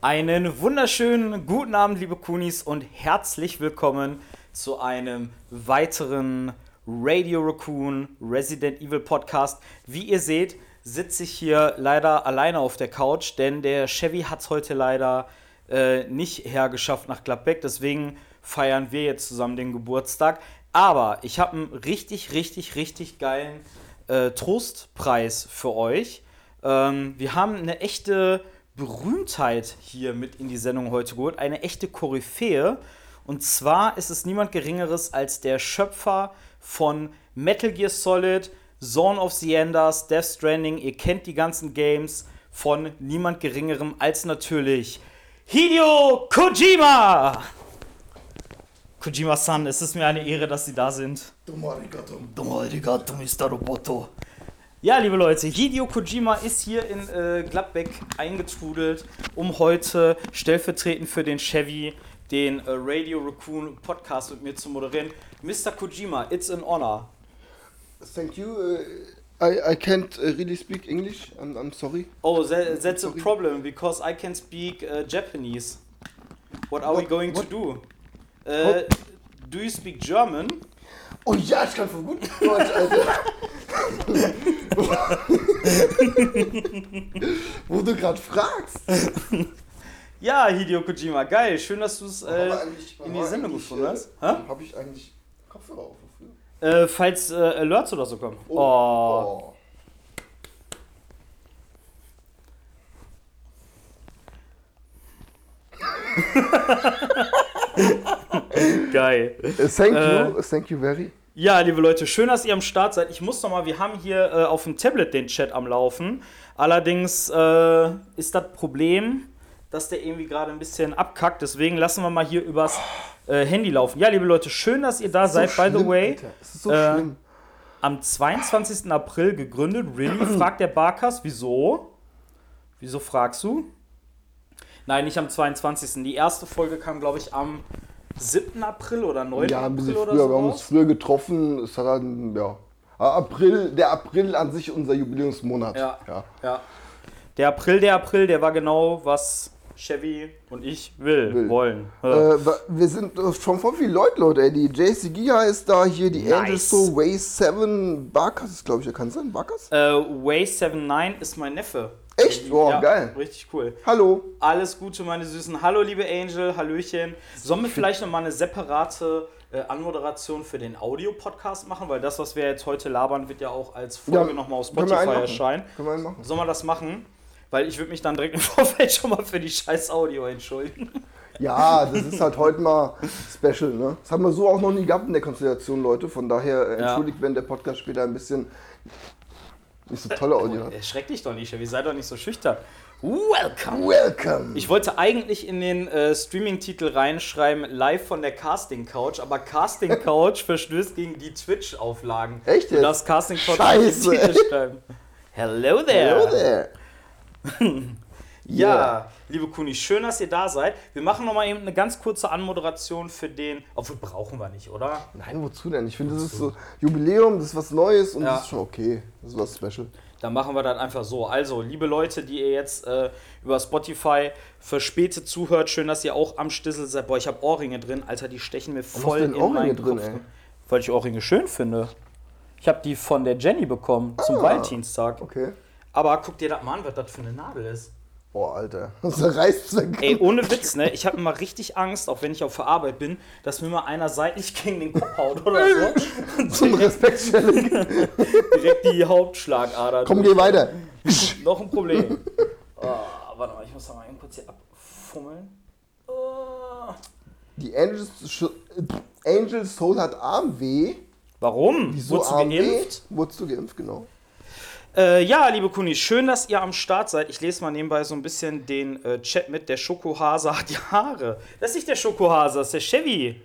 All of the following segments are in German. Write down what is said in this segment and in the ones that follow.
Einen wunderschönen guten Abend, liebe Kunis, und herzlich willkommen zu einem weiteren Radio Raccoon Resident Evil Podcast. Wie ihr seht, sitze ich hier leider alleine auf der Couch, denn der Chevy hat es heute leider äh, nicht hergeschafft nach Gladbeck. Deswegen feiern wir jetzt zusammen den Geburtstag. Aber ich habe einen richtig, richtig, richtig geilen äh, Trostpreis für euch. Ähm, wir haben eine echte Berühmtheit hier mit in die Sendung heute geholt, eine echte Koryphäe. Und zwar ist es niemand Geringeres als der Schöpfer von Metal Gear Solid, Zone of the Enders, Death Stranding. Ihr kennt die ganzen Games von niemand Geringerem als natürlich Hideo Kojima. Kojima-san, es ist mir eine Ehre, dass Sie da sind. Ja, liebe Leute, Hideo Kojima ist hier in äh, Gladbeck eingetrudelt, um heute stellvertretend für den Chevy den äh, Radio Raccoon Podcast mit mir zu moderieren. Mr. Kojima, it's an honor. Thank you. Uh, I, I can't uh, really speak English. I'm, I'm sorry. Oh, tha- that's a Sorry. problem because I can speak uh, Japanese. What are we What- going to what- do? Uh, do you speak German? Oh ja, ich kann von gut Deutsch, also. Alter. Wo du gerade fragst. Ja, Hideo Kojima, geil. Schön, dass du es äh, Aber eigentlich- in die aber Sendung eigentlich, gefunden äh, hast. Hä? Hab ich eigentlich Kopfhörer auf? wofür? Äh, falls äh, Alerts oder so kommen. oh. Oh. Oh, Geil. Äh, Thank you, thank you very. Ja, liebe Leute, schön, dass ihr am Start seid. Ich muss noch mal, wir haben hier äh, auf dem Tablet den Chat am Laufen. Allerdings äh, ist das Problem, dass der irgendwie gerade ein bisschen abkackt. Deswegen lassen wir mal hier übers äh, Handy laufen. Ja, liebe Leute, schön, dass ihr da seid. By the schlimm, way, Alter. Es ist so äh, schlimm. am 22. April gegründet. Really? fragt der Barkas. Wieso? Wieso fragst du? Nein, nicht am 22. Die erste Folge kam, glaube ich, am 7. April oder 9. Ja, ein April bisschen oder früher. so. Wir haben raus. uns früher getroffen. Es hat dann, ja. Ah, April, der April an sich unser Jubiläumsmonat. Ja. ja. Ja. Der April, der April, der war genau, was Chevy und ich will, Will. wollen. Äh, wa- wir sind äh, schon voll viele Leute, Leute. Ey. Die JC Giga ist da, hier die Nice. Angel Soul, Way 7, Barkas ist, glaube ich, kann es sein? Barkas? Äh, Way79 ist mein Neffe. Echt? Oh, Ja, geil. Richtig cool. Hallo. Alles Gute, meine Süßen. Hallo, liebe Angel, Hallöchen. Sollen wir vielleicht nochmal eine separate äh, Anmoderation für den Audio-Podcast machen? Weil das, was wir jetzt heute labern, wird ja auch als Folge Ja, nochmal auf können wir einen Spotify machen. erscheinen. Können wir einen machen? Sollen wir das machen? Weil ich würde mich dann direkt im Vorfeld schon mal für die scheiß Audio entschuldigen. Ja, das ist halt heute mal special, ne? Das haben wir so auch noch nie gehabt in der Konstellation, Leute. Von daher äh, Ja. entschuldigt, wenn der Podcast später ein bisschen nicht so tolle Audio hat. Erschreck dich doch nicht, Chevy. Sei doch nicht so schüchtern. Welcome. Welcome! Ich wollte eigentlich in den äh, Streaming-Titel reinschreiben, live von der Casting Couch, aber Casting Couch verstößt gegen die Twitch-Auflagen. Echt Du jetzt? darfst Casting Couch Scheiße. nicht in den Titel schreiben. Hello there. Hello there! Ja, Yeah. liebe Kuni, schön, dass ihr da seid. Wir machen nochmal eben eine ganz kurze Anmoderation für den. Obwohl, brauchen wir nicht, oder? Nein, wozu denn? Ich finde, das ist so Jubiläum, das ist was Neues und Ja. das ist schon okay. Das ist was special. Dann machen wir das einfach so. Also, liebe Leute, die ihr jetzt äh, über Spotify verspätet zuhört, schön, dass ihr auch am Stissel seid. Boah, ich habe Ohrringe drin. Alter, die stechen mir voll denn in Ohrringe meinen drin, Kopf. ey? Weil ich Ohrringe schön finde. Ich habe die von der Jenny bekommen zum Ah. Valentinstag. Okay. Aber guck dir das mal an, was das für eine Nadel ist. Boah, Alter. Das reißt weg. Ey, ohne Witz, ne? Ich habe immer richtig Angst, auch wenn ich auf der Arbeit bin, dass mir mal einer seitlich gegen den Kopf haut oder so. Zum Respektstelle. Direkt die Hauptschlagader. Komm, geh weiter. Noch ein Problem. Oh, warte mal, ich muss da mal eben kurz hier abfummeln. Oh. Die Angels, Sch- äh, Angel Soul hat Armweh. Warum? Wieso Wurdest du Armweh? geimpft? Wurdest du geimpft, genau. Äh, ja, liebe Kunis, schön, dass ihr am Start seid. Ich lese mal nebenbei so ein bisschen den äh, Chat mit. Der Schokohase hat die Haare. Das ist nicht der Schokohase, das ist der Chevy.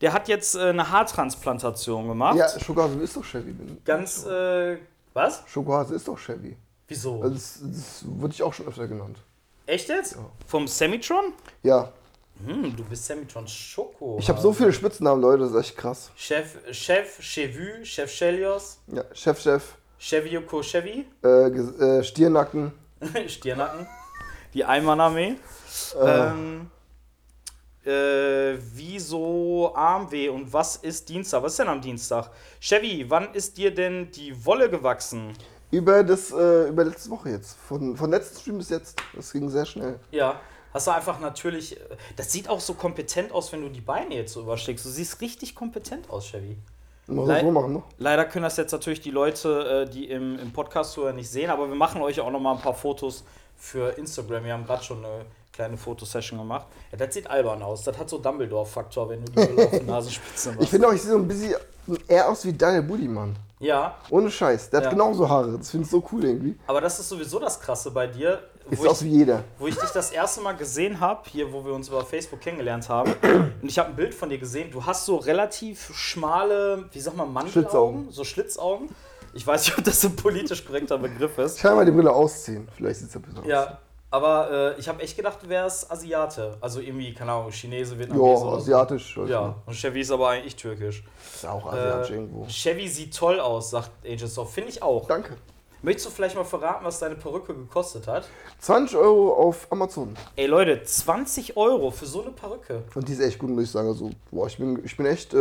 Der hat jetzt äh, eine Haartransplantation gemacht. Ja, Schokohase ist doch Chevy. bin- Ganz, äh, was? Schokohase ist doch Chevy. Wieso? Also das, das wurde ich auch schon öfter genannt. Echt jetzt? Vom Semitron? Ja, Hm, du bist Semitron Schoko. ich habe so viele Spitznamen, Leute, das ist echt krass. Chef, Chef, Chevy, Chef Chelios, Ja, Chef, Chef, Chevyoko Chevy, äh, Ges- äh, Stiernacken. Stiernacken, die Einmannarmee. Ähm, äh, wieso Armweh und was ist Dienstag? Was ist denn am Dienstag? Chevy, wann ist dir denn die Wolle gewachsen? Über das, äh, über letzte Woche jetzt. Von, von letzten Stream bis jetzt. Das ging sehr schnell. Ja. Hast du einfach natürlich. äh, Das sieht auch so kompetent aus, wenn du die Beine jetzt so überschlägst. Du siehst richtig kompetent aus, Chevy. Muss Nein. so machen, ne? Leider können das jetzt natürlich die Leute, äh, die im, im Podcast hören, nicht sehen, aber wir machen euch auch noch mal ein paar Fotos für Instagram. Wir haben gerade schon eine kleine Fotosession gemacht. Ja, das sieht albern aus. Das hat so Dumbledore-Faktor, wenn du die Brille auf die Nasenspitze Ich machst. finde auch, ich sehe so ein bisschen eher aus wie Daniel Buddy, Mann. Ja, Ohne Scheiß. Der Ja. hat genauso Haare. Das finde ich so cool irgendwie. aber das ist sowieso das Krasse bei dir, Ist wo aus ich, wie jeder. wo ich dich das erste Mal gesehen habe, hier, wo wir uns über Facebook kennengelernt haben. Und ich habe ein Bild von dir gesehen. Du hast so relativ schmale, wie sag man, Mandelaugen, Schlitzaugen. so Schlitzaugen. Ich weiß nicht, ob das ein politisch korrekter Begriff ist. Ich kann mal die Brille ausziehen. Vielleicht sieht es ja besser aus. Ja, aber äh, ich habe echt gedacht, du wärst Asiate. Also irgendwie, keine Ahnung, Chinese, Vietnamese. Ja, oder so. asiatisch. weiß Ja, und Chevy ist aber eigentlich türkisch. Äh, nicht. Ist auch asiatisch irgendwo. Chevy sieht toll aus, sagt Angels of. Finde ich auch. Danke. Möchtest du vielleicht mal verraten, was deine Perücke gekostet hat? 20 Euro auf Amazon. Ey Leute, 20 Euro für so eine Perücke. Und die ist echt gut, muss ich sagen. Also, boah, ich bin, ich bin echt. Äh,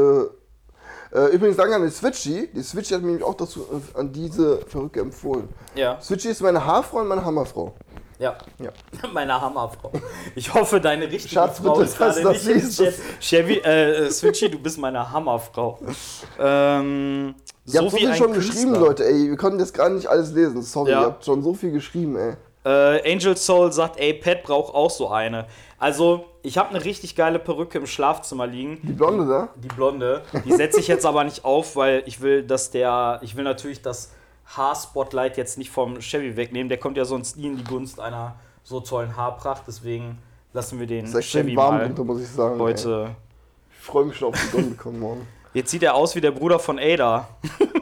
äh, übrigens, danke an die Switchy. Die Switchy hat mich nämlich auch dazu äh, an diese Perücke empfohlen. Ja, Switchy ist meine Haarfrau und meine Hammerfrau. ja. Ja. Meine Hammerfrau. Ich hoffe, deine richtige Schatz, Frau bitte, ist gerade das- nicht das im siehst Chat. Chevy, äh, äh, Switchy, du bist meine Hammerfrau. Ähm, Ihr habt so wie viel ein schon geschrieben, Künstler. Leute, ey. Wir konnten das gar nicht alles lesen. Sorry, Ja. ihr habt schon so viel geschrieben, ey. Äh, Angel Soul sagt, ey, Pat braucht auch so eine. Also, ich habe eine richtig geile Perücke im Schlafzimmer liegen, Die Blonde ne? da? die blonde. Die setze ich jetzt aber nicht auf, weil ich will, dass der, ich will natürlich das Haarspotlight jetzt nicht vom Chevy wegnehmen. Der kommt ja sonst nie in die Gunst einer so tollen Haarpracht. Deswegen lassen wir den Ist extrem Chevy warm um- mal drunter, muss ich sagen. Ey. heute. Ich freue mich schon auf die Sonne kommen morgen. Jetzt sieht er aus wie der Bruder von Ada.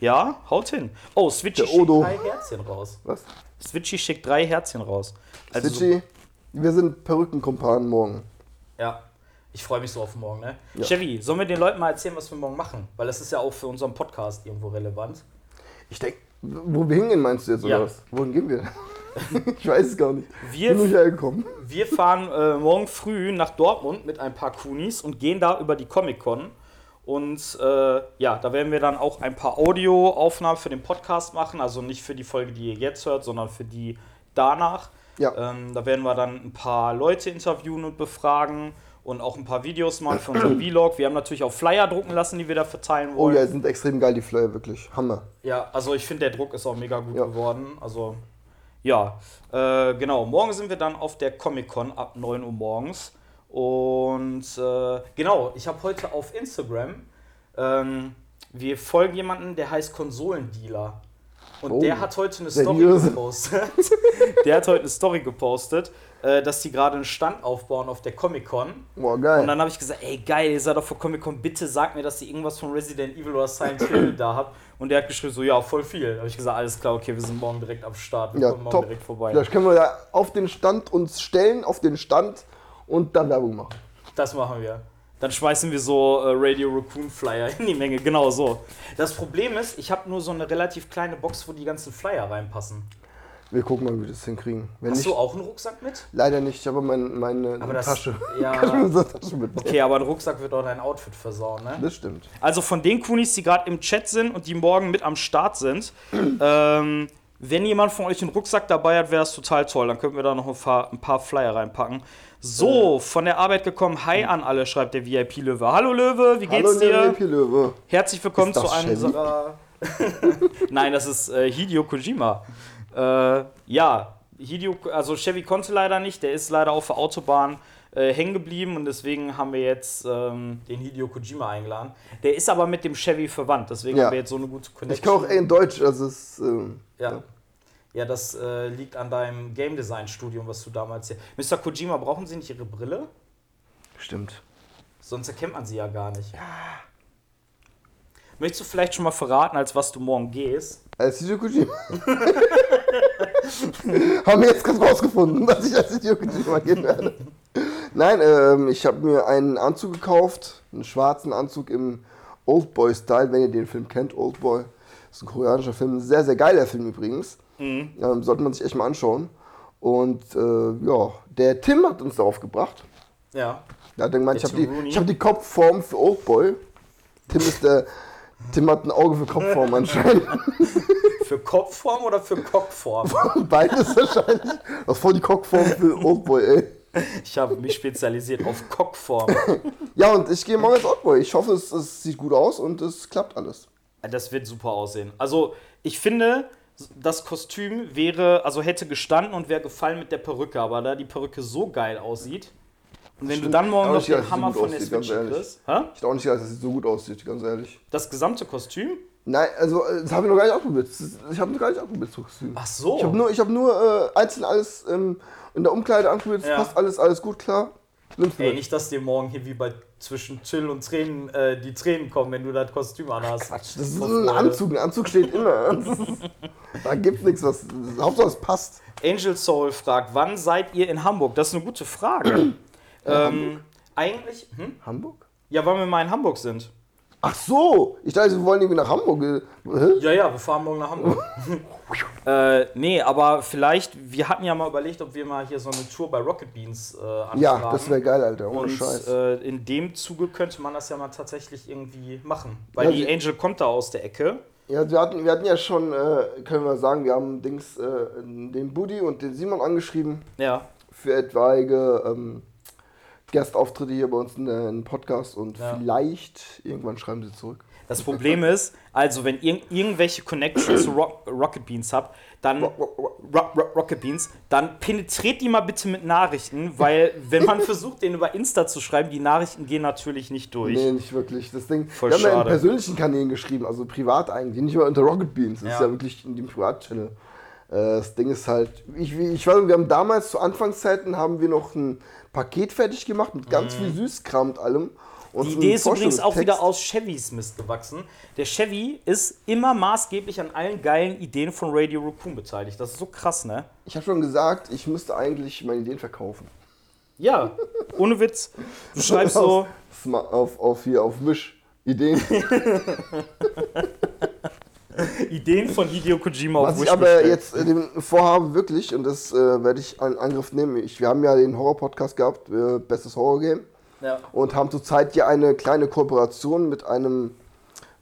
ja, haut hin. Oh, Switchy Der Odo. schickt drei Herzchen raus. Was? Switchy schickt drei Herzchen raus. Also, Switchy, wir sind Perückenkumpanen morgen. Ja. Ich freue mich so auf morgen, ne? Chevy, sollen wir den Leuten mal erzählen, was wir morgen machen? Weil das ist ja auch für unseren Podcast irgendwo relevant. Ich denke, wo wir hingehen, meinst du jetzt, oder Ja. was? Wohin gehen wir? ich weiß es gar nicht. Wir- Bin nicht hergekommen. Wir fahren äh, morgen früh nach Dortmund mit ein paar Kunis und gehen da über die Comic-Con. Und äh, ja, da werden wir dann auch ein paar Audioaufnahmen für den Podcast machen. Also nicht für die Folge, die ihr jetzt hört, sondern für die danach. Ja. Ähm, da werden wir dann ein paar Leute interviewen und befragen und auch ein paar Videos machen für unseren Vlog. Wir haben natürlich auch Flyer drucken lassen, die wir da verteilen Oh wollen. ja, sind extrem geil, die Flyer, wirklich. Hammer. Ja, also ich finde, der Druck ist auch mega gut Ja. geworden. Also, ja, äh, genau. Morgen sind wir dann auf der Comic-Con ab 9 Uhr morgens. Und äh, genau, ich habe heute auf Instagram, ähm, wir folgen jemanden, der heißt Konsolendealer. Und Oh, der hat heute eine Story seriös. gepostet. der hat heute eine Story gepostet, äh, dass die gerade einen Stand aufbauen auf der Comic-Con. Boah, geil. Und dann habe ich gesagt, ey geil, ihr seid doch vor Comic-Con, bitte sag mir, dass ihr irgendwas von Resident Evil oder Silent Hill da habt. Und der hat geschrieben, so ja, voll viel. Da habe ich gesagt, alles klar, okay, wir sind morgen direkt am Start, wir ja, kommen morgen top. direkt vorbei. Vielleicht können wir da auf den Stand uns stellen, auf den Stand und dann Werbung machen. Das machen wir. Dann schmeißen wir so äh, Radio Raccoon Flyer in die Menge, genau so. Das Problem ist, ich habe nur so eine relativ kleine Box, wo die ganzen Flyer reinpassen. Wir gucken mal, wie wir das hinkriegen. Wenn Hast nicht, du auch einen Rucksack mit? leider nicht, ich habe meine, meine Aber das- Tasche. ja. Ich habe unsere Tasche mit. Okay, aber ein Rucksack wird auch dein Outfit versauen, ne? Das stimmt. Also von den Kunis, die gerade im Chat sind und die morgen mit am Start sind, ähm, wenn jemand von euch einen Rucksack dabei hat, wäre das total toll. Dann könnten wir da noch ein paar, ein paar Flyer reinpacken. So, von der Arbeit gekommen. Hi an alle, schreibt der VIP-Löwe. Hallo Löwe, wie geht's Hallo, dir? Nenepi Löwe. Herzlich willkommen Ist das zu einem Chevy? unserer. Nein, das ist äh, Hideo Kojima. Äh, ja, Hideo, also Chevy konnte leider nicht, der ist leider auf der Autobahn äh, hängen geblieben und deswegen haben wir jetzt ähm, den Hideo Kojima eingeladen. Der ist aber mit dem Chevy verwandt, deswegen Ja. haben wir jetzt so eine gute Connection. Ich kann auch in Deutsch, also es. Ähm, Ja. Ja, das äh, liegt an deinem Game Design Studium, was du damals hier. Mr. Kojima, brauchen Sie nicht Ihre Brille? Stimmt. Sonst erkennt man sie ja gar nicht. Möchtest du vielleicht schon mal verraten, als was du morgen gehst? Als Hideo Kojima. Haben wir jetzt gerade rausgefunden, dass ich als Hideo Kojima gehen werde. Nein, ähm, ich habe mir einen Anzug gekauft, einen schwarzen Anzug im Oldboy-Style, wenn ihr den Film kennt, Oldboy. Ist ein koreanischer Film, ein sehr, sehr geiler Film übrigens. Mhm. Ähm, sollte man sich echt mal anschauen. Und äh, ja, der Tim hat uns darauf gebracht. Ja. Er hat gemeint, ich Der habe Tim die, Rooney. ich hab die Kopfform für Oldboy. Tim ist der. Tim hat ein Auge für Kopfform anscheinend. Für Kopfform oder für Cockform? Beides wahrscheinlich. Das ist voll die Cockform für Oldboy, ey. Ich habe mich spezialisiert auf Cockform. Ja, und ich gehe morgen ins Oldboy. Ich hoffe, es, es sieht gut aus und es klappt alles. Das wird super aussehen. Also, ich finde, das Kostüm wäre, also hätte gestanden und wäre gefallen mit der Perücke, aber da die Perücke so geil aussieht. Und wenn du Stimmt. dann morgen Aber noch ich weiß, den wie Hammer gut von der aussieht, ganz Switch ehrlich. kriegst. Hä? Ich hätte auch nicht gedacht, dass es so gut aussieht, ganz ehrlich. Das gesamte Kostüm? Nein, also, äh, das habe ich noch gar nicht ausprobiert. Das ist- Ich habe noch gar nicht ausprobiert, so gesehen. Ach so. Ich habe nur, ich hab nur äh, einzeln alles ähm, in der Umkleide anprobiert. Es Ja. passt alles, alles gut, klar. Nimmst du Ey, mit. nicht, dass dir morgen hier wie bei zwischen Chill und Tränen äh, die Tränen kommen, wenn du das Kostüm anhast. Quatsch, das ist Vor ein Freude. Anzug. Ein Anzug steht immer. Das ist- da gibt's nichts, was. Hauptsache, es passt. Angel Soul fragt, wann seid ihr in Hamburg? Das ist eine gute Frage. ähm, eigentlich, hm? Hamburg? ja, weil wir mal in Hamburg sind. Ach so! Ich dachte, wir wollen irgendwie nach Hamburg. äh, Hä? Ja, ja, wir fahren morgen nach Hamburg. äh, nee, aber vielleicht, wir hatten ja mal überlegt, ob wir mal hier so eine Tour bei Rocket Beans äh, anfragen. Ja, das wäre geil, Alter. Ohne Und Scheiß. äh, in dem Zuge könnte man das ja mal tatsächlich irgendwie machen. Weil Ja, die sie- Angel kommt da aus der Ecke. Ja, wir hatten, wir hatten ja schon, äh, können wir sagen, wir haben Dings, äh, den Buddy und den Simon angeschrieben Ja. für etwaige ähm, Gastauftritte hier bei uns in äh, im Podcast und Ja. vielleicht irgendwann schreiben sie zurück. Das Problem ist, also wenn ihr irgendwelche Connections zu Rock, Rocket Beans habt, dann Rock, rock, rock. Rock, Rock, Rocket Beans, dann penetriert die mal bitte mit Nachrichten, weil wenn man versucht, den über Insta zu schreiben, die Nachrichten gehen natürlich nicht durch. Nee, nicht wirklich. Das Ding, Voll wir haben ja in schade. persönlichen Kanälen geschrieben, also privat eigentlich, nicht mal unter Rocket Beans. Das ist Ja. ja wirklich in dem Privatchannel. Äh, das Ding ist halt, ich, ich weiß nicht, wir haben damals zu Anfangszeiten haben wir noch ein Paket fertig gemacht mit ganz viel Süßkram und allem. Und Mhm. Die so Idee einem ist übrigens auch wieder Vorstellungstext. aus Chevys Mist gewachsen. Der Chevy ist immer maßgeblich an allen geilen Ideen von Radio Raccoon beteiligt. Das ist so krass, ne? Ich habe schon gesagt, ich müsste eigentlich meine Ideen verkaufen. Ja, ohne Witz. Du schreibst so, Auf, Sma- auf, auf hier, auf Misch. Ideen. Ideen von Hideo Kojima Was ich Wish aber bestellt. jetzt äh, dem vorhabe, wirklich, und das äh, werde ich an Angriff nehmen. Ich, wir haben ja den Horror-Podcast gehabt, äh, Bestes Horror-Game. Ja. Und haben zurzeit ja eine kleine Kooperation mit einem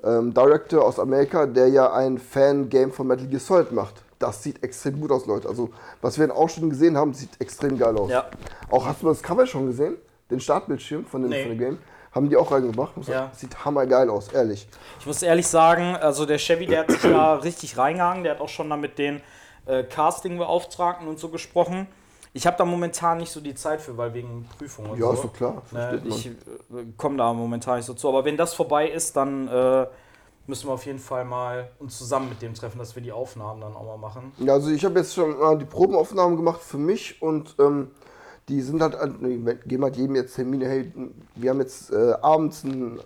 ähm, Director aus Amerika, der ja ein Fan-Game von Metal Gear Solid macht. Das sieht extrem gut aus, Leute. Also, was wir in Ausschnitten gesehen haben, sieht extrem geil aus. Ja. Auch hast du das Cover schon gesehen? Den Startbildschirm von dem, Nee. von dem Game? Haben die auch reingebracht? Muss Ja. sagen, Sieht hammergeil aus, ehrlich. Ich muss ehrlich sagen, also der Chevy, der hat sich da richtig reingehangen. Der hat auch schon da mit den äh, Casting-Beauftragten und so gesprochen. Ich habe da momentan nicht so die Zeit für, weil wegen Prüfungen und Ja, so. ist doch klar. Ne, Versteht man. ich komme da momentan nicht so zu. Aber wenn das vorbei ist, dann äh, müssen wir auf jeden Fall mal uns zusammen mit dem treffen, dass wir die Aufnahmen dann auch mal machen. Ja, also ich habe jetzt schon mal die Probenaufnahmen gemacht für mich und ähm, die sind halt, an- wir geben halt jedem jetzt Termine, hey, wir haben jetzt äh, abends ein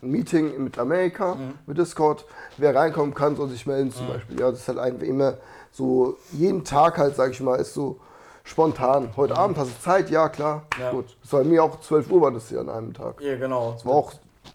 Meeting mit Amerika, Mhm. mit Discord, wer reinkommen kann, soll sich melden zum Beispiel. Ja, das ist halt einfach immer so, jeden Tag halt, sag ich mal, ist so spontan. Heute Abend hast du Zeit, ja klar, Mhm. Ja. gut. Das war bei mir auch 12 Uhr war das hier an einem Tag. Ja, genau. War auch,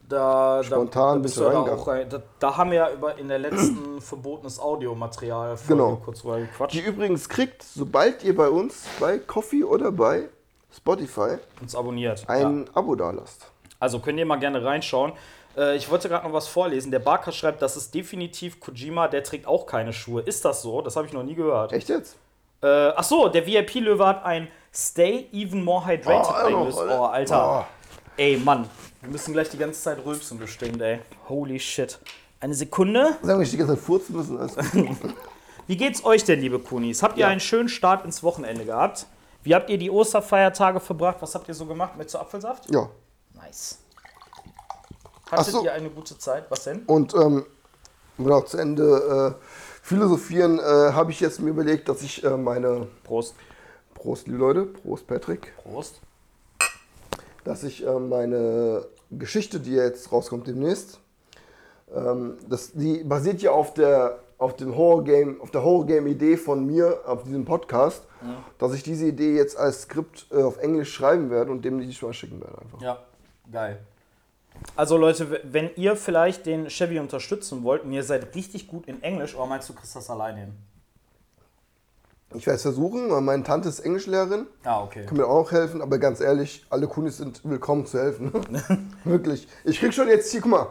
Da, Spontan da, da bist bist du du ja da reingegangen. auch rein. Da, da haben wir ja über, in der letzten verbotenes Audiomaterial Genau. kurz drüber gequatscht. die übrigens kriegt, sobald ihr bei uns, bei Coffee oder bei Spotify, Uns abonniert. ja. ein Abo da lasst. Also könnt ihr mal gerne reinschauen. Äh, ich wollte gerade noch was vorlesen. Der Barker schreibt, das ist definitiv Kojima, der trägt auch keine Schuhe. Ist das so? Das habe ich noch nie gehört. Echt jetzt? Äh, ach so, der VIP-Löwe hat ein Stay Even More Hydrated Oh, eingelöst. oh, Oh, Alter. oh. Ey, Mann. Wir müssen gleich die ganze Zeit rülpsen bestimmt, ey. Holy shit. Eine Sekunde. Sagen wir, ich die ganze Zeit furzen müssen. Alles gut. Wie geht's euch denn, liebe Kunis? Habt ihr Ja. einen schönen Start ins Wochenende gehabt? Wie habt ihr die Osterfeiertage verbracht? Was habt ihr so gemacht mit so Apfelsaft? Ja. Nice. Hattet so. ihr eine gute Zeit? Was denn? Und ähm, um noch zu Ende äh, philosophieren äh, habe ich jetzt mir überlegt, dass ich äh, meine Prost. Prost, liebe Leute, Prost Patrick, Prost. dass ich äh, meine Geschichte, die jetzt rauskommt demnächst, ähm, das, die basiert ja auf der auf dem Horror Game, auf der Horror Game Idee von mir, auf diesem Podcast, dass ich diese Idee jetzt als Skript äh, auf Englisch schreiben werde und dem nicht mal schicken werde einfach. Ja, geil. Also Leute, w- wenn ihr vielleicht den Chevy unterstützen wollt und ihr seid richtig gut in Englisch, oder meinst du, kriegst das allein hin? Ich werde es versuchen, weil meine Tante ist Englischlehrerin. Ah, okay. Kann mir auch helfen, aber ganz ehrlich, alle Kunis sind willkommen zu helfen. ne? Wirklich. Ich krieg schon jetzt hier, guck mal.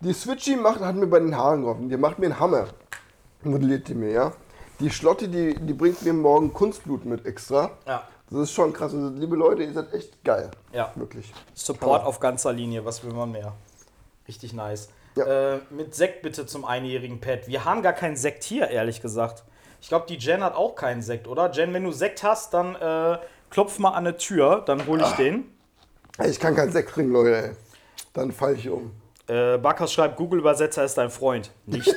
Die Switchy macht, hat mir bei den Haaren geholfen. Die macht mir einen Hammer. Modelliert die mir, ja. Die Schlotte, die, die bringt mir morgen Kunstblut mit extra. Ja. Das ist schon krass. Also, liebe Leute, ihr seid echt geil. Ja. Wirklich. Support auf ganzer Linie, was will man mehr? Richtig nice. Ja. Äh, mit Sekt bitte zum einjährigen Pet. Wir haben gar keinen Sekt hier, ehrlich gesagt. Ich glaube, die Jen hat auch keinen Sekt, oder? Jen, wenn du Sekt hast, dann äh, klopf mal an eine Tür, dann hole ich den. Ey, Ich kann keinen Sekt trinken, Leute. Ey. Dann fall ich um. Äh, Barkas schreibt, Google-Übersetzer ist dein Freund. Nicht.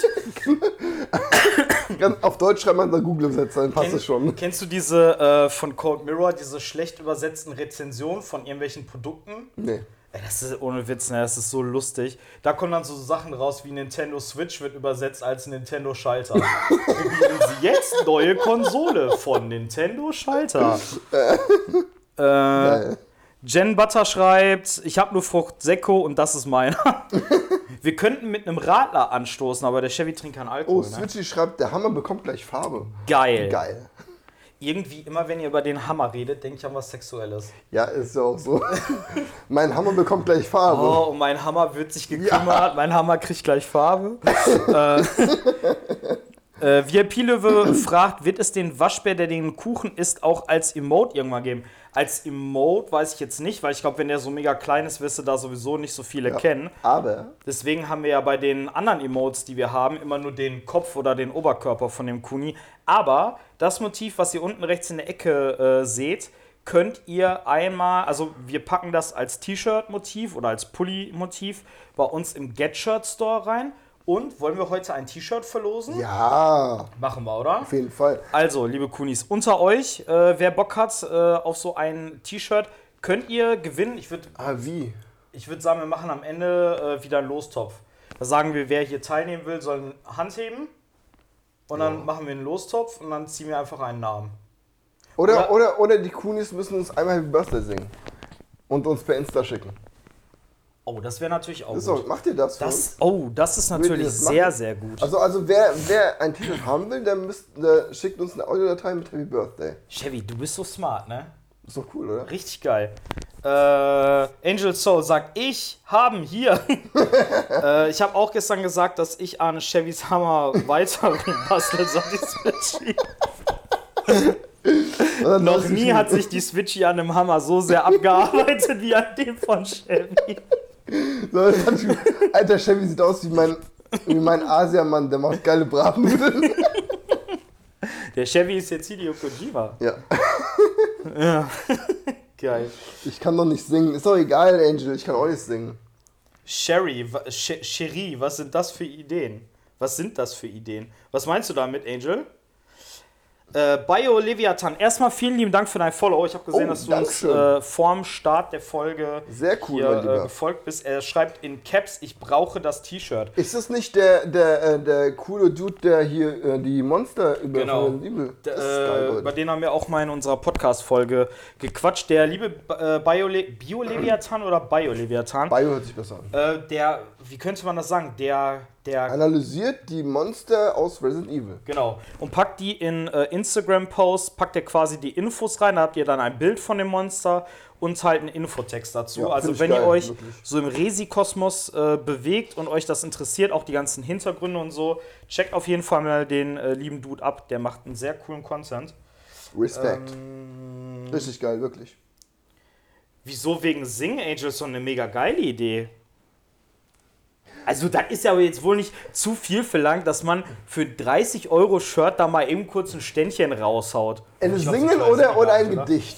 Ganz, auf Deutsch schreibt man da Google-Übersetzer, dann passt es schon. Kennst du diese äh, von Cold Mirror, diese schlecht übersetzten Rezensionen von irgendwelchen Produkten? Nee. Ey, das ist ohne Witz, ne? Das ist so lustig. Da kommen dann so Sachen raus wie Nintendo Switch wird übersetzt als Nintendo Schalter. Probieren Sie jetzt neue Konsole von Nintendo Schalter. äh, Geil. Jen Butter schreibt, ich habe nur Frucht Sekko und das ist meiner. Wir könnten mit einem Radler anstoßen, aber der Chevy trinkt keinen Oh, Alkohol. ne? Switchy schreibt, der Hammer bekommt gleich Farbe. Geil. Geil. Irgendwie immer, wenn ihr über den Hammer redet, denke ich an was Sexuelles. Ja, ist ja auch so. mein Hammer bekommt gleich Farbe. Oh, um mein Hammer wird sich gekümmert. Mein Hammer kriegt gleich Farbe. äh, äh, VIP-Löwe fragt, wird es den Waschbär, der den Kuchen isst, auch als Emote irgendwann geben? Als Emote weiß ich jetzt nicht, weil ich glaube, wenn der so mega klein ist, wirst du da sowieso nicht so viele kennen. Aber Deswegen haben wir ja bei den anderen Emotes, die wir haben, immer nur den Kopf oder den Oberkörper von dem Kuni. Aber das Motiv, was ihr unten rechts in der Ecke äh, seht, könnt ihr einmal, also wir packen das als T-Shirt-Motiv oder als Pulli-Motiv bei uns im Get-Shirt-Store rein. Und wollen wir heute ein T-Shirt verlosen? ja, auf Machen wir, oder? jeden Fall. Also, liebe Kunis, unter euch, äh, wer Bock hat äh, auf so ein T-Shirt, könnt ihr gewinnen. Ich würde Ah, wie? ich würde sagen, wir machen am Ende äh, wieder einen Lostopf. Da sagen wir, wer hier teilnehmen will, soll eine Hand heben. Und dann machen wir einen Lostopf und dann ziehen wir einfach einen Namen. Oder, oder, oder die Kunis müssen uns einmal Happy Birthday singen. Und uns per Insta schicken. Oh, das wäre natürlich auch So, gut. macht ihr das? für uns? Das, oh, das ist Würdet ihr natürlich das machen? sehr, sehr gut. Also, also wer, wer ein T-Shirt haben will, der, müsst, der schickt uns eine Audiodatei mit Happy Birthday. Chevy, du bist so smart, ne? Ist doch cool, oder? Richtig geil. Äh, Angel Soul sagt, ich haben hier. äh, ich habe auch gestern gesagt, dass ich an Chevys Hammer weiter rumbastel, sagt die Switchy. Oder Noch das- nie hat sich die Switchy an einem Hammer so sehr abgearbeitet wie an dem von Chevy. Leute, das hat- Alter, Chevy sieht aus wie mein, wie mein Asiamann, der macht geile Bratnudeln. Der Chevy ist jetzt Hideo Kojima. Ja, Geil. ich kann doch nicht singen. Ist doch egal, Angel, ich kann auch nicht singen. Sherry, wa- Sh- Cherie, was sind das für Ideen? Was sind das für Ideen? Was meinst du damit, Angel? Äh, Bio Leviathan, erstmal vielen lieben Dank für dein Follow. Ich habe gesehen, Oh, dass du uns Dankeschön. äh, vorm Start der Folge Sehr cool, hier, mein Lieber. äh, gefolgt bist. Er schreibt in Caps, ich brauche das T-Shirt. Ist das nicht der, der, äh, der coole Dude, der hier äh, die Monster über Genau. von Evil? D- Das ist geil, äh, Leute. über den haben wir auch mal in unserer Podcast-Folge gequatscht. Der liebe äh, Biole Bio-Leviathan oder Bio-Leviathan, Bio hört sich besser an. äh, der, wie könnte man das sagen, der, der, Analysiert die Monster aus Resident Evil. genau, und packt die in äh, Instagram-Posts, packt er quasi die Infos rein, da habt ihr dann ein Bild von dem Monster und halt einen Infotext dazu. Ja, find also ich wenn geil, ihr euch wirklich. so im Resi-Kosmos äh, bewegt und euch das interessiert, auch die ganzen Hintergründe und so, checkt auf jeden Fall mal den äh, lieben Dude ab, der macht einen sehr coolen Content. Respekt. Ähm. Richtig geil, wirklich. Wieso wegen Sing Angels so eine mega geile Idee? Also, das ist ja aber jetzt wohl nicht zu viel verlangt, dass man für 30 Euro Shirt da mal eben kurz ein Ständchen raushaut. Ein glaub, die Singen Preise oder, sind oder ein egal, oder? Gedicht.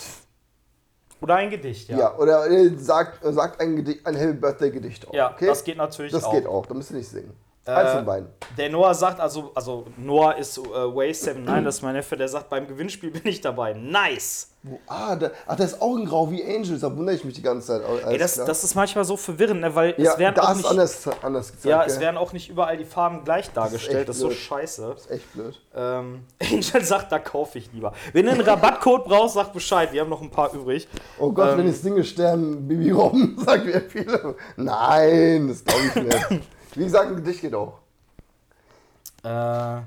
Oder ein Gedicht, ja. Ja, oder äh, sagt, äh, sagt ein, Gedicht, ein Happy Birthday Gedicht auch. Ja, okay? das geht natürlich Das auch. Äh. geht auch, da müsst ihr nicht singen. Eins von beiden. Der Noah sagt, also, also Noah ist äh, Way79, das ist mein Neffe, der sagt, beim Gewinnspiel bin ich dabei. Nice! Ah, da, ach, da ist Augengrau wie Angels, da wundere ich mich die ganze Zeit. Alles Ey, das, klar. das ist manchmal so verwirrend, ne? weil ja, es werden da auch ist nicht, anders, anders gezeigt. ja, es gell? werden auch nicht überall die Farben gleich dargestellt, echt das ist, so blöd. scheiße. Echt blöd. Ähm, Angel sagt, da kaufe ich lieber. Wenn du einen Rabattcode brauchst, sag Bescheid, wir haben noch ein paar übrig. Oh Gott, Ähm. wenn die Single sterben, Bibi Robben, sagt wieder viele. Nein, das glaube ich nicht. Wie gesagt, ein Gedicht geht auch. Äh,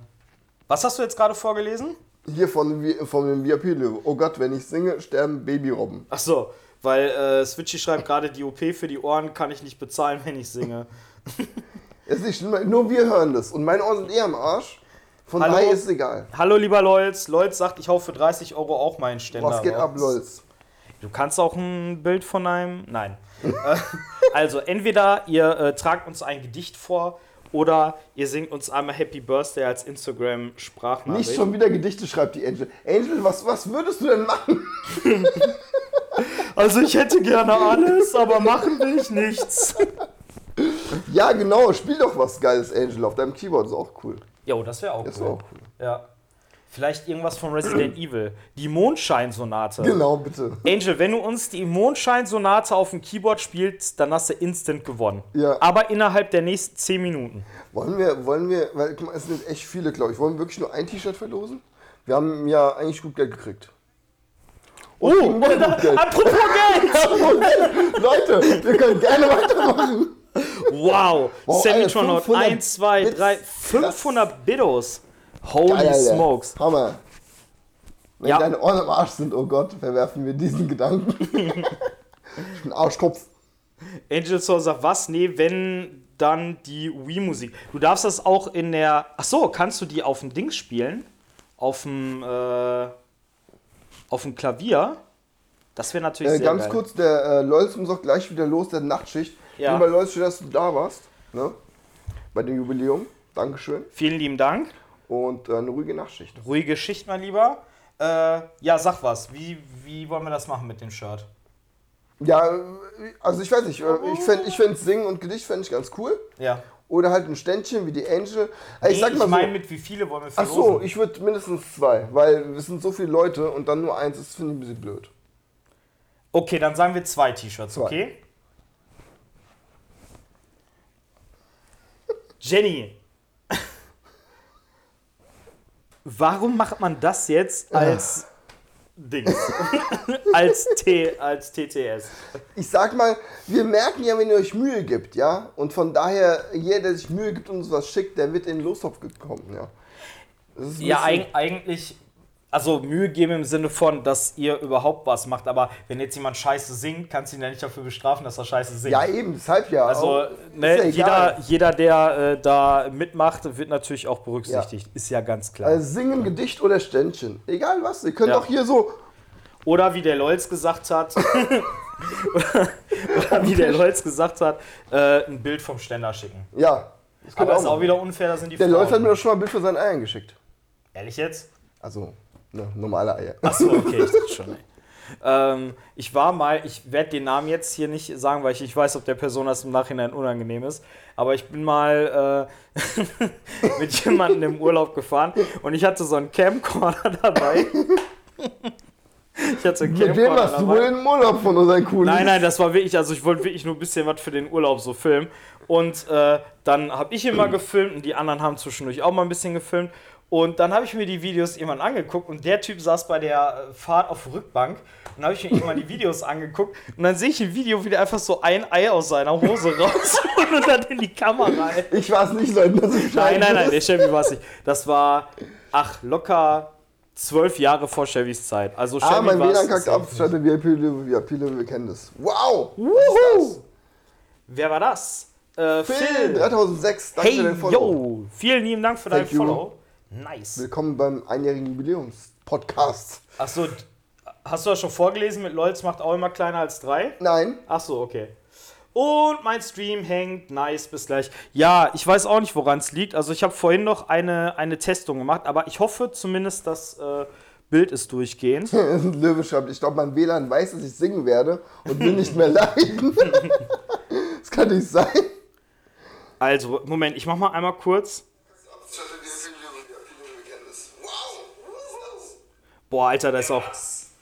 was hast du jetzt gerade vorgelesen? Hier von, Vi- von dem vip -Löwe. Oh Gott, wenn ich singe, sterben Babyrobben. Ach so, weil äh, Switchy schreibt gerade, die OP für die Ohren kann ich nicht bezahlen, wenn ich singe. Ist nicht schlimm, nur wir hören das. Und meine Ohren sind eh am Arsch. Von Hallo? daher ist es egal. Hallo lieber Lolz, Lolz sagt, ich hau für 30 Euro auch meinen Ständer Was geht raus. ab, Lolz? Du kannst auch ein Bild von einem. Nein. Äh, also, entweder ihr äh, tragt uns ein Gedicht vor oder ihr singt uns einmal Happy Birthday als Instagram-Sprachnachricht. Nicht schon wieder Gedichte schreibt die Angel. Angel, was, was würdest du denn machen? Also, ich hätte gerne alles, aber machen will ich nichts. Ja, genau, spiel doch was Geiles, Angel. Auf deinem Keyboard ist auch cool. Jo, das wäre auch, Das cool. wär auch cool. Ja. Vielleicht irgendwas von Resident Evil. Die Mondscheinsonate. Genau, bitte. Angel, wenn du uns die Mondscheinsonate auf dem Keyboard spielst, dann hast du instant gewonnen. Ja. Aber innerhalb der nächsten 10 Minuten. Wollen wir, wollen wir, weil guck mal, es sind echt viele, glaube ich. Wollen wir wirklich nur ein T-Shirt verlosen? Wir haben ja eigentlich gut Geld gekriegt. Und Oh! kriegen noch gut Geld. Apropos Geld! Leute, wir können gerne weitermachen. Wow! Wow, Alter, Semitronaut, 500 1, 2, Bits. 3, Krass. 500 Biddos. Holy Geil, Alter. smokes. Hammer. Wenn Ja. deine Ohren am Arsch sind, oh Gott, verwerfen wir diesen Gedanken. ich bin Arschkopf. Angel Soul sagt, was? Nee, wenn dann die Wii-Musik. Du darfst das auch in der. Ach so, kannst du die auf dem Dings spielen? Auf dem. Äh, auf dem Klavier? Das wäre natürlich Äh, sehr ganz geil. kurz, der äh, Lolz muss auch gleich wieder los, der hat Nachtschicht. Ja. Lieber Lolz, schön, dass du da warst. Ne? Bei dem Jubiläum. Dankeschön. Vielen lieben Dank. Und äh, eine ruhige Nachtschicht. Ruhige Schicht, mein Lieber. Äh, ja, sag was. Wie, wie wollen wir das machen mit dem Shirt? Ja, äh, also ich weiß nicht, äh, ich fände ich fänd Singen und Gedicht fände ich ganz cool. Ja. Oder halt ein Ständchen wie die Angel. Äh, Ich Nee, sag mal ich meine, so. mit wie viele wollen wir Ach verlosen? so, ich würde mindestens zwei, weil es sind so viele Leute und dann nur eins, das finde ich ein bisschen blöd. Okay, dann sagen wir zwei T-Shirts, Zwei. okay? Jenny. Warum macht man das Ah. jetzt als Dings? als T, als TTS. Ich sag mal, wir merken ja, wenn ihr euch Mühe gibt, ja? Und von daher, jeder, der sich Mühe gibt und uns was schickt, der wird in den Lostopf gekommen, ja? Das ist ein Ja, bisschen- eig eigentlich, also Mühe geben im Sinne von, dass ihr überhaupt was macht, aber wenn jetzt jemand scheiße singt, kannst du ihn ja nicht dafür bestrafen, dass er scheiße singt. Ja, eben, deshalb ja. Also, auch. Ist ne, ja jeder, egal. jeder, der äh, da mitmacht, wird natürlich auch berücksichtigt. Ist ja ganz klar. Äh, singen, Gedicht oder Ständchen. Egal was, ihr könnt Ja. auch hier so. Oder wie der Lolz gesagt hat. oder, oder wie der Lolz gesagt hat, äh, ein Bild vom Ständer schicken. Ja. Das könnt Aber ihr ist auch machen. wieder unfair, da sind die Genau. Der Frauen. Leute hat mir doch schon mal ein Bild von seinen Eiern geschickt. Ehrlich jetzt? Also, ne, normale Eier. Achso, okay, ich dachte schon. Ey. Ähm, ich war mal, ich werde den Namen jetzt hier nicht sagen, weil ich nicht weiß, ob der Person das im Nachhinein unangenehm ist, aber ich bin mal äh, mit jemandem im Urlaub gefahren und ich hatte so einen Camcorder dabei. Ich hatte so einen Mit wem Camcorder warst du wohl dabei. in Urlaub von unseren coolen? Nein, nein, das war wirklich, also ich wollte wirklich nur ein bisschen was für den Urlaub so filmen. Und äh, dann habe ich immer gefilmt und die anderen haben zwischendurch auch mal ein bisschen gefilmt. Und dann habe ich mir die Videos irgendwann angeguckt und der Typ saß bei der äh, Fahrt auf der Rückbank und habe ich mir irgendwann die Videos angeguckt und dann sehe ich im Video wieder einfach so ein Ei aus seiner Hose raus und dann in die Kamera. Ey. Ich war es nicht, Leute. Das ist Nein, nein, nein, scheiße. der Chevy war es nicht. Das war, ach, locker zwölf Jahre vor Chevys Zeit. Also Chevy Ah, mein war's WLAN kackt safe ab. Schreibt der VIP-Löwe, VIP-Löwe, wir kennen das. Wow! Wuhu! Wer war das? Äh, Phil, Phil. 3006, danke für Hey, dein Follow. yo. Vielen lieben Dank für dein Thank you. Follow. Nice. Willkommen beim einjährigen Jubiläums-Podcast. Achso, d- hast du das schon vorgelesen mit Lolz macht auch immer kleiner als drei? Nein, Achso, okay. Und mein Stream hängt. Nice, bis gleich. Ja, ich weiß auch nicht, woran es liegt. Also ich habe vorhin noch eine, eine Testung gemacht, aber ich hoffe zumindest, das äh, Bild ist durchgehend. Hm. Löwe schreibt, ich glaube, mein WLAN weiß, dass ich singen werde und will nicht mehr leiden. das kann nicht sein. Also, Moment, ich mach mal einmal kurz. Boah, Alter, da ist auch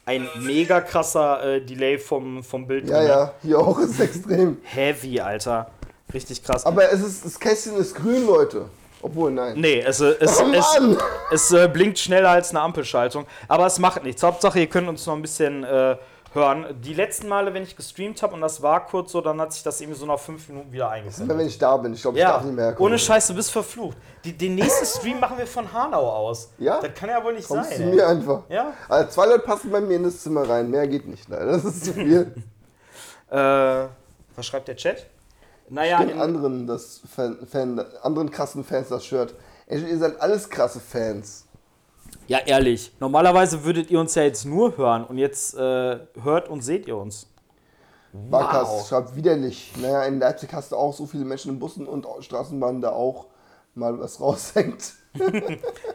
ein mega krasser äh, Delay vom, vom Bild. Ja, drin. ne? ja, hier auch ist extrem. Heavy, Alter. Richtig krass. Aber es ist, das Kästchen ist grün, Leute. Obwohl, nein. nee, es, äh, es, Oh Mann! es, es äh, blinkt schneller als eine Ampelschaltung. Aber es macht nichts. Hauptsache, ihr könnt uns noch ein bisschen äh, hören. Die letzten Male, wenn ich gestreamt habe, und das war kurz so, dann hat sich das eben so nach fünf Minuten wieder eingesendet. Wenn ich da bin, ich glaube, ich Ja, darf nicht mehr herkommen. ohne Scheiße, du bist verflucht. Die, den nächsten Stream machen wir von Hanau aus. Ja? Das kann ja wohl nicht Kommst sein. zu ey. mir einfach. Ja. Also zwei Leute passen bei mir in das Zimmer rein. Mehr geht nicht, leider. Das ist zu viel. Äh, was schreibt der Chat? Naja, Den in, anderen, das Fan, Fan, anderen krassen Fans das Shirt. Ey, Ihr seid alles krasse Fans. ja, ehrlich. Normalerweise würdet ihr uns ja jetzt nur hören und jetzt äh, hört und seht ihr uns. Barkas schreibt widerlich. Naja, in Leipzig hast du auch so viele Menschen in Bussen und Straßenbahnen, da auch mal was raushängt.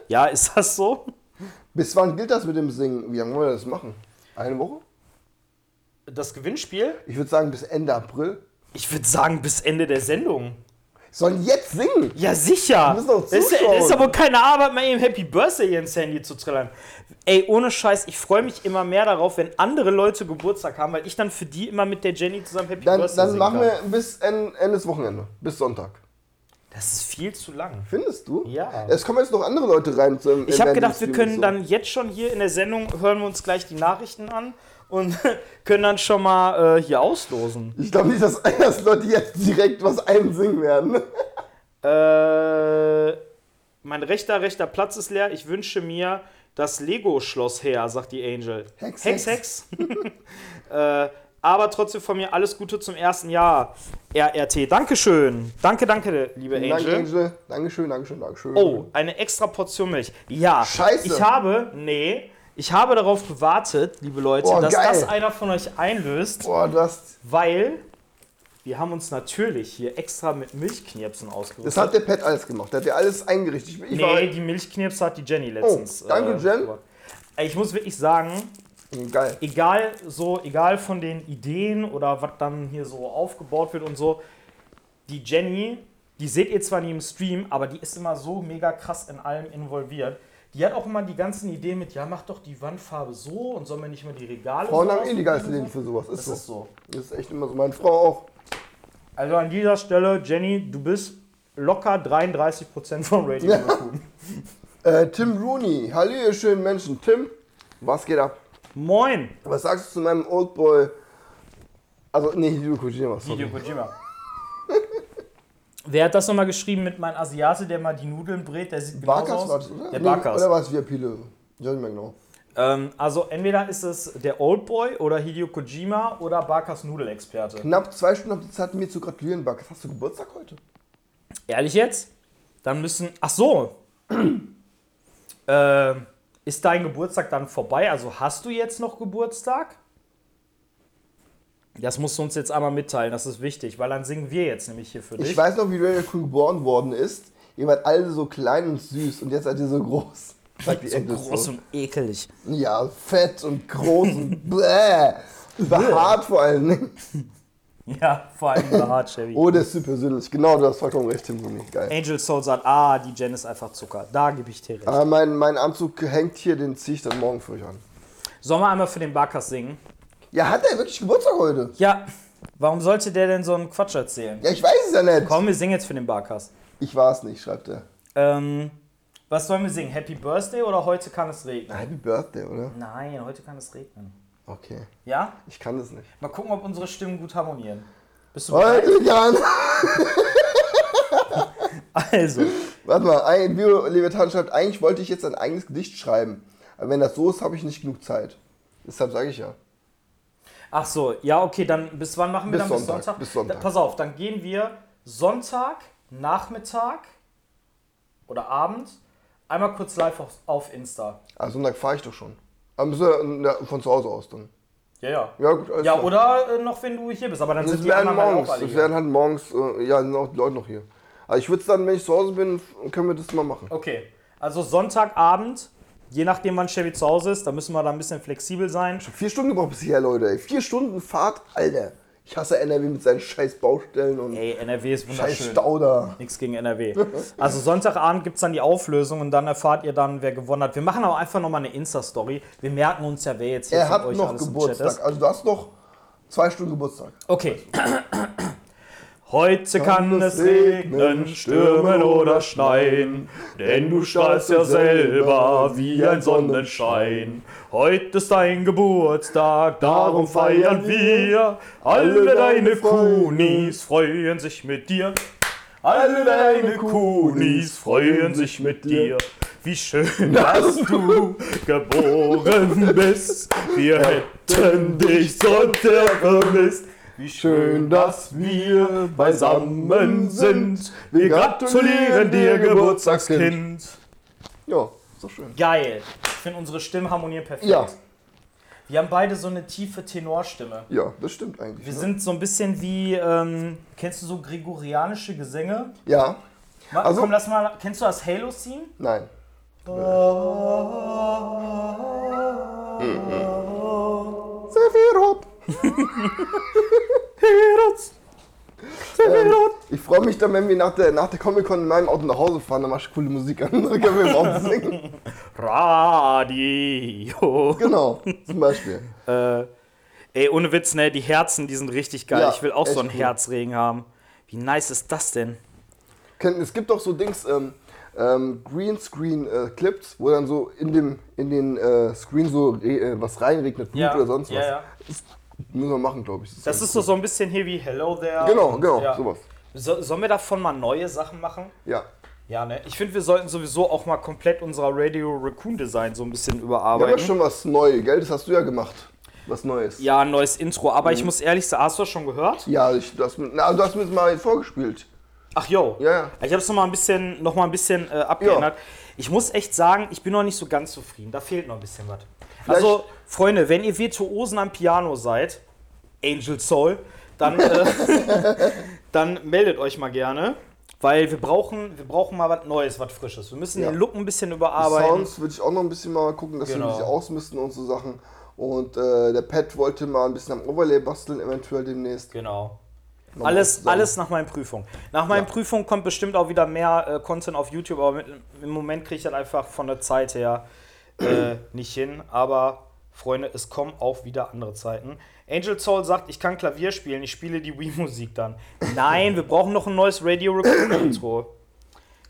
Ja, ist das so? Bis wann gilt das mit dem Singen? Wie lange wollen wir das machen? Eine Woche? Das Gewinnspiel? Ich würde sagen bis Ende April. Ich würde sagen, bis Ende der Sendung. Sollen jetzt singen? Ja, sicher. müssen doch Das ist, ja- zuschauen. das ist ja wohl keine Arbeit, mal eben Happy Birthday hier ins Handy zu trillern. Ey, ohne Scheiß, ich freue mich immer mehr darauf, wenn andere Leute Geburtstag haben, weil ich dann für die immer mit der Jenny zusammen Happy Dann, Birthday dann singen machen kann. wir bis en- Ende des Wochenende. Bis Sonntag. Das ist viel zu lang. Findest du? Ja. Es kommen jetzt noch andere Leute rein. Zu, Ich habe gedacht, wir können dann jetzt schon hier in der Sendung, hören wir uns gleich die Nachrichten an und können dann schon mal äh, hier auslosen. Ich glaube nicht, dass, dass Leute jetzt direkt was einsingen werden. Äh, mein rechter, rechter Platz ist leer. Ich wünsche mir das Lego-Schloss her, sagt die Angel. Hex, Hex. Hex. äh, aber trotzdem von mir alles Gute zum ersten Jahr. RRT. Dankeschön. Danke, danke, liebe Angel. Danke, Angel. Dankeschön, Dankeschön, Dankeschön. Oh, eine extra Portion Milch. Ja. Scheiße. Ich habe, nee, ich habe darauf gewartet, liebe Leute, Boah, dass geil. das einer von euch einlöst, Boah, das, weil wir haben uns natürlich hier extra mit Milchknirpsen ausgerüstet. das hat der Pat alles gemacht. Der hat ja alles eingerichtet. Ich, ich nee, die Milchknirpse hat die Jenny letztens. danke, Jen. gemacht. Ey, Ich muss wirklich sagen, war Hm, geil. egal so, egal von den Ideen oder was dann hier so aufgebaut wird und so, die Jenny, die seht ihr zwar nie im Stream, aber die ist immer so mega krass in allem involviert. Die hat auch immer die ganzen Ideen mit, ja, mach doch die Wandfarbe so und sollen wir nicht mal die Regale Frauen so haben eh die geilsten ausprobieren Ideen für sowas. Ist und so? Das ist so. so. Das ist echt immer so. Meine Frau auch. Also an dieser Stelle, Jenny, du bist locker 33% von Radio Ja. Raccoon. Äh, Tim Rooney. Hallo, ihr schönen Menschen. Tim, was geht ab? Moin, Was sagst du zu meinem Oldboy? Also, nee, Hideo Kojima, sorry. Hideo Kojima. Wer hat das nochmal geschrieben mit meinem Asiate, der mal die Nudeln brät? Der sieht genauso Barkas aus. war das, oder? Der Nee, Barkas. Oder war es VIP Löwe? Ich weiß nicht mehr genau. Ähm, also entweder ist es der Oldboy oder Hideo Kojima oder Barkas Nudelexperte. Knapp zwei Stunden habt ihr Zeit, mir zu gratulieren, Barkas. Hast du Geburtstag heute? Ehrlich jetzt? Dann müssen. Ach so. ähm, ist dein Geburtstag dann vorbei? Also hast du jetzt noch Geburtstag? Das musst du uns jetzt einmal mitteilen, das ist wichtig, weil dann singen wir jetzt nämlich hier für dich. Ich weiß noch, wie Radio Crew geboren worden ist. Ihr wart alle so klein und süß und jetzt seid ihr so groß. Sagt die so Ente groß so. und ekelig. Ja, fett und groß und bläh. Behaart vor allem. Dingen. Ja, vor allem behaart, Chevy. Oh, der ist zu persönlich. Genau, du hast vollkommen recht, Tim Rooney. Geil. Angel Soul sagt, ah, die Jen ist einfach Zucker. Da gebe ich dir recht. Aber Ah, mein, mein Anzug hängt hier, den ziehe ich dann morgen für euch an. Sollen wir einmal für den Barkas singen? Ja, hat er wirklich Geburtstag heute? Ja, warum sollte der denn so einen Quatsch erzählen? Ja, ich weiß es ja nicht. Komm, wir singen jetzt für den Barkas. Ich war es nicht, schreibt er. Ähm, was sollen wir singen? Happy Birthday oder heute kann es regnen? Happy Birthday, oder? Nein, heute kann es regnen. Okay. Ja? Ich kann das nicht. Mal gucken, ob unsere Stimmen gut harmonieren. Bist du bereit? Heute kann. Also, Warte mal, ein Bio Leviathan schreibt, eigentlich wollte ich jetzt ein eigenes Gedicht schreiben. Aber wenn das so ist, habe ich nicht genug Zeit. Deshalb sage ich ja. ach so, ja, okay, dann bis wann machen wir Bis dann? Sonntag, bis Sonntag. Da, pass auf, dann gehen wir Sonntag, Nachmittag oder Abend einmal kurz live auf, auf Insta. Also Sonntag fahre ich doch schon. Aber müssen wir, na, von zu Hause aus dann. Ja, ja. Ja, gut, alles ja, klar. oder äh, noch, wenn du hier bist. Aber dann Es sind die werden anderen halt morgens, auch alle es hier. werden halt morgens, äh, ja, sind auch die Leute noch hier. Also ich würde es dann, wenn ich zu Hause bin, f- können wir das mal machen. Okay, also Sonntagabend, je nachdem, wann Chevy zu Hause ist, da müssen wir da ein bisschen flexibel sein. Vier Stunden gebraucht bis hierher, Leute. Ey. Vier Stunden Fahrt, Alter. Ich hasse NRW mit seinen scheiß Baustellen und Ey, NRW ist scheiß wunderschön. Stau da. Nichts gegen NRW. Also Sonntagabend gibt es dann die Auflösung und dann erfahrt ihr dann, wer gewonnen hat. Wir machen aber einfach nochmal eine Insta-Story. Wir merken uns ja, wer jetzt hier Er von hat euch noch alles im Chat Geburtstag. ist. Also du hast noch zwei Stunden Geburtstag. Okay. Heute kann, Kann es es regnen, stürmen regnen, stürmen oder oder schneien, denn du strahlst ja selber wie ein Sonnenschein. Heute ist dein Geburtstag, darum feiern wir. Alle deine Kunis freuen sich mit dir. Alle deine Kunis freuen sich mit dir. Wie schön, dass du geboren bist. Wir hätten dich sonst vermisst. Wie schön, dass wir beisammen sind. Wir gratulieren dir, Geburtstagskind. Ja, ist doch schön. Geil. Ich finde, unsere Stimmen harmonieren perfekt. Ja, Wir haben beide so eine tiefe Tenorstimme. ja, das stimmt eigentlich. Wir ne? sind so ein bisschen wie, ähm, kennst du so gregorianische Gesänge? ja, Ma- Also- Komm, lass mal, kennst du das Halo-Theme? nein. Severot. Ähm, Ich freue mich dann, wenn wir nach der, nach der Comic-Con in meinem Auto nach Hause fahren, dann machst du coole Musik an, dann können wir im Auto singen. Radio. Genau, zum Beispiel. Ey, ohne Witz, ne? Die Herzen, die sind richtig geil. Ja, ich will auch so echt einen cool. Herzregen haben. Wie nice ist das denn? Ken- Es gibt auch so Dings, ähm, ähm, Greenscreen-Clips, wo dann so in, dem, in den äh, Screen so re- äh, was reinregnet, Blut oder sonst was. Ja, ja. Das müssen wir machen, glaube ich. Das ist so, so ein bisschen hier wie Hello There. Genau, genau, ja. sowas. So, sollen wir davon mal neue Sachen machen? Ja. Ja, ne? Ich finde, wir sollten sowieso auch mal komplett unser Radio Raccoon Design so ein bisschen Aber überarbeiten. schon was Neues, gell? Das hast du ja gemacht. Was Neues. Ja, ein neues Intro. Aber Mhm. ich muss ehrlich sagen, hast du das schon gehört? Ja, ich, du, hast, mir- na, du hast mir das mal vorgespielt. Ach jo. Ja, ja. Ich habe es noch mal ein bisschen, noch mal ein bisschen äh, abgeändert. Ich muss echt sagen, ich bin noch nicht so ganz zufrieden. Da fehlt noch ein bisschen was. Also, Freunde, wenn ihr Virtuosen am Piano seid, Angel Soul, dann, äh, dann meldet euch mal gerne. Weil wir brauchen, wir brauchen mal was Neues, was Frisches. Wir müssen Ja. den Look ein bisschen überarbeiten. Sounds würde ich auch noch ein bisschen mal gucken, dass Genau. wir ein bisschen ausmisten und so Sachen. Und äh, der Pat wollte mal ein bisschen am Overlay basteln, eventuell demnächst. Genau. Nochmal Alles, zusammen. alles nach meinen Prüfungen. Nach meinen Prüfungen kommt bestimmt auch wieder mehr äh, Content auf YouTube, aber mit, im Moment kriege ich das einfach von der Zeit her äh, nicht hin. Aber Freunde, es kommen auch wieder andere Zeiten. Angel Soul sagt, ich kann Klavier spielen, ich spiele die Wii-Musik dann. Nein, wir brauchen noch ein neues Radio Record-Intro.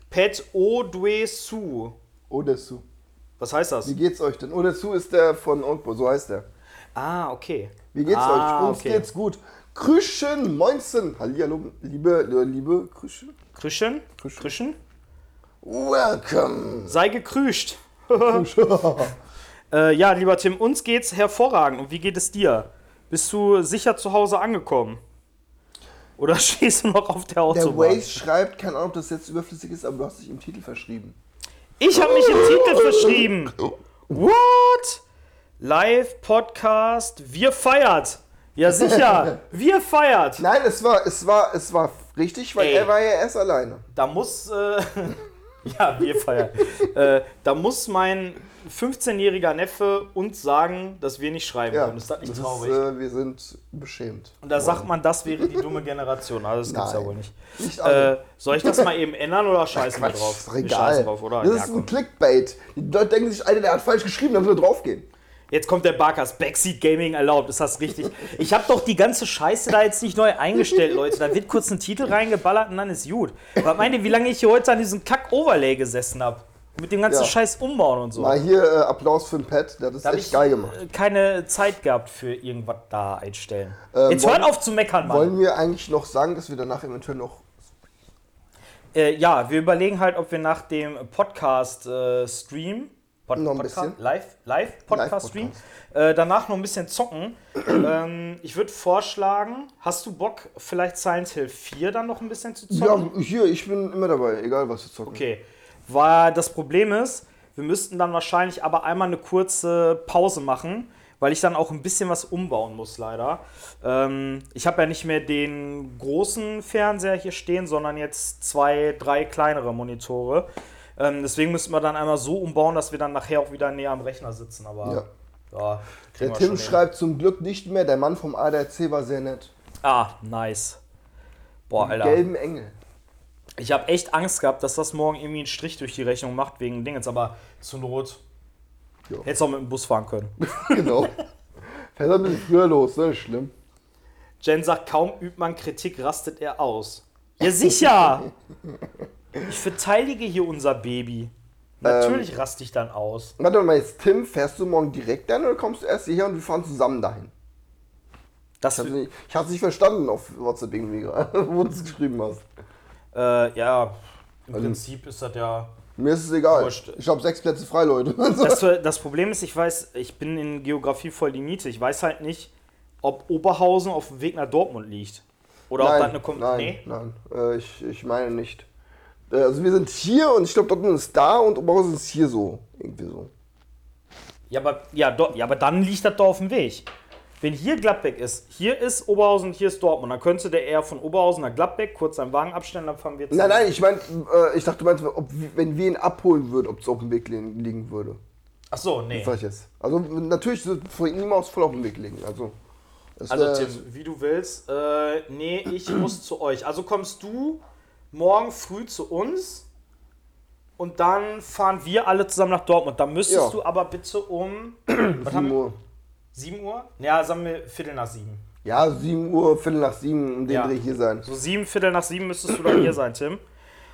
Pet O Due Su. Odesu. Was heißt das? Wie geht's euch denn? Odesu ist der von Oldboy, so heißt er. Ah, okay. Wie geht's ah, euch? Uns okay. geht's gut. Krüschen, Moinsen. Hallihallo, liebe, liebe Krüschen. Krüschen? Krüschen. Krüschen? Welcome. Sei gekrüscht. Äh, ja, lieber Tim, uns geht's hervorragend. Und wie geht es dir? Bist du sicher zu Hause angekommen? Oder stehst du noch auf der Der Autobahn? Waze schreibt, keine Ahnung, ob das jetzt überflüssig ist, aber du hast dich im Titel verschrieben. Ich habe mich im Titel verschrieben. What? Live Podcast. Wir feiert. Ja sicher. Wir feiert. Nein, es war, es war, es war richtig, weil Ey. er war ja erst alleine. Da muss. Äh, ja, wir feiern. äh, da muss mein 15-jähriger Neffe uns sagen, dass wir nicht schreiben Ja, können. Ist das nicht das traurig? Ist, äh, wir sind beschämt. Und da sagt man, das wäre die dumme Generation. Also das gibt's ja Nein. wohl nicht. Nicht Äh, alle. soll ich das mal eben ändern oder scheißen wir Quatsch, drauf? ist Wir Regal. scheißen drauf, oder? Das Ja, ist ein komm. Clickbait. Die Leute denken sich, Alter, der hat falsch geschrieben, da will er draufgehen. Jetzt kommt der Barkas. Backseat Gaming erlaubt. Ist das richtig? Ich habe doch die ganze Scheiße da jetzt nicht neu eingestellt, Leute. Da wird kurz ein Titel reingeballert und dann ist gut. Was meint ihr, wie lange ich hier heute an diesem Kack-Overlay gesessen habe? Mit dem ganzen Ja. Scheiß umbauen und so. Mal hier äh, Applaus für den Pat, der hat das Da hab echt geil gemacht. äh, keine Zeit gehabt für irgendwas da einstellen. Ähm, Jetzt wollen- hört auf zu meckern, Mann. Wollen wir eigentlich noch sagen, dass wir danach eventuell noch. Äh, ja, wir überlegen halt, ob wir nach dem Podcast-Stream, Pod Noch ein Podcast, bisschen. live, live Podcast-Stream, äh, danach noch ein bisschen zocken. ähm, ich würde vorschlagen, hast du Bock, vielleicht Silent Hill 4 dann noch ein bisschen zu zocken? Ja, hier, ich bin immer dabei, egal was wir zocken. Okay, weil das Problem ist, wir müssten dann wahrscheinlich aber einmal eine kurze Pause machen weil ich dann auch ein bisschen was umbauen muss, leider. Ähm, ich habe ja nicht mehr den großen Fernseher hier stehen, sondern jetzt zwei, drei kleinere Monitore. Ähm, deswegen müssen wir dann einmal so umbauen, dass wir dann nachher auch wieder näher am Rechner sitzen. Aber ja, kriegen Der wir Tim schon hin. schreibt zum Glück nicht mehr, der Mann vom ADAC war sehr nett. Ah, nice. Boah, Alter. Gelben Engel. Ich habe echt Angst gehabt, dass das morgen irgendwie einen Strich durch die Rechnung macht wegen Dingens, aber zur Not Ja. hättest du auch mit dem Bus fahren können. Genau. Fährt ein bisschen früher los, ne? Schlimm. Jen sagt, kaum übt man Kritik, rastet er aus. Ja, sicher! Ich verteidige hier unser Baby. Natürlich Ähm. raste ich dann aus. Warte mal jetzt, Tim, fährst du morgen direkt dahin oder kommst du erst hierher und wir fahren zusammen dahin? Das, Ich hab's nicht, ich hab's nicht verstanden auf WhatsApp irgendwie, gerade, wo du es geschrieben hast. äh, ja, im Also- Prinzip ist das ja. Mir ist es egal. Wurscht. Ich habe sechs Plätze frei, Leute. Also, Das, das Problem ist, ich weiß, ich bin in Geografie voll die Niete. Ich weiß halt nicht, ob Oberhausen auf dem Weg nach Dortmund liegt. Oder ob das eine Kom nein, Nee? nein. Äh, ich, ich meine nicht. Äh, also wir sind hier und ich glaube, Dortmund ist da und Oberhausen ist hier so. Irgendwie so. Ja, aber, ja, do, ja, aber dann liegt das doch auf dem Weg. Wenn hier Gladbeck ist, hier ist Oberhausen, hier ist Dortmund, dann könnte der eher von Oberhausen nach Gladbeck kurz einen Wagen abstellen, dann fahren wir Nein, nein, ich meine, äh, ich dachte, du meinst, ob, wenn wir ihn abholen würden, ob es auf dem Weg li- liegen würde. Ach so, nee. Sag ich jetzt. Also natürlich wird vor ihm aus voll auf dem Weg liegen. Also, es Also, wär- Tim, wie du willst. Äh, nee, ich muss zu euch. Also kommst du morgen früh zu uns und dann fahren wir alle zusammen nach Dortmund. Dann müsstest Ja. du aber bitte um was haben 7 wir? Uhr. 7 Uhr? Ja, sagen wir Viertel nach sieben. Ja, 7 Uhr, Viertel nach 7, um den Ja. Dreh hier sein. So sieben, Viertel nach sieben müsstest du dann hier sein, Tim.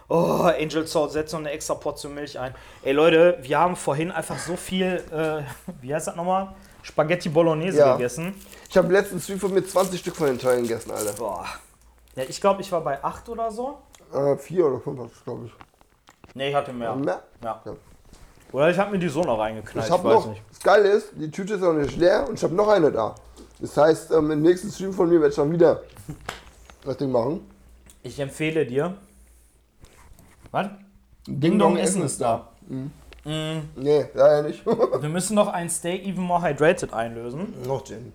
Oh, Angel Soul, setz noch eine extra Portion Milch ein. Ey Leute, wir haben vorhin einfach so viel, äh, wie heißt das nochmal? Spaghetti Bolognese Ja. gegessen. Ich habe letztens wie von mir 20 Stück von den Teilen gegessen, Alter. Boah. Ja, ich glaube, ich war bei acht oder so. Äh, vier oder fünf hat's, glaube ich. Nee, ich hatte mehr. Mehr? Ja. Ja. Oder ich habe mir die so noch reingeknallt, Ich ich, habe weiß noch, nicht. das Geile ist, die Tüte ist noch nicht leer und ich habe noch eine da. Das heißt, ähm, im nächsten Stream von mir werde ich dann wieder das Ding machen. Ich empfehle dir. Was? Ding da. Mhm. Nee, leider nicht. Wir müssen noch ein Stay Even More Hydrated einlösen. noch Gin.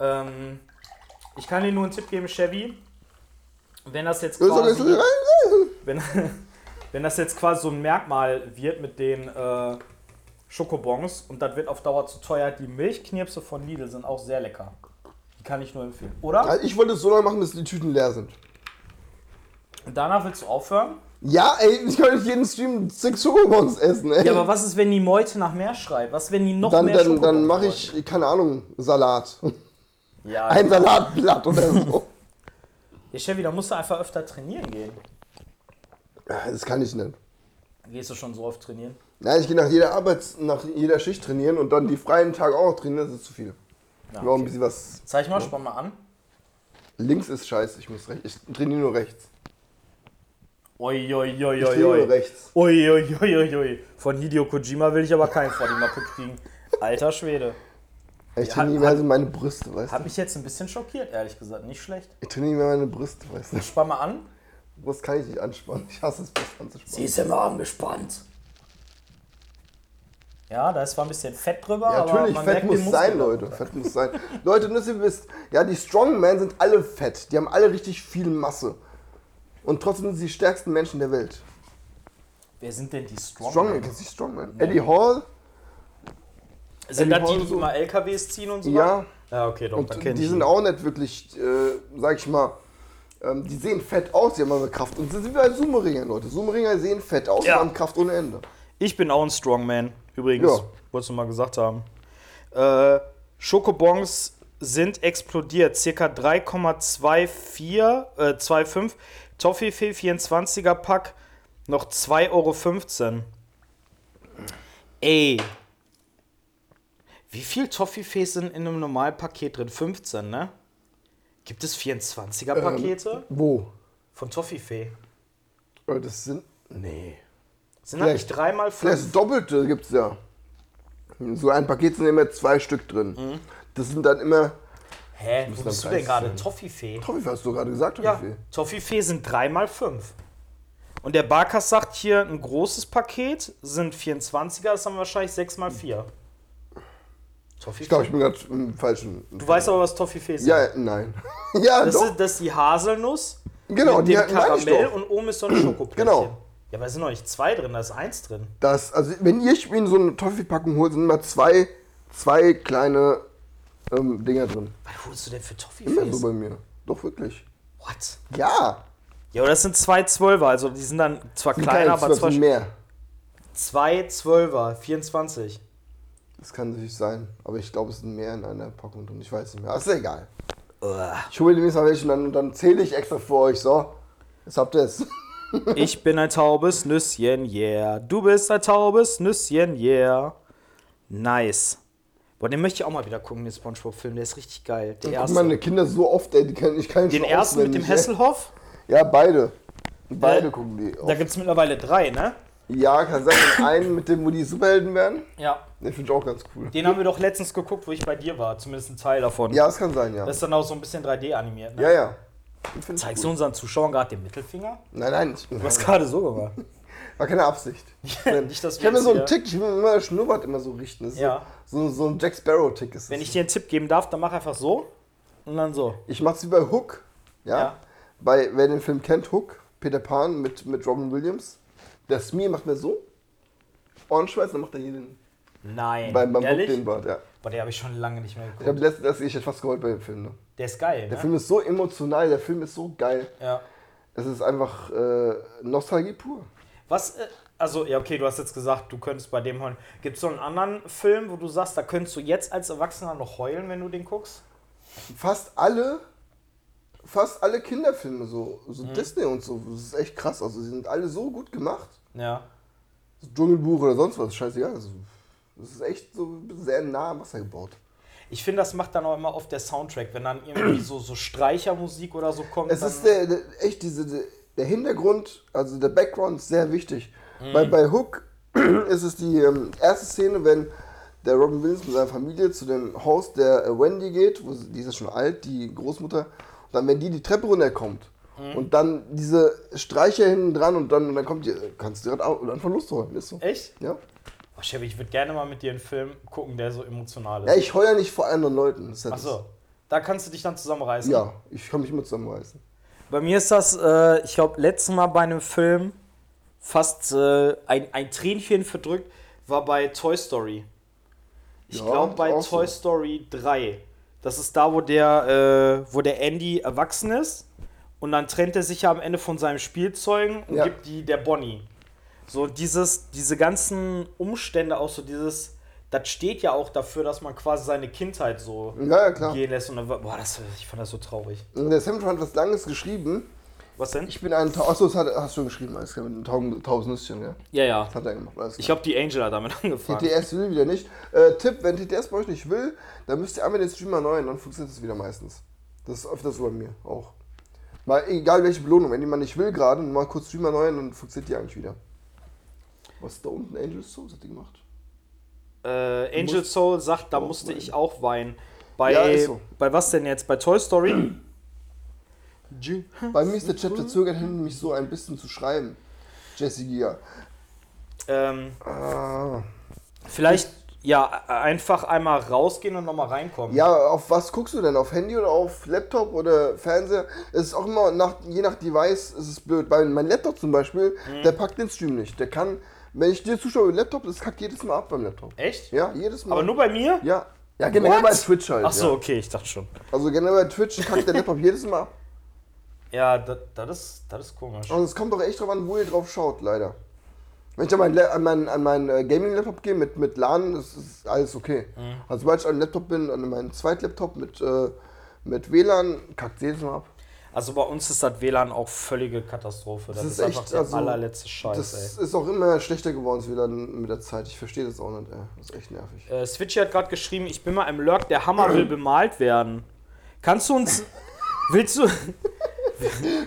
Ähm, ich kann dir nur einen Tipp geben, Chevy. Wenn das jetzt Ist doch quasi... nicht so rein. wenn, wenn das jetzt quasi so ein Merkmal wird mit den äh, Schokobons und das wird auf Dauer zu teuer, die Milchknirpse von Lidl sind auch sehr lecker. Die kann ich nur empfehlen. Oder? Also Ich wollte es so lange machen, bis die Tüten leer sind. Und danach willst du aufhören? Ja, ey, ich kann nicht jeden Stream sechs Schokobons essen, ey. Ja, aber was ist, wenn die Meute nach mehr schreit? Was, wenn die noch dann mehr dann, dann Schokobons mache ich, keine Ahnung, Salat. wollen? Ja, Ein Salatblatt oder so. ja, Chevy, da musst du einfach öfter trainieren gehen. Das kann ich nicht. Gehst du schon so oft trainieren? Nein, ich gehe nach jeder Arbeits-, nach jeder Schicht trainieren und dann die freien Tage auch noch trainieren, das ist zu viel. Ich brauche ein bisschen was. Zeig mal, spann mal an. Links ist scheiße, ich muss rechts. Ich trainiere nur rechts. Oi, Ich trainiere nur rechts. Von Hideo Kojima will ich aber keinen vor die Mappe kriegen. Alter Schwede. Ich Ja, trainiere hat- mehr so meine Brüste, weißt Hat du? mich jetzt ein bisschen schockiert, ehrlich gesagt. Nicht schlecht. Ich trainiere mehr meine Brüste, weißt du? Spann mal an. Brust kann ich nicht anspannen. Ich hasse es, Brust anzuspannen. ist immer angespannt. Ja, da ist zwar ein bisschen Fett drüber, Ja, aber natürlich, man Fett merkt den muss Muskel sein, da. Leute. Fett muss sein. Leute, nur dass ihr wisst, ja, die Strongmen sind alle fett. Die haben alle richtig viel Masse. Und trotzdem sind sie die stärksten Menschen der Welt. Wer sind denn die Strongmen? Strongman, kennst du die Strongman? Eddie Hall, Sind das die, Hall die so- immer LKWs ziehen und so? Ja. was? Ja, okay, doch, dann und kenn die ich sind ihn. auch nicht wirklich, äh, sag ich mal, ähm, die sehen fett aus, die haben aber Kraft. Und sie sind wie bei Zoomeringer, Leute. Zoomeringer sehen fett aus Ja. und haben Kraft ohne Ende. Ich bin auch ein Strongman, übrigens. Ja. Wolltest du mal gesagt haben. Äh, Schokobons sind explodiert. Circa 3,24, äh, 2,5. Toffifee 24er Pack, noch 2,15 Euro. Ey. Wie viel Toffifees sind in einem normalen Paket drin? 15, ne? Gibt es Ähm, 24er Pakete Wo? von Toffifee? Äh, Das sind. Nee. Sind das nicht vielleicht- dreimal fünf? Das Doppelte gibt's ja. So ein Paket sind immer zwei Stück drin. Mhm. Das sind dann immer. Hä? Wo bist du denn 30 gerade? sein. Toffifee? Toffifee hast du gerade gesagt, Ja, Toffifee. Toffifee sind 3 mal 5. Und der Barkas sagt hier, ein großes Paket sind 24er, das haben wir wahrscheinlich 6 mal 4. Toffifee? Ich glaube, ich bin gerade im falschen. du weißt aber, was Toffifee ist. Ja, nein. ja, das, doch. ist, das ist die Haselnuss Genau, mit die dem hatten- meine ich Karamell doch. und oben ist so ein Schokoplöckchen. Genau. Ja, aber es sind noch nicht zwei drin, da ist eins drin. Das, also, wenn ihr mir so eine Toffee-Packung holt, sind immer zwei, zwei kleine ähm, Dinger drin. Was holst du denn für Toffifee? Immer Hm, so bei mir. Doch, wirklich. What? Ja. Ja, aber das sind zwei Zwölfer, also die sind dann zwar Sind kleiner, keine aber zwölf, sind zwei, mehr. zwei Zwölfer, 24. Das kann natürlich sein. Aber ich glaube, es sind mehr in einer Packung drin. Ich weiß nicht mehr. Aber ist ja egal. Uah. Ich hole demnächst mal welche und dann, und dann zähle ich extra für euch. So, jetzt habt ihr es. Ich bin ein taubes Nüsschen, yeah. Du bist ein taubes Nüsschen, yeah. Nice. Boah, den möchte ich auch mal wieder gucken, den Spongebob-Film. Der ist richtig geil. Der Guck erste. meine Kinder so oft, ey, die können ich kann den ersten mit dem Hesselhoff. Ja, beide. Beide Äh, gucken die. Auf. Da gibt es mittlerweile drei, ne? Ja, kann sein. Den einen mit dem, wo die Superhelden werden. Ja. Den finde ich auch ganz cool. Den haben wir doch letztens geguckt, wo ich bei dir war. Zumindest ein Teil davon. Ja, das kann sein, ja. Das ist dann auch so ein bisschen 3D animiert, ne? ja, ja. Den find ich Zeigst du cool. unseren Zuschauern gerade den Mittelfinger? Nein, nein. Ich, Du hast gerade so gemacht. war keine Absicht. Nicht, dass ich wir habe mir jetzt so einen hier- Tick, ich will mir immer Schnurrbart immer so richten. Das ist Ja. so, so ein Jack Sparrow-Tick ist Wenn das. ich dir einen Tipp geben darf, dann mach einfach so und dann so. Ich mach's wie bei Hook. Ja. Ja. Bei, wer den Film kennt, Hook, Peter Pan mit, mit Robin Williams. Der Smear macht mir so. Ohrenschweiß, dann macht er hier den. Nein. Beim, beim Hook Ehrlich? den Bart, ja. Boah, den habe ich schon lange nicht mehr Ich habe geguckt. letztens, das- ich hätte fast geholt bei dem Film. Ne? Der ist geil, Der ne? Film ist so emotional, der Film ist so geil. Ja. Es ist einfach äh, Nostalgie pur. Was, äh, also, ja, okay, du hast jetzt gesagt, du könntest bei dem heulen. Gibt es so einen anderen Film, wo du sagst, da könntest du jetzt als Erwachsener noch heulen, wenn du den guckst? Fast alle, fast alle Kinderfilme, so, so Disney und so, das ist echt krass. Also, sie sind alle so gut gemacht. Ja. So Dschungelbuch oder sonst was, scheißegal. Also, das ist echt so sehr nah am Wasser gebaut. Ich finde, das macht dann auch immer oft der Soundtrack, wenn dann irgendwie so, so Streichermusik oder so kommt. Es dann, ist der, der, echt diese, der- der Hintergrund, also der Background ist sehr wichtig. Mhm. Bei, bei Hook ist es die ähm, erste Szene, wenn der Robin Williams mit seiner Familie zu dem Haus der äh, Wendy geht, wo sie, die ist ja schon alt, die Großmutter, und dann wenn die die Treppe runterkommt Mhm. und dann diese Streicher hinten dran und dann, und dann kommt die, äh, kannst du gerade anfangen loszuholen, ist so. Echt? Ja. Oh, Chevy, ich würde gerne mal mit dir einen Film gucken, der so emotional ist. ja, ich heule ja nicht vor anderen Leuten. Das ist ja das. Achso. Da kannst du dich dann zusammenreißen. Ja, ich kann mich immer zusammenreißen. Bei mir ist das, äh, ich glaube, letztes Mal bei einem Film fast äh, ein, ein Tränchen verdrückt, war bei Toy Story. Ich Ja, glaube bei auch so. Toy Story 3. Das ist da, wo der, äh, wo der Andy erwachsen ist und dann trennt er sich ja am Ende von seinem Spielzeugen und Ja. gibt die der Bonnie. So dieses, diese ganzen Umstände, auch so dieses, das steht ja auch dafür, dass man quasi seine Kindheit so Ja, ja, klar. gehen lässt. Und dann, war- boah, das, ich fand das so traurig. Und Der Sam hat was Langes geschrieben. Was denn? Ich bin ein Taub. Achso, das hat, hast du geschrieben, alles klar, mit einem Tauben- Tausendnüsschen, ja. ja, ja. Das hat er gemacht, alles Ich klar. glaube, die Angel hat damit angefangen. TTS will wieder nicht. Äh, Tipp, wenn TTS bei euch nicht will, dann müsst ihr einmal den Streamer neu, dann funktioniert es wieder meistens. Das ist öfters so bei mir auch. Mal egal welche Belohnung, wenn jemand nicht will gerade, mal kurz Streamer neu, dann funktioniert die eigentlich wieder. Was ist da unten? Angels Souls hat die gemacht. Äh, Angel Soul sagt, da musste ich auch weinen. Bei, Ja, ist so. bei was denn jetzt? Bei Toy Story? Bei mir ist der Chat verzögert hin, mich so ein bisschen zu schreiben. Jesse Giga. ähm, Ah. vielleicht ja e- einfach einmal rausgehen und nochmal reinkommen. Ja, auf was guckst du denn? Auf Handy oder auf Laptop oder Fernseher? Es ist auch immer, nach, je nach Device ist es blöd. Bei mein Laptop zum Beispiel, Mhm. der packt den Stream nicht. Der kann, wenn ich dir zuschaue mit Laptop, das kackt jedes Mal ab beim Laptop. Echt? Ja, jedes Mal. Aber nur bei mir? Ja. Ja, generell What? bei Twitch halt. Ach so, Ja. okay, ich dachte schon. Also generell bei Twitch kackt der Laptop jedes Mal ab. Ja, das, das, ist, das ist komisch. Und es kommt doch echt drauf an, wo ihr drauf schaut, leider. Wenn ich an meinen, La- an meinen, an meinen äh, Gaming-Laptop gehe mit, mit LAN, das ist alles okay. Mhm. Also sobald ich an einem Laptop bin, an meinem Zweitlaptop mit, äh, mit WLAN, kackt jedes Mal ab. Also bei uns ist das WLAN auch völlige Katastrophe. Das, ist, einfach der allerletzte Scheiß, also Das ist auch immer schlechter geworden, das WLAN mit der Zeit. Ich verstehe das auch nicht, ey. Das ist echt nervig. ey. Äh, Switchy hat gerade geschrieben, ich bin mal im Lurk, der Hammer will bemalt werden. Kannst du uns. Willst du.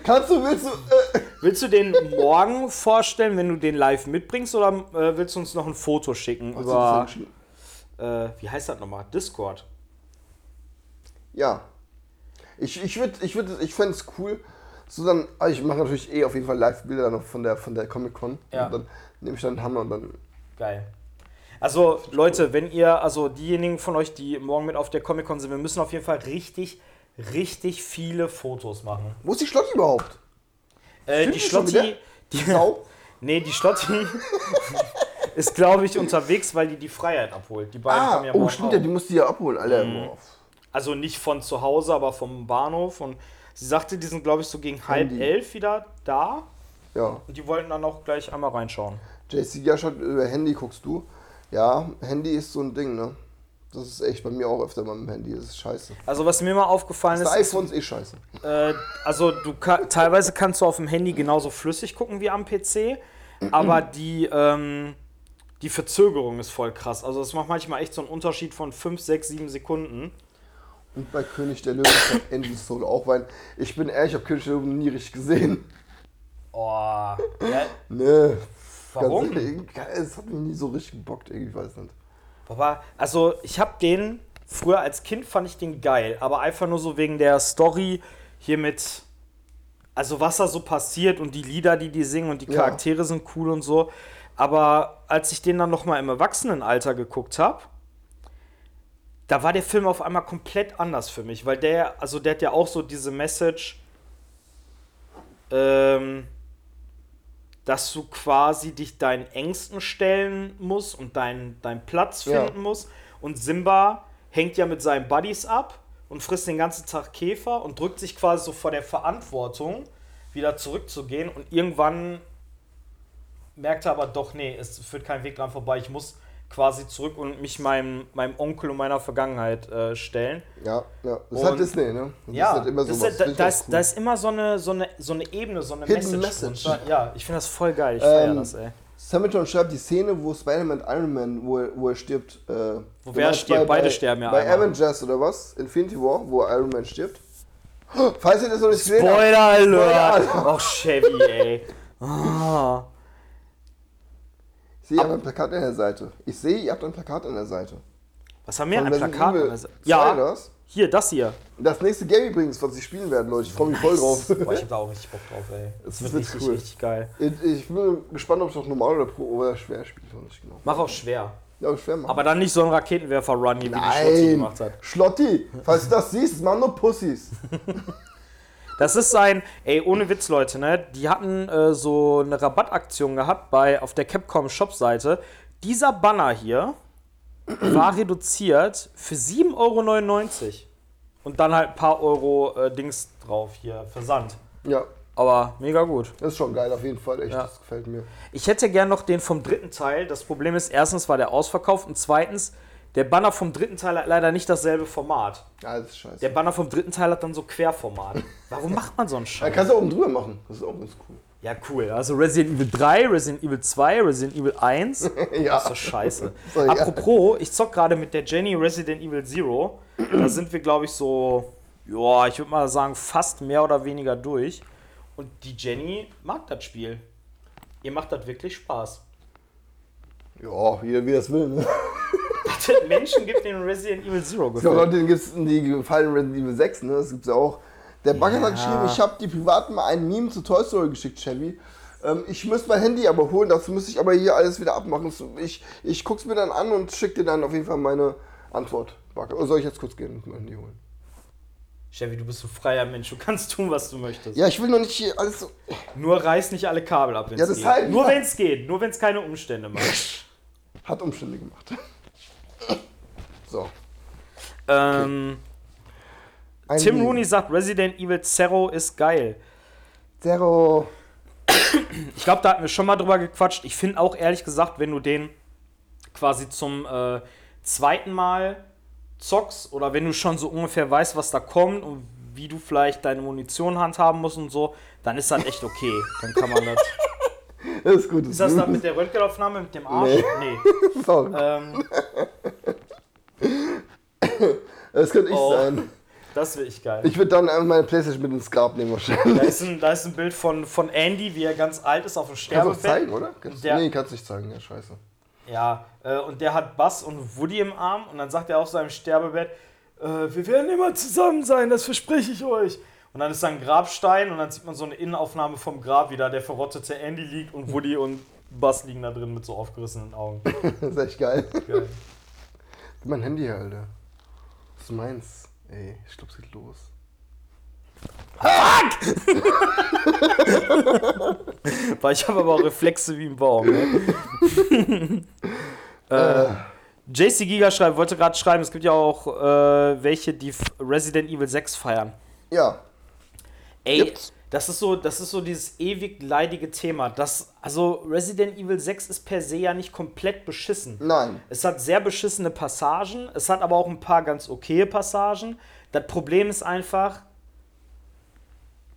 Kannst du, willst du. Äh, Willst du den morgen vorstellen, wenn du den live mitbringst, oder äh, willst du uns noch ein Foto schicken über, Hast du das angeschrieben? äh, wie heißt das nochmal, Discord? ja. Ich, ich würde, ich würde, ich fände es cool. So dann, ah, ich mache natürlich eh auf jeden Fall Live-Bilder dann noch von der, von der Comic-Con. Ja. Und dann nehme ich dann einen Hammer und dann. Geil. Also, Leute, wenn ihr, also diejenigen von euch, die morgen mit auf der Comic-Con sind, wir müssen auf jeden Fall richtig, richtig viele Fotos machen. Wo ist die Schlotti überhaupt? Äh, Stimmt die die schon wieder? Schlotti. Die, Sau? nee, die Schlotti ist, glaube ich, unterwegs, weil die die Freiheit abholt. Die beiden Ah, kommen ja oh, morgen stimmt auch. Mhm. ja, die musst du ja abholen, Alter. Boah. Also nicht von zu Hause, aber vom Bahnhof. Und sie sagte, die sind, glaube ich, so gegen halb die? elf wieder da. Ja. Und die wollten dann auch gleich einmal reinschauen. JC Gash hat über Handy guckst du. Ja, Handy ist so ein Ding, ne? Das ist echt bei mir auch öfter mal mit dem Handy, das ist scheiße. Also, was mir mal aufgefallen Das ist, ist iPhone ist eh scheiße. Äh, also du ka- teilweise kannst du auf dem Handy genauso flüssig gucken wie am PC, aber die, ähm, die Verzögerung ist voll krass. Also es macht manchmal echt so einen Unterschied von 5, 6, 7 Sekunden. Und bei König der Löwen kommt Andy Soul auch rein. Ich bin ehrlich, ich habe König der Löwen nie richtig gesehen. Oh, ja, Nö. Warum? Ganz- Es hat mich nie so richtig gebockt, irgendwie, ich weiß nicht. Papa, also ich habe den, früher als Kind fand ich den geil, aber einfach nur so wegen der Story hier mit, also was da so passiert und die Lieder, die die singen und die Ja. Charaktere sind cool und so. Aber als ich den dann nochmal im Erwachsenenalter geguckt habe, da war der Film auf einmal komplett anders für mich, weil der, also der hat ja auch so diese Message, ähm, dass du quasi dich deinen Ängsten stellen musst und deinen, deinen Platz Ja. finden musst. Und Simba hängt ja mit seinen Buddies ab und frisst den ganzen Tag Käfer und drückt sich quasi so vor der Verantwortung, wieder zurückzugehen. Und irgendwann merkt er aber doch, nee, es führt kein Weg dran vorbei. Ich muss quasi zurück und mich meinem, meinem Onkel und meiner Vergangenheit äh, stellen. Ja, ja. Das Und- hat Disney, ne? Das Ja, hat immer das ist sowas. ja- Finde ich da, da, auch ist, cool. da ist immer so eine, so eine, so eine Ebene, so eine Hidden Message. Message. drunter. Ja, ich finde das voll geil. Ich feier Ähm, das, ey. Samuel John Sharp, die Szene, wo Spider-Man und Iron Man, wo er, wo er stirbt. Äh, wo wer stirbt? Beide sterben ja Bei einmal. Avengers oder was? Infinity War, wo Iron Man stirbt. Oh, Falls ihr das noch nicht gesehen habt. Spoiler Alert! genau. Spoiler Ach, Chevy, ey. Ah. Ich sehe, ihr habt ein Plakat an der Seite. Ich sehe, ihr habt ein Plakat an der Seite. Was haben wir? Von Ein Resident Plakat? Evil ne? Also- 2 Ja, das. hier, das hier. Das nächste Game übrigens, was sie spielen werden, Leute. Ich freue mich voll drauf. Boah, ich hab da auch richtig Bock drauf, ey. Das, Das wird wird richtig, cool. richtig geil. Ich, ich bin gespannt, ob es auch normal oder pro oder schwer spielt. Noch nicht genau. Mach auch schwer. Ja, aber schwer machen. Aber dann nicht so ein Raketenwerfer-Run, hier, wie die Schotzi Nein! gemacht hat. Schlotti, falls du das siehst, machen nur Pussys. Das ist sein, ey, ohne Witz, Leute, ne? Die hatten äh, so eine Rabattaktion gehabt bei auf der Capcom Shop-Seite. Dieser Banner hier war reduziert für 7,99 Euro. Und dann halt ein paar Euro äh, Dings drauf hier, Versand. Ja, Aber mega gut. das ist schon geil, auf jeden Fall. Echt, Ja. das gefällt mir. Ich hätte gern noch den vom dritten Teil. Das Problem ist, erstens war der ausverkauft und zweitens, der Banner vom dritten Teil hat leider nicht dasselbe Format. Ja, das ist scheiße. Der Banner vom dritten Teil hat dann so Querformat. Warum macht man so einen Scheiß? Ja, kannst du oben drüber machen. Das ist auch ganz cool. Ja, cool. Also Resident Evil 3, Resident Evil 2, Resident Evil 1. Ja. Das ist scheiße. So, ja. Apropos, ich zock gerade mit der Jenny Resident Evil Zero. Da sind wir, glaube ich, so, ja, ich würde mal sagen, fast mehr oder weniger durch. Und die Jenny mag das Spiel. Ihr macht das wirklich Spaß. Ja, jeder wie das will. Ne? Dass es Menschen gibt denen Resident Evil Zero Ja, gefällt. Leute, den gibt's in die gefallenen Resident Evil 6, ne? Das gibt's ja auch. Der Bagger hat geschrieben, ich habe die Privaten mal ein Meme zu Toy Story geschickt, Chevy. Ähm, ich müsste mein Handy aber holen, dazu müsste ich aber hier alles wieder abmachen. So, Ich, ich guck's mir dann an und schick dir dann auf jeden Fall meine Antwort. Bagger. Oder soll ich jetzt kurz gehen und mein Handy holen? Chevy, du bist ein freier Mensch. Du kannst tun, was du möchtest. Ja, ich will noch nicht hier alles so. Nur reiß nicht alle Kabel ab, wenn Ja, es geht. deshalb, Nur ja. wenn es geht. Nur wenn es keine Umstände macht. Hat Umstände gemacht. So. ähm. Ein Tim Meme. Rooney sagt, Resident Evil Zero ist geil. Zero. Ich glaube, da hatten wir schon mal drüber gequatscht. Ich finde auch ehrlich gesagt, wenn du den quasi zum äh, zweiten Mal zockst oder wenn du schon so ungefähr weißt, was da kommt und wie du vielleicht deine Munition handhaben musst und so, dann ist das echt okay. Dann kann man das. Das ist gut. Ist das dann mit der Röntgenaufnahme, mit dem Arsch? Nee. Sorry. Ähm, Das könnte ich oh. sein. das will ich geil. Ich würde dann einfach meine Playstation mit ins Grab nehmen wahrscheinlich. Da ist ein, da ist ein Bild von, von Andy, wie er ganz alt ist, auf dem Kannst du auch Sterbebett. zeigen, oder? Kannst, Der- nee, kannst nicht zeigen, ja, scheiße. Ja, äh, und der hat Bass und Woody im Arm und dann sagt er auf seinem Sterbebett, äh, wir werden immer zusammen sein, das verspreche ich euch. Und dann ist da ein Grabstein und dann sieht man so eine Innenaufnahme vom Grab, wie da der verrottete Andy liegt und Woody und Bass liegen da drin mit so aufgerissenen Augen. Das ist echt geil. Geil. Mein Handy, Alter. Was ist meins? Ey, ich glaub, es geht los. Weil ich habe aber auch Reflexe wie ein Baum. Ne? äh, JC Giga schreibt, wollte gerade schreiben, es gibt ja auch äh, welche, die F- Resident Evil 6 feiern. Ja, Ey, Gibt's? das ist so, das ist so dieses ewig leidige Thema. Das, also Resident Evil 6 ist per se ja nicht komplett beschissen. nein. Es hat sehr beschissene Passagen, es hat aber auch ein paar ganz okaye Passagen. Das Problem ist einfach,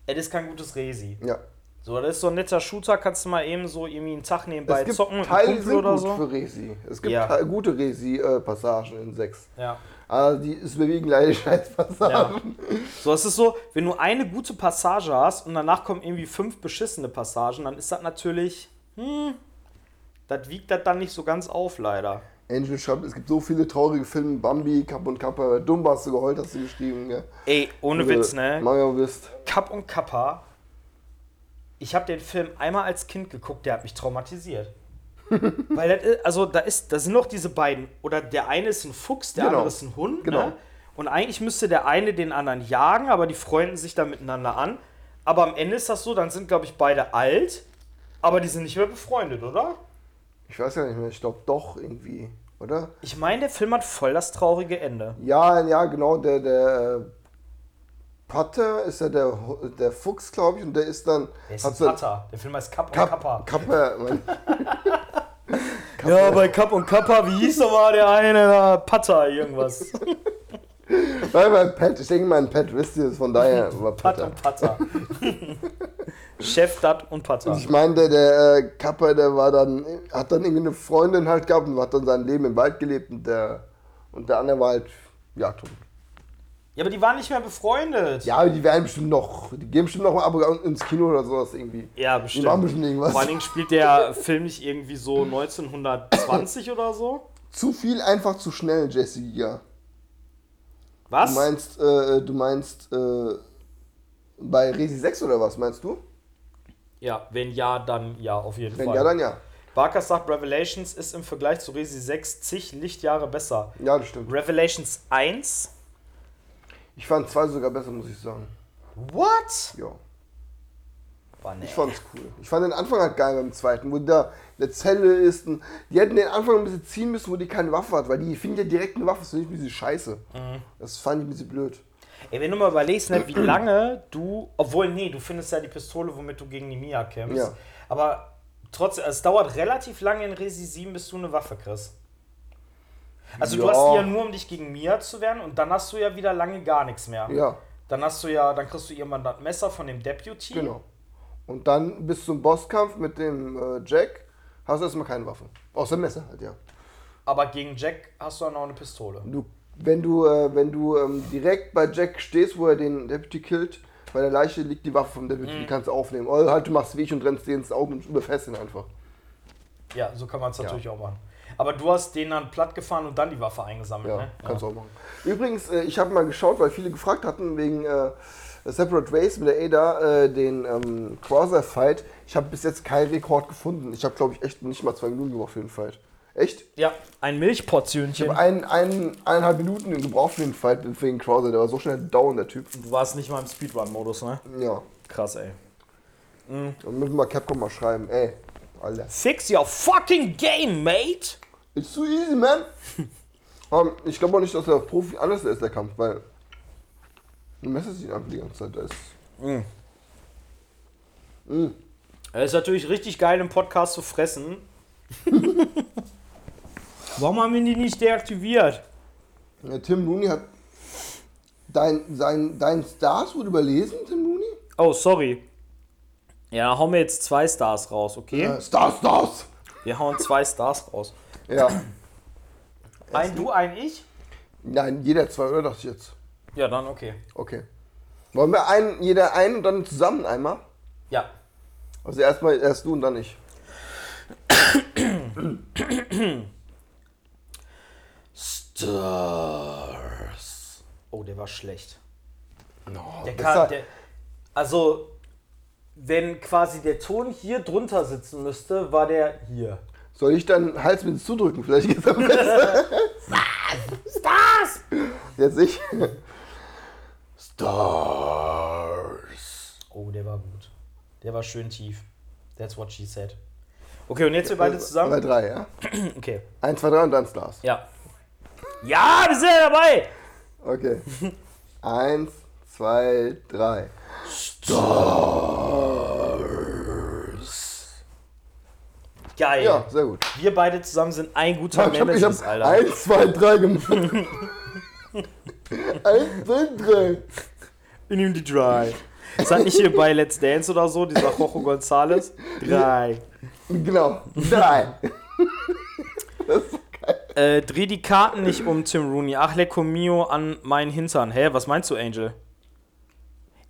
es ist kein gutes Resi. Ja. So, das ist so ein netter Shooter, kannst du mal eben so irgendwie einen Tag nebenbei es gibt zocken mit einem Teile, die Kumpel sind oder gut so. für Resi. Es gibt Ja. Teil- gute Resi-Passagen in 6. Ja. Aber die ist überwiegend leider Scheißpassagen. So, es ist so, wenn du eine gute Passage hast und danach kommen irgendwie fünf beschissene Passagen, dann ist das natürlich, hm, das wiegt das dann nicht so ganz auf, leider. Angel schreibt, es gibt so viele traurige Filme. Bambi, Kapp und Kappa. Dumba hast du geheult, hast du geschrieben. Gell? Ey, ohne Wenn du Witz, ne? Mario bist. Kapp und Kappa. Ich habe den Film einmal als Kind geguckt, der hat mich traumatisiert. Weil das ist, also da ist, da sind noch diese beiden. Oder der eine ist ein Fuchs, der Genau. andere ist ein Hund. Genau. Ne? Und eigentlich müsste der eine den anderen jagen, aber die freunden sich da miteinander an. Aber am Ende ist das so, dann sind, glaube ich, beide alt, aber die sind nicht mehr befreundet, oder? Ich weiß ja nicht mehr, ich glaube doch irgendwie, oder? Ich meine, der Film hat voll das traurige Ende. Ja, ja, genau, der, der äh, Patte ist ja der, Hu- der Fuchs, glaube ich, und der ist dann. Der ist hat ein so- Patter. Der Film heißt Kapp und Kap- Kappa. Kappa, mein- Ja, bei Kapp und Kappa, wie hieß nochmal der eine? da? Patter, irgendwas. Nein, mein Pet, ich denke mal an Pet, wisst ihr es, von daher war Pat Patte. und Patter. Chef, Dat und Patter. Ich meine, der, der äh, Kappa, der war dann, hat dann irgendwie eine Freundin halt gehabt und hat dann sein Leben im Wald gelebt und der, und der andere war halt, ja, tot. Ja, aber die waren nicht mehr befreundet. Ja, aber die werden bestimmt noch, die gehen bestimmt noch mal ab und ins Kino oder sowas irgendwie. Ja, Die bestimmt. machen bestimmt irgendwas. Vor allen Dingen spielt der Film nicht irgendwie so 1920 oder so. Zu viel einfach zu schnell, Jesse, ja. Du Was? meinst, äh, du meinst, äh, bei Resi 6 oder was meinst du? Ja, wenn ja, dann ja, auf jeden Wenn Fall. ja, dann ja. Barker sagt, Revelations ist im Vergleich zu Resi 6 zig Lichtjahre besser. Ja, das stimmt. Revelations 1? Ich fand 2 sogar besser, muss ich sagen. What? Ja. Boah, nee. Ich fand's cool. Ich fand den Anfang halt geil beim zweiten, wo da eine Zelle ist. Und die hätten den Anfang ein bisschen ziehen müssen, wo die keine Waffe hat, weil die finden ja direkt eine Waffe, das finde ich ein bisschen scheiße. Das fand ich ein bisschen blöd. Ey, wenn du mal überlegst, ne, wie lange du. Obwohl, nee, du findest ja die Pistole, womit du gegen die Mia kämpfst. Ja. Aber trotzdem, es dauert relativ lange in Resi 7, bis du eine Waffe kriegst. Also du Ja. hast die ja nur, um dich gegen Mia zu wehren und dann hast du ja wieder lange gar nichts mehr. Ja, Dann hast du ja, dann kriegst du irgendwann das Messer von dem Deputy. genau. Und dann bis zum Bosskampf mit dem äh, Jack hast du erstmal keine Waffe. Außer Messer halt, ja. Aber gegen Jack hast du dann auch eine Pistole. Du, wenn du, äh, wenn du ähm, direkt bei Jack stehst, wo er den Deputy killt, bei der Leiche liegt die Waffe vom Deputy, die kannst du aufnehmen. Oder halt, du machst wie ich und rennst dir ins Auge und überfährst ihn einfach. Ja, so kann man es natürlich auch machen. Aber du hast den dann platt gefahren und dann die Waffe eingesammelt, Ja, ne? kannst du auch machen. Übrigens, äh, ich habe mal geschaut, weil viele gefragt hatten wegen äh, Separate Ways mit der Ada, äh, den ähm, Quasar-Fight. Ich habe bis jetzt keinen Rekord gefunden. Ich habe, glaube ich, echt nicht mal zwei Minuten gebraucht für den Fight. Echt? Ja, ein Milchportionchen. Ein, ein, eineinhalb Minuten gebraucht für den Fight wegen Quasar. Der war so schnell down, der Typ. Du warst nicht mal im Speedrun-Modus, ne? Ja. Krass, ey. Dann müssen wir Capcom mal schreiben. Ey, Alter. Fix your fucking game, mate! It's too easy, man. Ähm, ich glaube auch nicht, dass der Profi anders ist, der Kampf, weil. Du messest ihn einfach die ganze Zeit. Das ist Es ist natürlich richtig geil, im Podcast zu fressen. Warum haben wir die nicht deaktiviert? Ja, Tim Looney hat. Dein, sein, dein Stars wurde überlesen, Tim Looney? Oh, sorry. Ja, dann hauen wir jetzt zwei Stars raus, okay? Äh, Stars, Stars! Wir hauen zwei Stars raus. Ja. Ein du, ein ich? Nein, jeder zwei, oder dachte ich jetzt? Ja, dann okay. Okay. Wollen wir einen, jeder einen und dann zusammen einmal? Ja. Also erstmal erst du und dann ich. Oh, der war schlecht. No, Der Oh, besser, halt- kann, der, also, wenn quasi der Ton hier drunter sitzen müsste, war der hier. Soll ich dann Hals mit zudrücken? Vielleicht geht's am besten. Stars! Jetzt ich. Stars. Oh, der war gut. Der war schön tief. That's what she said. Okay, und jetzt wir beide Bei zusammen. drei, ja? Okay. Eins, zwei, drei und dann Stars. Ja. Ja, wir sind ja dabei! Okay. Eins, zwei, drei. Geil. Ja, sehr gut. Wir beide zusammen sind ein guter Ich hab, ich Management, hab Alter. eins, zwei, drei gemacht. eins, zwei, drei. In ihm die drei. Das hat nicht hier bei Let's Dance oder so, dieser Jojo Gonzales. Drei. Genau, drei. Äh, dreh die Karten nicht um, Tim Rooney. Ach, leco mio an meinen Hintern. Hä, was meinst du, Angel?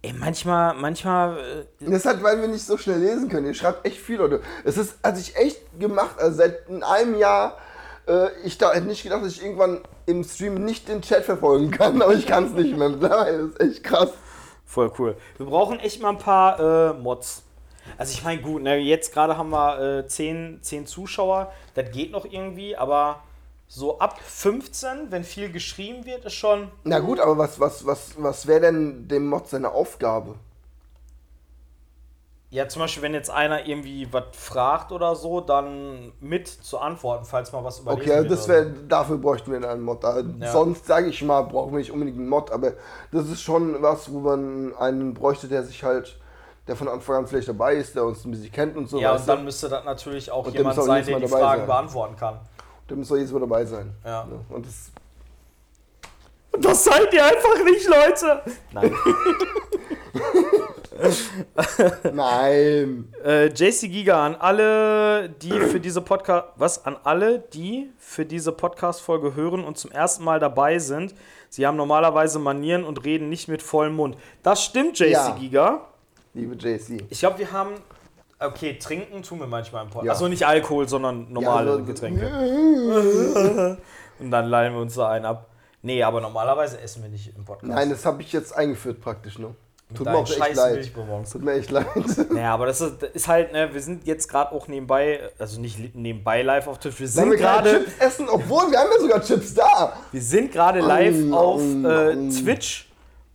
Ey, manchmal, manchmal. Äh, Das hat, weil wir nicht so schnell lesen können. Ihr schreibt echt viel, Leute. Es ist, hat sich echt gemacht, also seit einem Jahr. Äh, ich da, hätte nicht gedacht, dass ich irgendwann im Stream nicht den Chat verfolgen kann, aber ich kann es nicht mehr. Mittlerweile ist echt krass. voll cool. Wir brauchen echt mal ein paar äh, Mods. Also, ich meine, gut, ne, jetzt gerade haben wir äh, 10, 10 Zuschauer. Das geht noch irgendwie, aber so ab 15, wenn viel geschrieben wird, ist schon. Na gut, aber was, was, was, was wäre denn dem Mod seine Aufgabe? Ja, zum Beispiel, wenn jetzt einer irgendwie was fragt oder so, dann mit zu antworten, falls mal was überlesen Okay, wird das oder so. wär, dafür bräuchten wir einen Mod. Also Sonst sage ich mal, brauchen wir nicht unbedingt einen Mod, aber das ist schon was, wo man einen bräuchte, der sich halt, der von Anfang an vielleicht dabei ist, der uns ein bisschen kennt und so. Ja, weißt und dann müsste das natürlich auch Und dem jemand soll sein, der jedes Mal die dabei Fragen sein. beantworten kann. du? Da muss doch jedes Mal dabei sein. Ne? Ja. Und das, Das seid ihr einfach nicht, Leute! Nein. nein. äh, JC Giga, an alle, die für diese Podcast. Was? An alle, die für diese Podcast-Folge hören und zum ersten Mal dabei sind. Sie haben normalerweise Manieren und reden nicht mit vollem Mund. Das stimmt, JC Ja. Giga. Liebe JC. Ich glaube, wir haben. Okay, trinken tun wir manchmal im Podcast. Ja. Also nicht Alkohol, sondern normale also- Getränke. Und dann leihen wir uns da einen ab. Nee, aber normalerweise essen wir nicht im Podcast. Nein, das habe ich jetzt eingeführt praktisch, ne? Tut mir deinen auch echt scheiß leid. Milchbonbons. Tut mir echt leid. Naja, aber das ist, das ist halt, ne, wir sind jetzt gerade auch nebenbei, also nicht li- nebenbei live auf Twitch, wir Sollen sind wir gerade gerade, Chips essen, obwohl wir haben ja sogar Chips da. wir sind gerade live Mm, auf mm, äh, mm. Twitch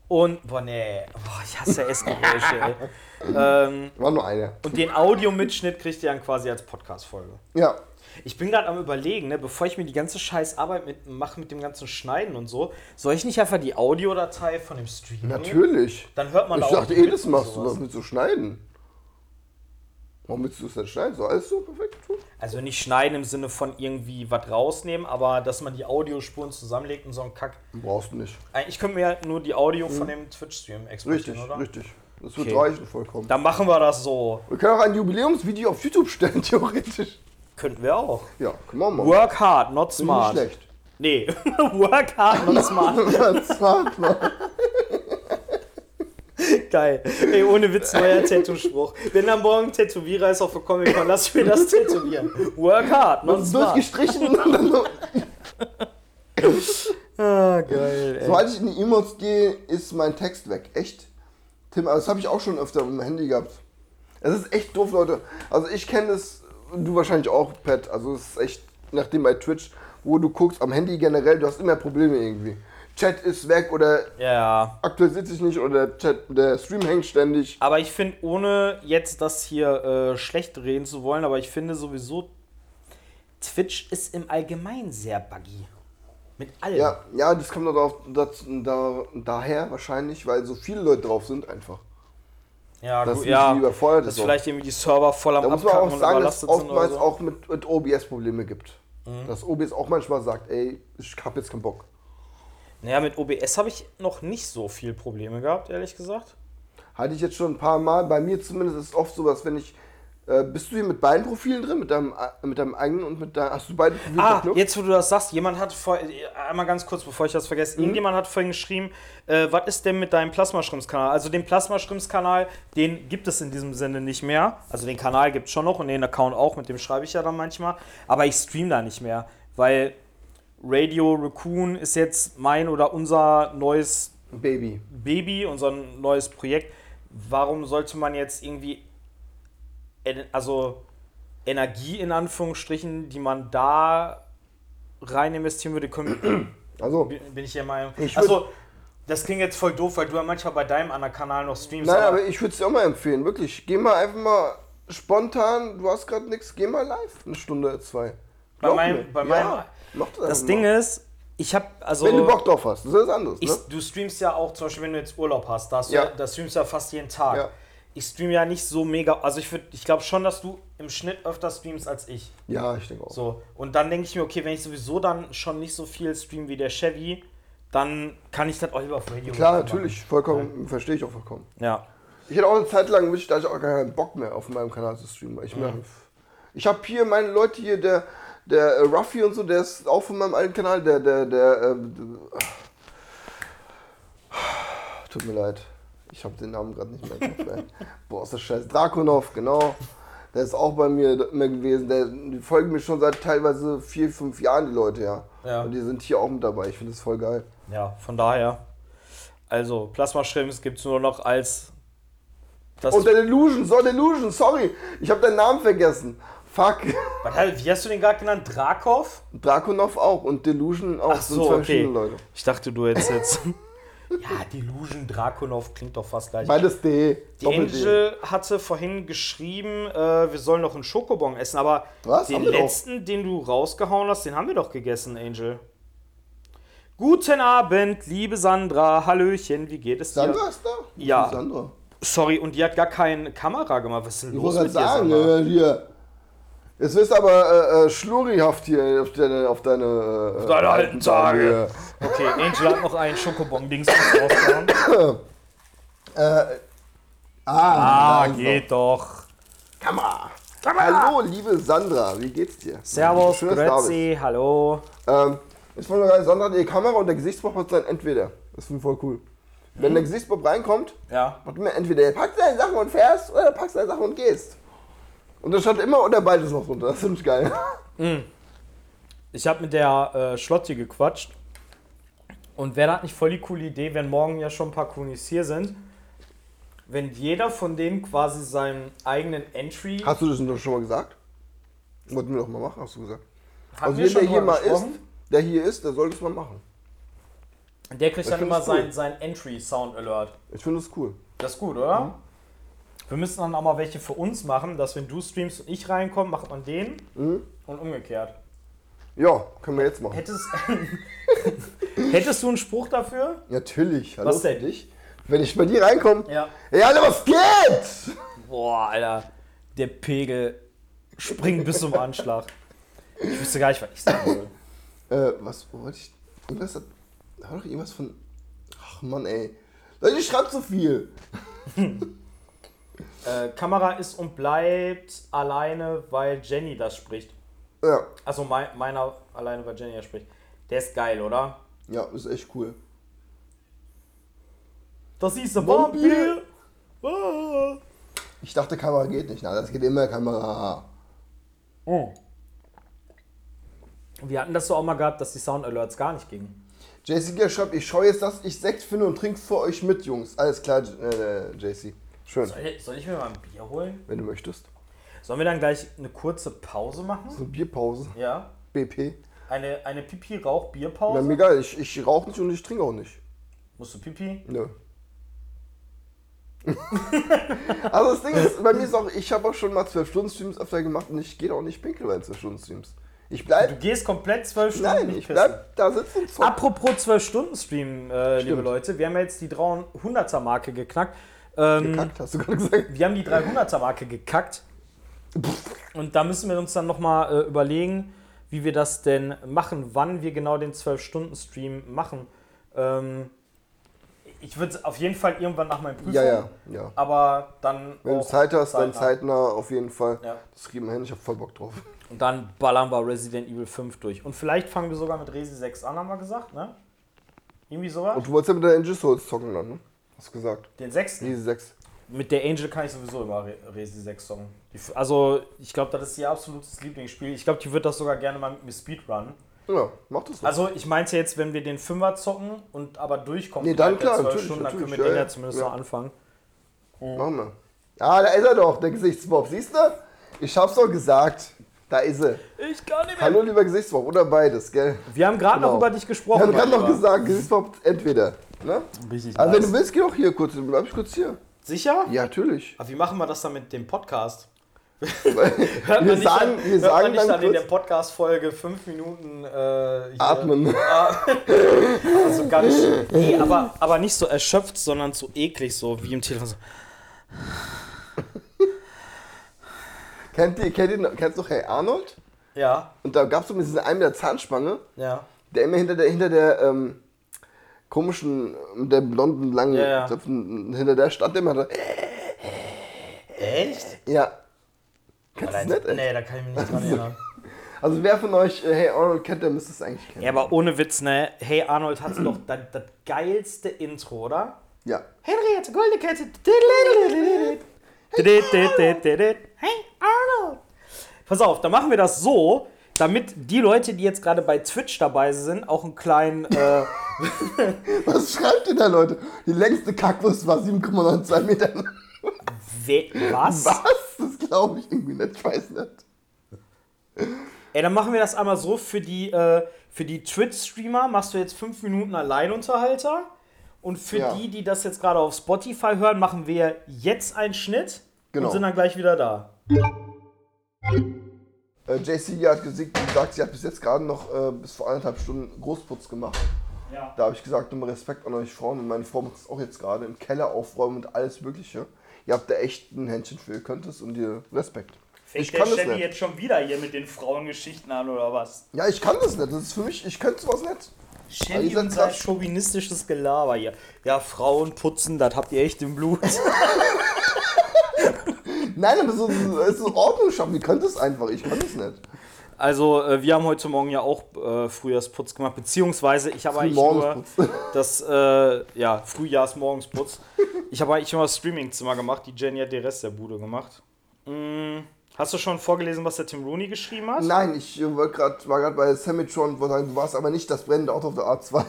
und, boah, nee, boah, ich hasse Essgeräusche, ey. ähm, War nur eine. und den Audiomitschnitt kriegt ihr dann quasi als Podcast-Folge. Ja. Ich bin gerade am überlegen, ne, bevor ich mir die ganze scheiß Arbeit mit, mache mit dem ganzen Schneiden und so, soll ich nicht einfach die Audiodatei von dem Stream nehmen? Natürlich. Dann hört man Ich da auch dachte die eh, das Clips und machst du. sowas. Was willst du schneiden? Warum willst du es denn schneiden? So alles so perfekt. Also nicht schneiden im Sinne von irgendwie was rausnehmen, aber dass man die Audiospuren zusammenlegt und so ein Kack. Brauchst du nicht. Eigentlich können wir halt nur die Audio von dem Twitch-Stream exportieren, Mhm. Richtig, oder? richtig. Das wird Okay. reichen vollkommen. Dann machen wir das so. Wir können auch ein Jubiläumsvideo auf YouTube stellen, theoretisch. Könnten wir auch. Ja, können wir mal. Work hard, not Bin nicht smart. schlecht. Nee, work hard, not smart. Also, Das ne? hat man. Geil. Ey, ohne Witz, neuer Tattoo-Spruch. Wenn am Morgen ein Tätowierer ist auf der Comic-Con, lass mir das tätowieren. Work hard, not smart. Durchgestrichen und dann so. Ah, geil, ey. Sobald ich in die Emotes gehe, ist mein Text weg. Echt? Tim, aber das habe ich auch schon öfter im Handy gehabt. Es ist echt doof, Leute. Also ich kenne das, du wahrscheinlich auch, Pat. Also es ist echt, nachdem bei Twitch, wo du guckst, am Handy generell, du hast immer Probleme irgendwie. Chat ist weg oder Ja, aktualisiert sich nicht oder der Chat, der Stream hängt ständig. aber ich finde, ohne jetzt das hier äh, schlecht reden zu wollen, aber ich finde sowieso, Twitch ist im Allgemeinen sehr buggy. Mit allem. Ja, ja, das kommt darauf, das, da, daher wahrscheinlich, weil so viele Leute drauf sind einfach. ja das gut, ist ja. die überfordert dass ist auch. vielleicht irgendwie die Server voll am Da muss man Abkacken auch und sagen, dass es überlastet sind oder oftmals so. Mhm. auch mit, mit OBS Probleme gibt. Dass OBS auch manchmal sagt, ey, ich hab jetzt keinen Bock. Naja, mit OBS habe ich noch nicht so viel Probleme gehabt, ehrlich gesagt. Hatte ich jetzt schon ein paar Mal, bei mir zumindest ist oft sowas, wenn ich. Äh, bist du hier mit beiden Profilen drin? Mit deinem, äh, mit deinem eigenen und mit deinem. Hast du beide Profile Ah, verknüpft? jetzt wo du das sagst, jemand hat vor, äh, einmal ganz kurz, bevor ich das vergesse, Mhm. irgendjemand hat vorhin geschrieben, äh, was ist denn mit deinem Plasmaschrimps-Kanal? Also den Plasmaschrimps-Kanal, den gibt es in diesem Sinne nicht mehr. Also den Kanal gibt es schon noch und den Account auch, mit dem schreibe ich ja dann manchmal. Aber ich stream da nicht mehr, weil Radio Raccoon ist jetzt mein oder unser neues Baby. Baby, unser neues Projekt, warum sollte man jetzt irgendwie, en- also Energie in Anführungsstrichen, die man da rein investieren würde, können, Also, bin bin ich der Meinung. Ich würd- also, das klingt jetzt voll doof, weil du ja manchmal bei deinem anderen Kanal noch streamst. nein, aber- aber ich würde es dir auch mal empfehlen, wirklich. Geh mal einfach mal spontan, du hast gerade nichts, geh mal live eine Stunde, zwei. Glaub meinem- mir. bei meinem- ja, mach das, das einfach Ding mal. ist, ich habe also Wenn du Bock drauf hast, das ist anders, ich, ne? du streamst ja auch, zum Beispiel, wenn du jetzt Urlaub hast, da hast Ja. du, ja- das streamst du ja fast jeden Tag. Ja. Ich stream ja nicht so mega, also ich, würd- ich glaube schon, dass du im Schnitt öfter streamst als ich. Ja, ich denke auch. So, und dann denke ich mir, okay, wenn ich sowieso dann schon nicht so viel stream wie der Chevy, dann kann ich das auch lieber auf Radio Klar, machen. natürlich, vollkommen, verstehe ich auch vollkommen. Ja. Ich hatte auch eine Zeit lang, wirklich, da hatte ich auch gar keinen Bock mehr auf meinem Kanal zu streamen. weil Ich, mir- ich habe hier meine Leute hier, der, der äh, Ruffy und so, der ist auch von meinem alten Kanal, der, der, der, ähm, äh, tut mir leid. Ich habe den Namen gerade nicht mehr. im Kopf, ey. Boah, ist das scheiß Drakonov, genau. Der ist auch bei mir immer gewesen. Der, die folgen mir schon seit teilweise vier, fünf Jahren, die Leute, ja. Ja. Und die sind hier auch mit dabei. Ich finde das voll geil. Ja, von daher. Also, Plasma Shrimps gibt es nur noch als. Das, Und der Delusion, so Delusion, sorry. Ich habe deinen Namen vergessen. Fuck. was, hat- wie hast du den gerade genannt? Drakov? Drakonov auch und Delusion auch. Ach sind so, zwei okay. verschiedene Leute. Ich dachte, du jetzt jetzt. ja, Delusion Drakonov klingt doch fast gleich. Beides D. Die Doppel D. Angel hatte vorhin geschrieben, äh, wir sollen noch einen Schokobon essen, aber Was? den Haben wir doch. letzten, den du rausgehauen hast, den haben wir doch gegessen, Angel. Guten Abend, liebe Sandra. Hallöchen, wie geht es dir? Sandra ist da? Wo Ja. ist die Sandra. Sorry, und die hat gar keine Kamera gemacht. Was ist denn Ich los wollte mit gerade dir, sagen, Sandra? äh, hier. Jetzt wirst du aber äh, äh, schlurihaft hier auf deine. Auf deine, äh, deine alten Tage. hier. Okay, Angel hat noch einen Schokobon-Dings rausgehauen. Äh, Ah, Ah, also. geht doch. Kamera. Hallo, liebe Sandra, wie geht's dir? Servus, Schön, dass du da Grüezi, hallo. bist. Ähm, ich wollte gerade Sandra hat ihre Kamera und der Gesichtsbauch sein entweder. Das finde ich voll cool. Wenn der Gesichtsbauch reinkommt, Ja. Macht immer entweder packst deine Sachen und fährst oder packst deine Sachen und gehst. Und das stand immer unter beides noch runter. Das finde ich geil. Ich habe mit der äh, Schlotti gequatscht. Und wäre das nicht voll die coole Idee, wenn morgen ja schon ein paar Kunis hier sind, wenn jeder von denen quasi seinen eigenen Entry Hast du das denn schon mal gesagt? Wollten wir doch mal machen, hast du gesagt. Also Hatten wir jeder, der schon hier drüber mal ist, gesprochen? der hier ist, der soll das mal machen. der kriegt dann find immer ich cool. seinen sein Entry-Sound-Alert. Ich finde das cool. Das ist gut, Mhm. oder? Wir müssen dann auch mal welche für uns machen, dass wenn du streamst und ich reinkomme, macht man den Mhm. und umgekehrt. Ja, können wir jetzt machen. Hättest, hättest du einen Spruch dafür? Natürlich. Hallo Was denn? für dich. Wenn ich bei dir reinkomme. Ja. Ey, Alter, was geht? Boah, Alter, der Pegel springt bis zum Anschlag. Ich wüsste gar nicht, was ich sagen soll. Äh, was wollte ich? Irgendwas hat. Da war doch irgendwas von. Ach Mann, ey. Leute, ich schreibt so viel. Äh, Kamera ist und bleibt alleine, weil Jenny das spricht. Ja. Also mei- meiner alleine, weil Jenny das spricht. Der ist geil, oder? Ja, ist echt cool. Das ist der Vampir. Vampir. Ah. Ich dachte, Kamera geht nicht. Na, das geht immer Kamera. Oh. Wir hatten das so auch mal gehabt, dass die Sound Alerts gar nicht gingen. JC schreibt, ich scheue jetzt, dass ich Sekt finde und trinke für euch mit, Jungs. Alles klar, J- äh, JC. Schön, Soll, soll ich mir mal ein Bier holen? wenn du möchtest. Sollen wir dann gleich eine kurze Pause machen? So Bierpause. Ja. BP. Eine, eine Na, Pipi-Rauch-Bierpause? mir egal, ich, ich rauche nicht und ich trinke auch nicht. Musst du Pipi? Nö. also das Ding ist, bei mir ist auch, ich habe auch schon mal 12-Stunden-Streams öfter gemacht und ich gehe auch nicht pinkeln bei 12-Stunden-Streams. Ich Du bleib, gehst komplett zwölf Stunden nein, nicht ich pissen. bleib da sitzen und zocken. Apropos 12-Stunden-Stream, äh, liebe Stimmt. Leute, wir haben ja jetzt die 300er-Marke geknackt. Ähm, Gekackt, hast du gerade gesagt. Wir haben die 300er-Marke gekackt. Und da müssen wir uns dann nochmal äh, überlegen, wie wir das denn machen, wann wir genau den 12-Stunden-Stream machen. Ähm, ich würde es auf jeden Fall irgendwann nach meinem Prüfung, Ja, ja, ja. aber dann. Wenn du auch Zeit hast, dann zeitnah. zeitnah auf jeden Fall. Ja. Das kriegen wir hin, ich habe voll Bock drauf. Und dann ballern wir Resident Evil 5 durch. Und vielleicht fangen wir sogar mit Resi 6 an, haben wir gesagt, ne? Irgendwie sowas? Und du wolltest ja mit der Angel Souls zocken dann, ne? Hast gesagt. den 6. Diese 6. Mit der Angel kann ich sowieso immer Re Resi 6 zocken. Die, f- also, ich glaube, das ist ihr absolutes Lieblingsspiel. Ich glaube, die wird das sogar gerne mal mit mir speedrunnen. Ja, mach das doch. Also, ich meinte jetzt, wenn wir den 5er zocken und aber durchkommen, Nee, dann innerhalb der klar, 12 natürlich, Stunden, dann können wir natürlich, den ja, ja zumindest ja. noch anfangen. Machen wir. Ah, da ist er doch, der Gesichtsbob. Siehst du? Ich hab's doch gesagt. Da ist er. Ich kann nicht Hallo, lieber Gesichtsbob. Oder beides, gell? Wir haben gerade noch Genau. über dich Wir gesprochen. haben gerade mein noch Lieber. gesagt, Gesichtsbob entweder. Ne? Richtig Also, wenn nice. du willst, geh doch hier kurz. Bleib ich kurz hier. Sicher? Ja, natürlich. Aber wie machen wir das dann mit dem Podcast? wir, man nicht sagen, dann, wir hört man sagen nicht dann dann in der kurz Podcast-Folge fünf Minuten äh, hier- atmen. Also ganz. Nee, aber, aber nicht so erschöpft, sondern so eklig, so wie im Telefon. So. Kennt ihr, kennt ihr, noch- kennst du noch Hey Arnold? Ja, Und da gab es zumindest diesen einen mit der Zahnspange, ja. der immer hinter der, hinter der ähm, komischen, mit der blonden, langen Ja, ja. Zöpfen, hinter der stand der immer da. Echt? Ja. Kennst du das nicht, ey? nee, da kann ich mich nicht dran erinnern. Also wer von euch äh, Hey Arnold kennt, der müsste es eigentlich kennen. Ja, aber ohne Witz, ne? Hey Arnold hat doch das, das geilste Intro, oder? Ja. Henriette, goldene Kette. Hey Arnold. Pass auf, dann machen wir das so, damit die Leute, die jetzt gerade bei Twitch dabei sind, auch einen kleinen. Äh, Was schreibt ihr da, Leute? Die längste Kackwurst war 7,92 Meter. we- was? Was? Das glaube ich irgendwie nicht. Ich weiß nicht. Ey, dann machen wir das einmal so für die, äh, für die Twitch-Streamer machst du jetzt fünf Minuten Alleinunterhalter. Und für Ja. die, die das jetzt gerade auf Spotify hören, machen wir jetzt einen Schnitt Genau. und sind dann gleich wieder da. Äh, JC hat gesiegt und gesagt, sie hat bis jetzt gerade noch äh, bis vor eineinhalb Stunden Großputz gemacht. Ja. Da habe ich gesagt, nochmal Respekt an euch Frauen. Und meine Frau macht es auch jetzt gerade im Keller aufräumen und alles Mögliche. Ihr habt da echt ein Händchen für, ihr könnt es und ihr Respekt. ich kann das nicht. jetzt schon wieder hier mit den Frauengeschichten an oder was? Ja, ich kann das nicht. Das ist für mich, ich könnte sowas nicht. Aber ihr Shelly seid und sein krass. chauvinistisches Gelaber hier. Ja, Frauen putzen, das habt ihr echt im Blut. Nein, aber so, so, es ist in Ordnung schaffen. Ihr könnt es einfach. Ich kann es nicht. Also, äh, wir haben heute Morgen ja auch äh, Frühjahrsputz gemacht, beziehungsweise ich habe eigentlich nur Frühmorgensputz. das äh, ja, Frühjahrsmorgensputz. ich habe eigentlich immer das Streamingzimmer gemacht, die Jenny hat den Rest der Bude gemacht. Mm, hast du schon vorgelesen, was der Tim Rooney geschrieben hat? Nein, ich äh, wollt grad, war gerade bei Samitron und wollte sagen, du warst aber nicht das brennende Auto auf der A2.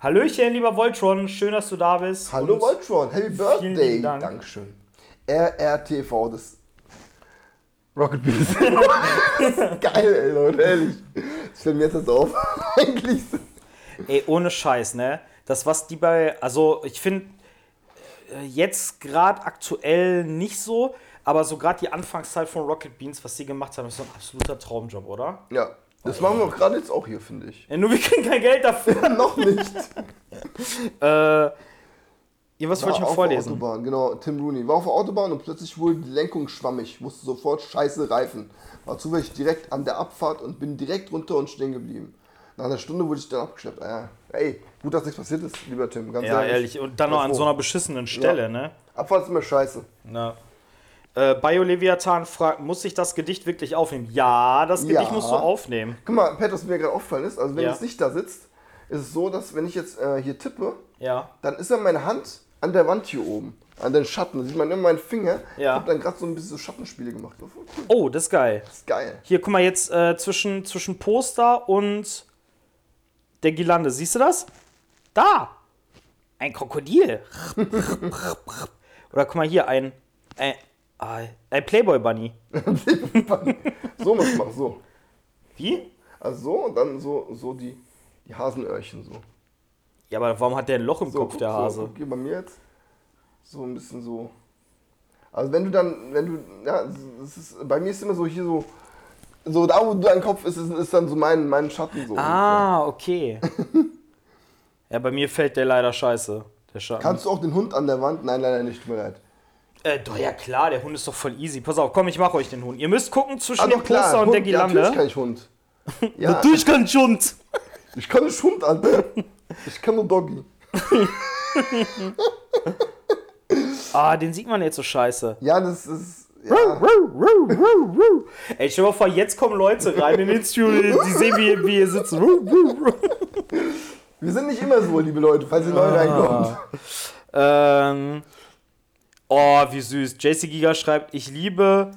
Hallöchen, lieber Voltron, schön, dass du da bist. Hallo Und Voltron, Happy Birthday. lieben Dank. Dankeschön. RRTV, das Rocket Beans. Geil, ey, Leute, ehrlich. Ich stelle mir jetzt das auf. Eigentlich so. Ey, ohne Scheiß, ne? Das, was die bei. Also, ich finde äh, jetzt gerade aktuell nicht so, aber so gerade die Anfangszeit von Rocket Beans, was sie gemacht haben, ist so ein absoluter Traumjob, oder? Ja, das machen wir auch gerade jetzt auch hier, finde ich. Ja, nur wir kriegen kein Geld dafür. Noch nicht. äh, ja, was wollte ich noch War auf der vorlesen? Autobahn, genau. Tim Rooney war auf der Autobahn und plötzlich wurde die Lenkung schwammig. Musste sofort scheiße reifen. War zufällig direkt an der Abfahrt und bin direkt runter und stehen geblieben. Nach einer Stunde wurde ich dann abgeschleppt. Ja. Ey, gut, dass nichts passiert ist, lieber Tim. Ganz Ja, ehrlich. Und dann noch an Froh. so einer beschissenen Stelle, Ja. ne? Abfahrt ist immer scheiße. Na. Äh, Bioleviathan fragt, muss ich das Gedicht wirklich aufnehmen? Ja, das Ja. Gedicht musst du aufnehmen. Guck mal, Pat, was mir gerade aufgefallen ist, also wenn Ja. jetzt nicht da sitzt, ist es so, dass wenn ich jetzt äh, hier tippe, Ja. dann ist ja meine Hand an der Wand hier oben. An den Schatten. Da sieht man immer meinen Finger. Ja. Ich hab dann gerade so ein bisschen so Schattenspiele gemacht. Das ist Oh, das ist geil. geil. Hier, guck mal, jetzt äh, zwischen, zwischen Poster und der Girlande. Siehst du das? Da! Ein Krokodil. Oder guck mal hier, ein, ein, ah, ein Playboy-Bunny. so muss man so. Wie? Also so und dann so, so die, die Hasenöhrchen so. Ja, aber warum hat der ein Loch im so Kopf, guck, der So, Hase? okay, bei mir jetzt so ein bisschen so. Also wenn du dann, wenn du, ja, es ist, bei mir ist immer so hier so, so da wo dein Kopf ist, ist, ist dann so mein, mein Schatten so. Ah, okay. ja, bei mir fällt der leider scheiße. Der Schatten. Kannst du auch den Hund an der Wand? Nein, leider nicht, tut mir leid. äh, doch, ja klar, der Hund ist doch voll easy. Pass auf, komm, ich mache euch den Hund. Ihr müsst gucken zwischen Ah, dem doch, klar, Poster und Hund, der Ja, Girlande. natürlich kann ich Hund. Ja, Ah, Natürlich kann ich Hund. ich kann nicht Hund, Alter. Ich kann nur Doggy. Ah, den sieht man jetzt so scheiße. Ja, das ist, Ruh, ja. ruh, ruh, ruh, ruh. Ey, stell dir mal vor, jetzt kommen Leute rein in den Stream, die die sehen, wie, wie ihr sitzt. Ruh, ruh, ruh. Wir sind nicht immer so, liebe Leute, falls ihr neu Ah. reinkommt. Ähm, oh, wie süß. JC Giga schreibt, ich liebe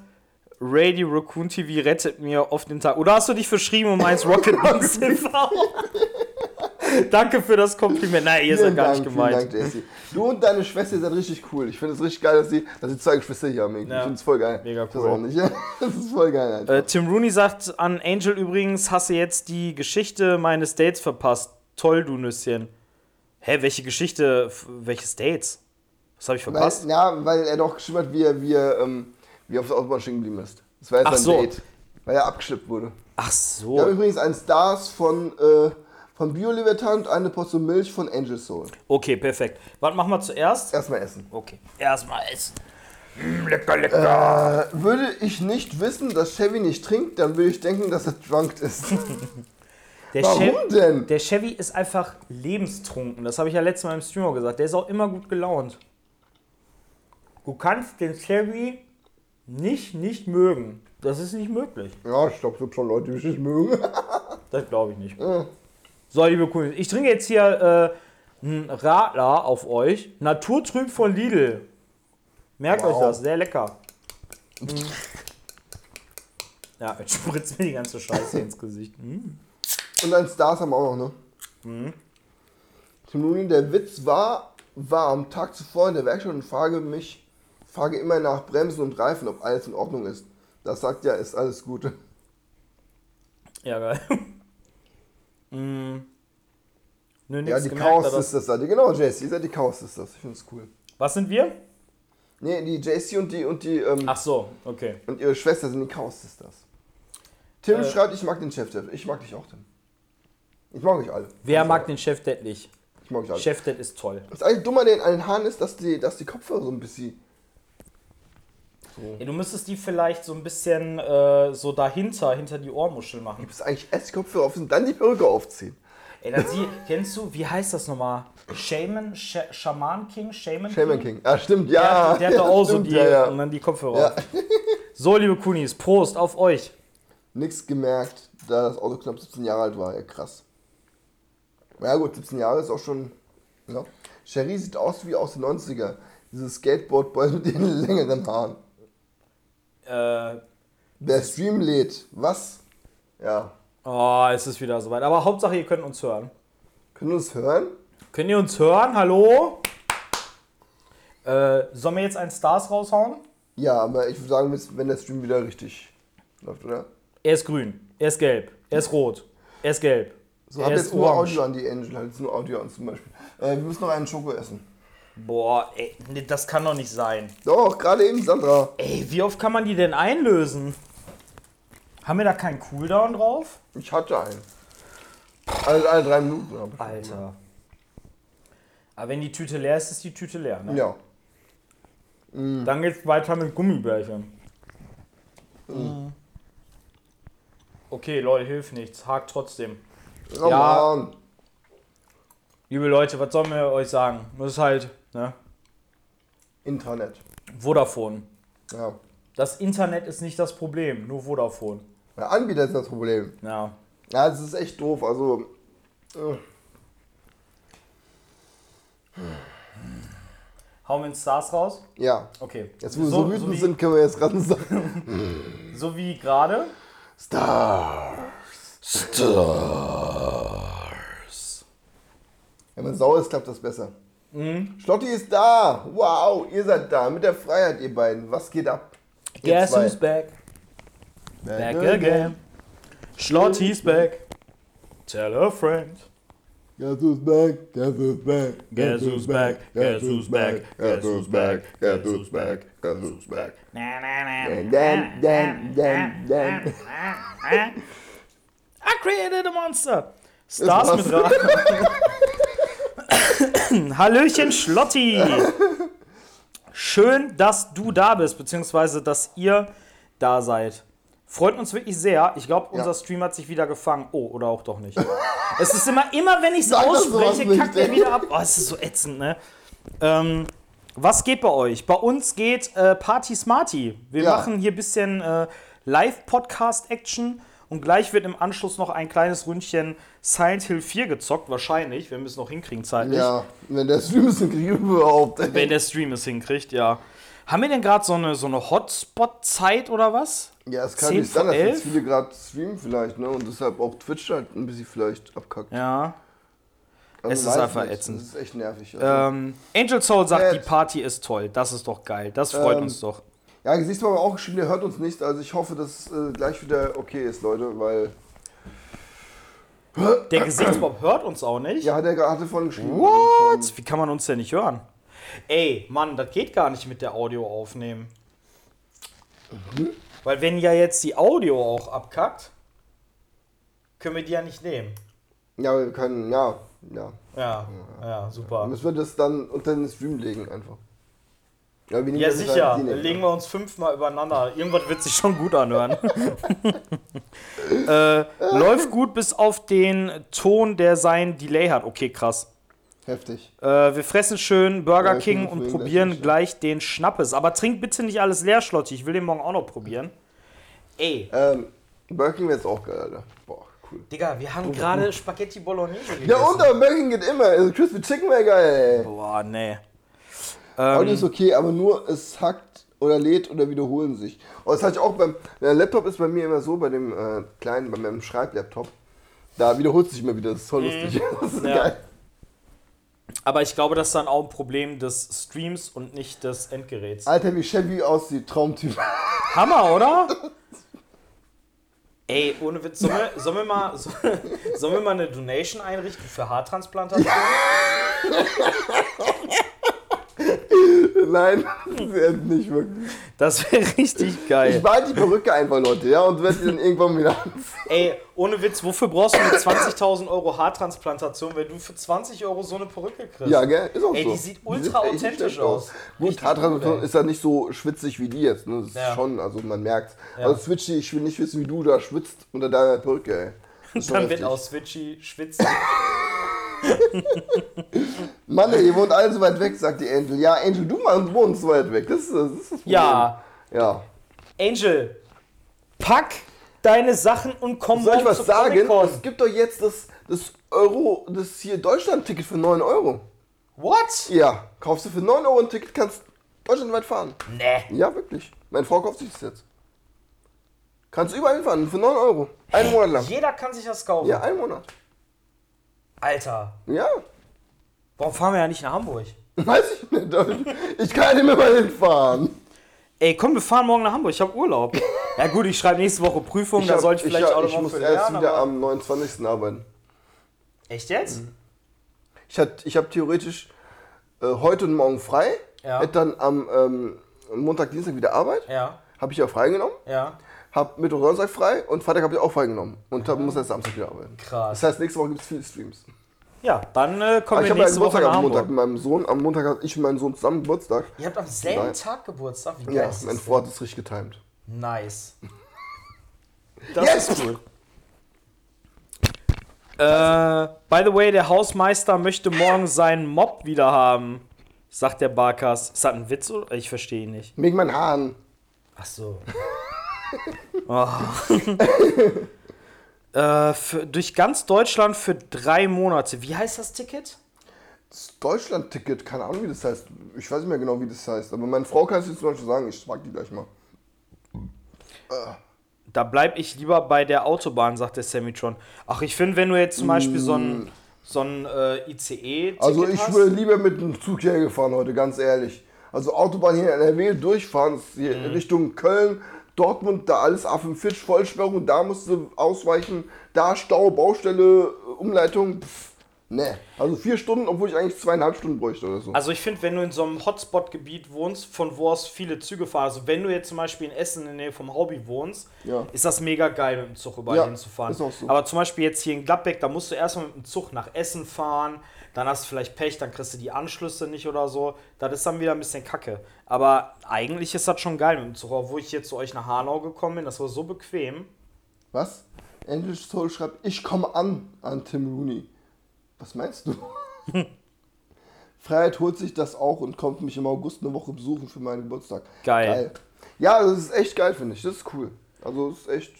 Radio Raccoon TV, rettet mir oft den Tag. Oder hast du dich verschrieben und meinst Rocket Beans TV? Danke für das Kompliment. Nein, ihr seid Vielen gar Dank, nicht Vielen Dank, gemeint. Jesse. Du und deine Schwester ihr seid richtig cool. Ich finde es richtig geil, dass sie, dass sie zwei Geschwister hier haben. irgendwie. Ich Ja. finde es voll geil. Mega Das cool. auch nicht. Das ist voll geil. Alter. Äh, Tim Rooney sagt an Angel übrigens, hasse jetzt die Geschichte meines Dates verpasst. Toll, du Nüsschen. Hä, welche Geschichte, f- welches Dates? Was habe ich weil, verpasst? ja, weil er doch geschrieben hat, wie er, wie er, ähm, wie er auf der Autobahn stehen geblieben ist. Das war jetzt Ach sein so. Oh. Date. Weil er abgeschleppt wurde. Ach Wir haben so. übrigens einen Stars von, äh, von Bio-Libertant, eine Portion Milch von Angel Soul. Okay, perfekt. Was machen wir zuerst? Erstmal essen. Okay, erstmal essen. Mm, lecker, lecker. Äh, würde ich nicht wissen, dass Chevy nicht trinkt, dann würde ich denken, dass er drunk ist. Der Warum Chevy, denn? Der Chevy ist einfach lebenstrunken. Das habe ich ja letztes Mal im Stream auch gesagt. Der ist auch immer gut gelaunt. Du kannst den Chevy nicht, nicht mögen. Das ist nicht möglich. ja, ich glaube, es gibt schon Leute, die mich nicht mögen. Das glaube ich nicht. So, liebe Kunden, ich trinke jetzt hier äh, einen Radler auf euch. Naturtrüb von Lidl. Merkt Wow. euch das, sehr lecker. Mm. Ja, jetzt spritzt mir die ganze Scheiße ins Gesicht. Mm. Und ein Stars haben wir auch noch, ne? Mhm. Tim Rooney, der Witz war, war am Tag zuvor in der Werkstatt und frage mich, frage immer nach Bremsen und Reifen, ob alles in Ordnung ist. Das sagt ja, ist alles gut. Ja, geil. mm. Nö, nix Ja, die gemerkt, Chaos aber- ist das da. Die- Genau, JC, ihr seid die Chaos ist das. Ich find's cool. Was sind wir? Nee, die JC und die und die ähm, Ach so, okay. und ihre Schwester sind die Chaos Sisters. Tim Äh. schreibt, ich mag den Chef Depp. Ich mag dich auch, Tim. Ich mag euch alle. Wer mag den Chef Dad nicht? Ich mag euch alle. Chef Dad ist toll. Das eigentlich Dumme an den, an den Haaren ist, dass die, dass die Kopfhörer so ein bisschen. Mhm. Ja, du müsstest die vielleicht so ein bisschen äh, so dahinter, hinter die Ohrmuschel machen. Das ist eigentlich erst die Kopfhörer auf und dann die Perücke aufziehen. Ey, dann sie, kennst du, wie heißt das nochmal? Shaman, Sch Shaman King, Shaman, Shaman King. Ah, stimmt, Der, ja. hat- der hat doch Ja, auch so stimmt, die, ja, und ja. dann die Kopfhörer. Ja. auf. So, liebe Kunis, Prost auf euch. Nix gemerkt, da das Auto knapp 17 Jahre alt war. Ja, krass. Ja gut, 17 Jahre ist auch schon. Ja. Cherie sieht aus wie aus den 90er. Diese Skateboard-Boys mit den längeren Haaren. Äh, Der Stream lädt. Was? Ja. oh, es ist wieder soweit. Aber Hauptsache, ihr könnt uns hören. Können wir uns hören? Könnt ihr uns hören? Hallo? Äh, sollen wir jetzt einen Stars raushauen? Ja, aber ich würde sagen, bis- wenn der Stream wieder richtig läuft, oder? Er ist grün, er ist gelb, er ist rot, er ist gelb. So, er hab ist jetzt nur Audio an die Angel, hab jetzt nur Audio an zum Beispiel. Äh, wir müssen noch einen Schoko essen. Boah, ey, nee, das kann doch nicht sein. Doch, gerade eben, Sandra. Ey, wie oft kann man die denn einlösen? Haben wir da keinen Cooldown drauf? Ich hatte einen. Alle, alle drei Minuten habe ich. Alter. Aber wenn die Tüte leer ist, ist die Tüte leer. Ne? Ja. Dann geht's weiter mit Gummibärchen. Mhm. Okay, lol, hilft nichts. Hakt trotzdem. Oh Ja. Mann. Liebe Leute, was sollen wir euch sagen? Das ist halt, ne? Intranet. Vodafone. Ja. Das Internet ist nicht das Problem, nur Vodafone. Der Anbieter ist das Problem. Ja. Ja, das ist echt doof. Also. äh, Hauen wir den Stars raus? Ja. Okay. Jetzt, wo wir so, wütend so, wie, sind, können wir jetzt ran sagen. so wie gerade. Wenn man sauer ist, klappt das besser. Mhm. Schlotti ist da. Wow, ihr seid da. Mit der Freiheit, ihr beiden. Was geht ab? Ihr Guess zwei. who's back? Back again. again. Schlotti's back. Tell a friend. Guess who's back? Guess who's back? Guess who's back? Guess who's back? Guess who's back? Guess who's back? Guess who's back? Na, na, na, Dun, na, dun, dun, na, dun, dun. na, na. I created a monster. Stars war's. mit Ra Hallöchen Schlotti. Schön, dass du da bist, beziehungsweise dass ihr da seid. Freut uns wirklich sehr. Ich glaube, unser Ja. Stream hat sich wieder gefangen. Oh, oder auch doch nicht. es ist immer, immer wenn ich es Sag doch sowas ausspreche, nicht, kackt er ey. wieder ab. Oh, es ist so ätzend, ne? Ähm, was geht bei euch? Bei uns geht äh, Party Smarty. Wir Ja. machen hier ein bisschen äh, Live-Podcast-Action und gleich wird im Anschluss noch ein kleines Ründchen Silent Hill 4 gezockt, wahrscheinlich. Wir müssen es noch hinkriegen zeitlich. Ja, wenn der Stream ist, dann kriegen wir überhaupt. Wenn der Stream es hinkriegt, ja. Haben wir denn gerade so eine, so eine Hotspot-Zeit oder was? Ja, es kann 10 nicht sein, dass vor jetzt 11? viele gerade streamen vielleicht, ne? Und deshalb auch Twitch halt ein bisschen vielleicht abkackt. Ja. Es ist weiß einfach nicht. ätzend. Das ist echt nervig. Also, Ähm, Angel Soul sagt, die Jetzt. Party ist toll. Das ist doch geil. Das freut Äh, Ähm, uns doch. Ja, Gesichtsmann hat auch geschrieben, der hört uns nicht. Also ich hoffe, dass äh, gleich wieder okay ist, Leute, weil. Der Gesichtsbob hört uns auch nicht. Ja, hat er gerade vorhin geschrieben. What? Wie kann man uns denn nicht hören? Ey, Mann, das geht gar nicht mit der Audio aufnehmen. Weil wenn ja jetzt die Audio auch abkackt, können wir die ja nicht nehmen. Ja, wir können, ja, ja. Ja, ja, super. Müssen wir das dann unter den Stream legen einfach. Ja, wir nehmen Ja, das jetzt sicher. halt die Legen nehmen. wir uns fünfmal übereinander. Irgendwas wird sich schon gut anhören. äh, läuft gut bis auf den Ton, der sein Delay hat. Okay, krass. Heftig. Äh, wir fressen schön Burger Ja, ich King bin und deswegen probieren lächerlich, gleich den Schnappes. Aber trink bitte nicht alles leer, Schlotti. Ich will den morgen auch noch probieren. Ey, Ähm, Burger King wäre jetzt auch geil, Alter. Boah, cool. Digga, wir haben gerade Spaghetti Bolognese gegessen. Oh. Ja, oh. und aber Burger King geht immer. Also Crispy Chicken wäre geil, ey. Boah, nee. Audio ist okay, aber nur es hackt oder lädt oder wiederholen sich. Und das hatte ich auch beim. Der Laptop ist bei mir immer so, bei dem äh, kleinen, bei meinem Schreiblaptop. Da wiederholt sich immer wieder. Das ist voll lustig. Das ist Mhm. Ja. geil. Aber ich glaube, das ist dann auch ein Problem des Streams und nicht des Endgeräts. Alter, wie Chevy aussieht, Traumtyp. Hammer, oder? Ey, ohne Witz, sollen wir, sollen wir, mal, so- sollen wir mal eine Donation einrichten für Haartransplantation? Nein, sehr nicht wirklich. Das wäre richtig geil. Ich behalte die Perücke einfach, Leute, ja, und werde die dann irgendwann wieder anziehen. Ey, ohne Witz, wofür brauchst du eine 20.000 Euro Haartransplantation, wenn du für 20 Euro so eine Perücke kriegst? Ja, genau, gell? Ist auch Ey, so. die sieht ultra echt nicht authentisch schlecht aus. Gut, Richtig Haartransplantation gut, ey. ist ja nicht so schwitzig wie die jetzt. Ne? Das ist Ja. schon, also man merkt's. Also Switchy, ich will nicht wissen, wie du da schwitzt unter deiner Perücke, ey. Das ist schon Dann wird heftig. aus Switchy schwitzen. Mann, ey, ihr wohnt alle so weit weg, sagt die Angel. Ja, Angel, du Mann, wohnst so weit weg. Das ist das, ist das Problem. Ja, Ja. Angel, pack deine Sachen und komm Soll ich morgen was zu sagen? Es Comic-Con. gibt doch jetzt das, das Euro, das hier Deutschland-Ticket für 9 Euro. What? Ja, kaufst du für 9 Euro ein Ticket, kannst deutschlandweit fahren. Nee. Ja, wirklich. Meine Frau kauft sich das jetzt. Kannst überall hinfahren, für 9 Euro. Einen Monat lang. Jeder kann sich das kaufen. Ja, einen Monat. Alter, Ja, warum fahren wir ja nicht nach Hamburg? weiß ich nicht. aber Ich ich kann nicht mehr mal hinfahren. Ey, komm, wir fahren morgen nach Hamburg. Ich habe Urlaub. ja gut, ich schreibe nächste Woche Prüfung, da hab- sollte ich vielleicht ich, auch ich noch mal muss für erst lernen. wieder aber- am 29. arbeiten. Echt jetzt? Mhm. Ich habe ich hab theoretisch äh, heute und morgen frei. Ja. Hätte dann am ähm, Montag, Dienstag wieder Arbeit. Ja, Habe ich ja freigenommen. ja. Hab Mittwoch, Donnerstag frei und Freitag habe ich auch freigenommen. Und hab, muss erst Samstag wieder arbeiten. Mhm. Krass. Das heißt, nächste Woche gibt es viele Streams. Ja, dann äh, kommen Aber Ah, ich wir habe ja nächste Woche Geburtstag nach am Hamburg. Montag mit meinem Sohn. Am Montag hat ich und mein Sohn zusammen Geburtstag. Ihr habt am selben Nein. Tag Geburtstag, wie geil Ja, ist mein das Frau hat es richtig getimt. denn? Nice. Das Yes! ist cool. Äh, by the way, der Hausmeister möchte morgen seinen Mob wieder haben, sagt der Barkas. Ist das ein Witz? oder? Ich verstehe ihn nicht. Wegen meinen Haaren. Ach so. oh. äh, für, durch ganz Deutschland für drei Monate. Wie heißt das Ticket? Das Deutschland-Ticket, keine Ahnung, wie das heißt. Ich weiß nicht mehr genau, wie das heißt. Aber meine Frau kann es jetzt zum Beispiel sagen. Ich frag die gleich mal. Da bleib ich lieber bei der Autobahn, sagt der Semitron. Ach, ich finde, wenn du jetzt zum Beispiel so ein, so ein äh, ICE. Also ich hast, würde lieber mit dem Zug hierher gefahren heute, ganz ehrlich. Also Autobahn hier in NRW durchfahren, das ist hier Mhm. in Richtung Köln, Dortmund, da alles A45, Vollsperrung, da musst du ausweichen, da Stau, Baustelle, Umleitung, pff, ne. Also vier Stunden, obwohl ich eigentlich zweieinhalb Stunden bräuchte oder so. Also ich finde, wenn du in so einem Hotspot-Gebiet wohnst, von wo aus viele Züge fahren, also wenn du jetzt zum Beispiel in Essen in der Nähe vom Hobby wohnst, Ja. ist das mega geil, mit dem Zug überall Ja, hinzufahren. ist auch so. Aber zum Beispiel jetzt hier in Gladbeck, da musst du erstmal mit dem Zug nach Essen fahren, dann hast du vielleicht Pech, dann kriegst du die Anschlüsse nicht oder so. Das ist dann wieder ein bisschen kacke. Aber eigentlich ist das schon geil mit dem Zug. Obwohl ich hier zu euch nach Hanau gekommen bin, das war so bequem. Was? English Soul schreibt, ich komme an an Tim Rooney. Was meinst du? Freiheit holt sich das auch und kommt mich im August eine Woche besuchen für meinen Geburtstag. Geil. Ja, das ist echt geil, finde ich. Das ist cool. Also das ist echt.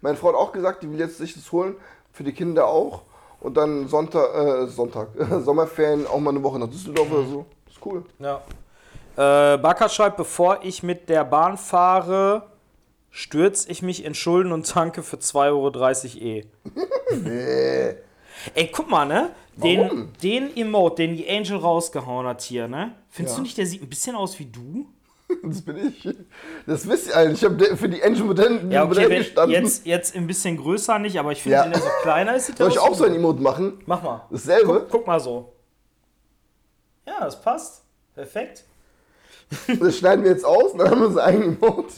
Meine Frau hat auch gesagt, die will jetzt sich das holen, für die Kinder auch. Und dann Sonntag, äh, Sonntag, Sommerferien auch mal eine Woche nach Düsseldorf oder so. Ist cool. Ja. Äh, Bakker schreibt, bevor ich mit der Bahn fahre, stürze ich mich in Schulden und tanke für 2,30 Euro E. Nee. Ey, guck mal, ne? Den, Warum? den Emote, den die Angel rausgehauen hat hier, ne? Findest Ja. du nicht, der sieht ein bisschen aus wie du? Das bin ich. Das wisst ihr alle. Ich habe für die Angel Modell Ja, okay, Modell wenn, gestanden. jetzt, jetzt ein bisschen größer nicht, aber ich finde, Ja. wenn er so kleiner ist, sieht der Soll ich aus auch so ein Emote machen? Mach mal. Dasselbe? Guck, guck mal so. Ja, das passt. Perfekt. Das schneiden wir jetzt aus und dann haben wir unser eigenes Emote.